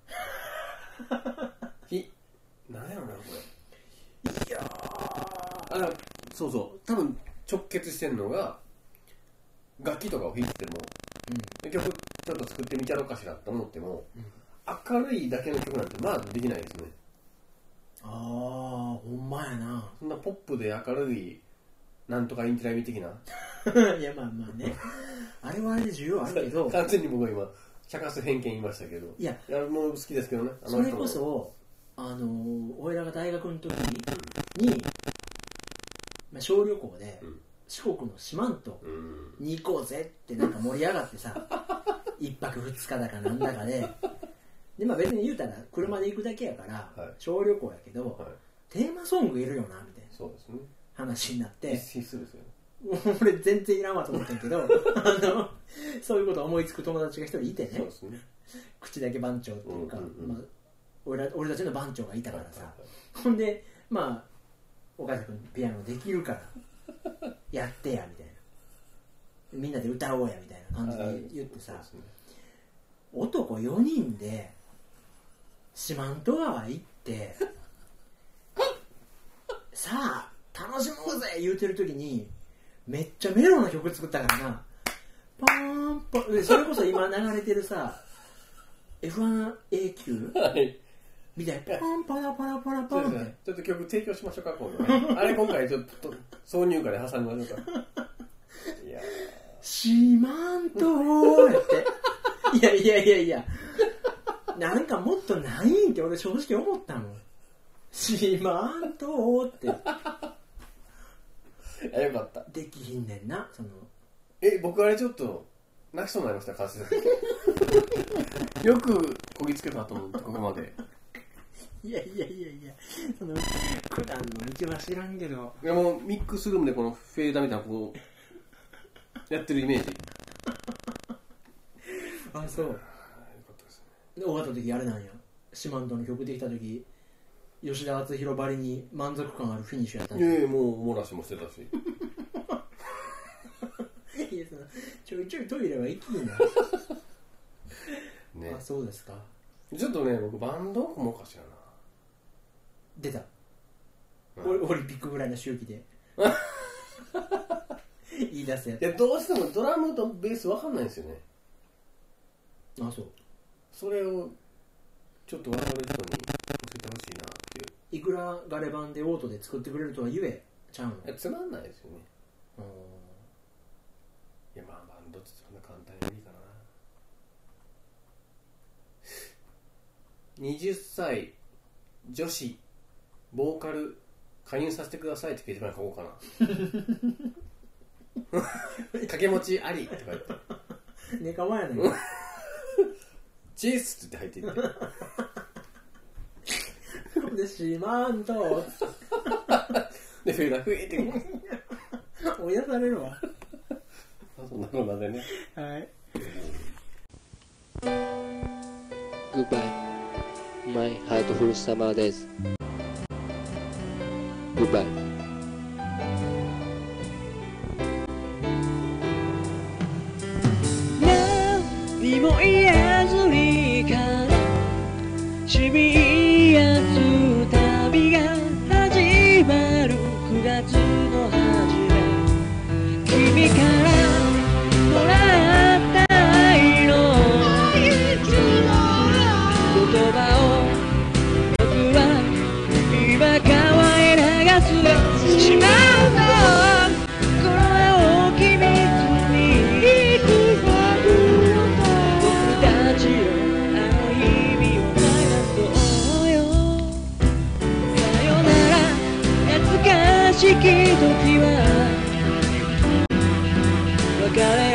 Speaker 2: ひなんやろなこれ
Speaker 3: いや
Speaker 2: あだからそうそう多分直結してんのが楽器とかを弾いてても、曲ちょっと作ってみちゃろうかしらと思っても、明るいだけの曲なんてまあできないですね
Speaker 3: あーほんまやな
Speaker 2: そんなポップで明るいなんとかインティライミ的ない
Speaker 3: やまあまあねあれはあれで重要あるけど
Speaker 2: 完全に僕は今茶化す偏見言いましたけど
Speaker 3: いや
Speaker 2: いやもう好きですけどねあ
Speaker 3: そ
Speaker 2: の人も
Speaker 3: れこそあのー俺らが大学の時にに、まあ、小旅行で
Speaker 2: うん
Speaker 3: 四国の四万十
Speaker 2: うん
Speaker 3: に行こうぜってなんか盛り上がって さ一泊二日だかなんだかでで、まあ、別に言うたら車で行くだけやから、
Speaker 2: はい
Speaker 3: 小旅行やけど、
Speaker 2: はい
Speaker 3: テーマソングいるよなみたいな
Speaker 2: そうですね
Speaker 3: 話になって
Speaker 2: 必須ですよ ね
Speaker 3: 俺全然いらんわと思ってんけどあのそういうこと思いつく友達が一人いて
Speaker 2: そう
Speaker 3: ね
Speaker 2: ですね
Speaker 3: 口だけ番長っていうか、
Speaker 2: うんうんうん
Speaker 3: まあ、俺ら俺たちの番長がいた
Speaker 2: だ
Speaker 3: からさ、ほんでまあ岡崎君ピアノできるからやってやみたいなみんなで歌おうやみたいな感じで言ってさ男4人で四万十川行って さあ楽しもうぜ言うてる時にめっちゃメロな曲作ったからなパーンパーンでそれこそ今流れてるさ F1A9
Speaker 2: はい
Speaker 3: みたいなパンパラパラパラ
Speaker 2: そ
Speaker 3: パ
Speaker 2: うで
Speaker 3: ンっ
Speaker 2: す
Speaker 3: て
Speaker 2: ねちょっと曲提供しましょうか今度ねあれ今回ちょっと挿入歌で挟みましょうかいや
Speaker 3: 四万十やって。いやいやいやいや。なんかもっとないんって俺正直思ったもん。四万十って
Speaker 2: ーいやよかった
Speaker 3: できひんねんな。その、
Speaker 2: え僕あれちょっと泣きそうになりました川瀬 さんよくこぎつけたと思ってここまで
Speaker 3: いやいやいやいや、その、普段の道は知らんけど。
Speaker 2: いやもうミックスルームでこのフェーダーみたいなこうやってるイメージ
Speaker 3: あ、そう。で、終わった時あれなんや。四万十の曲できた時、吉田篤弘ばりに満足感あるフィニッシュやったん
Speaker 2: い
Speaker 3: や
Speaker 2: やいやもう漏らしもしてた し
Speaker 3: いや、その、ちょいちょいトイレは行きいな。
Speaker 2: ね
Speaker 3: あ、そうですか。
Speaker 2: ちょっとね僕バンドを組もうかしら
Speaker 3: 出た。
Speaker 2: な、
Speaker 3: オ
Speaker 2: う
Speaker 3: リ
Speaker 2: んい
Speaker 3: オリンピックぐらいの周期 で言い出すやつ
Speaker 2: やどうしてもドラムとベースわかんないんですよね
Speaker 3: あそう
Speaker 2: それをちょっと我々の人に教えてほしいなっていう
Speaker 3: いくらガレ版でオートで作ってくれるとは言えちゃうの
Speaker 2: いやつまんないですよね
Speaker 3: うん
Speaker 2: いやまあバンドってそんな簡単にはいいかな20歳女子ボーカル加入させてくださいって掲示板に書こうかな掛け持ちありとか言って
Speaker 3: ネカワやねん
Speaker 2: 「チース!」って入っていって
Speaker 3: で四万と
Speaker 2: でフェーダー増えてくる
Speaker 3: 追い出されるわ
Speaker 2: そんなこんなでね
Speaker 3: はい
Speaker 4: Goodbye, my heartful summer days. Goodbye.
Speaker 5: 「何も言えずに悲しみやつ旅が始まる」「9月のれてしまったこの絵を君とにいくはくの僕たちよあの日々を探そうよさよなら懐かしき時は別れ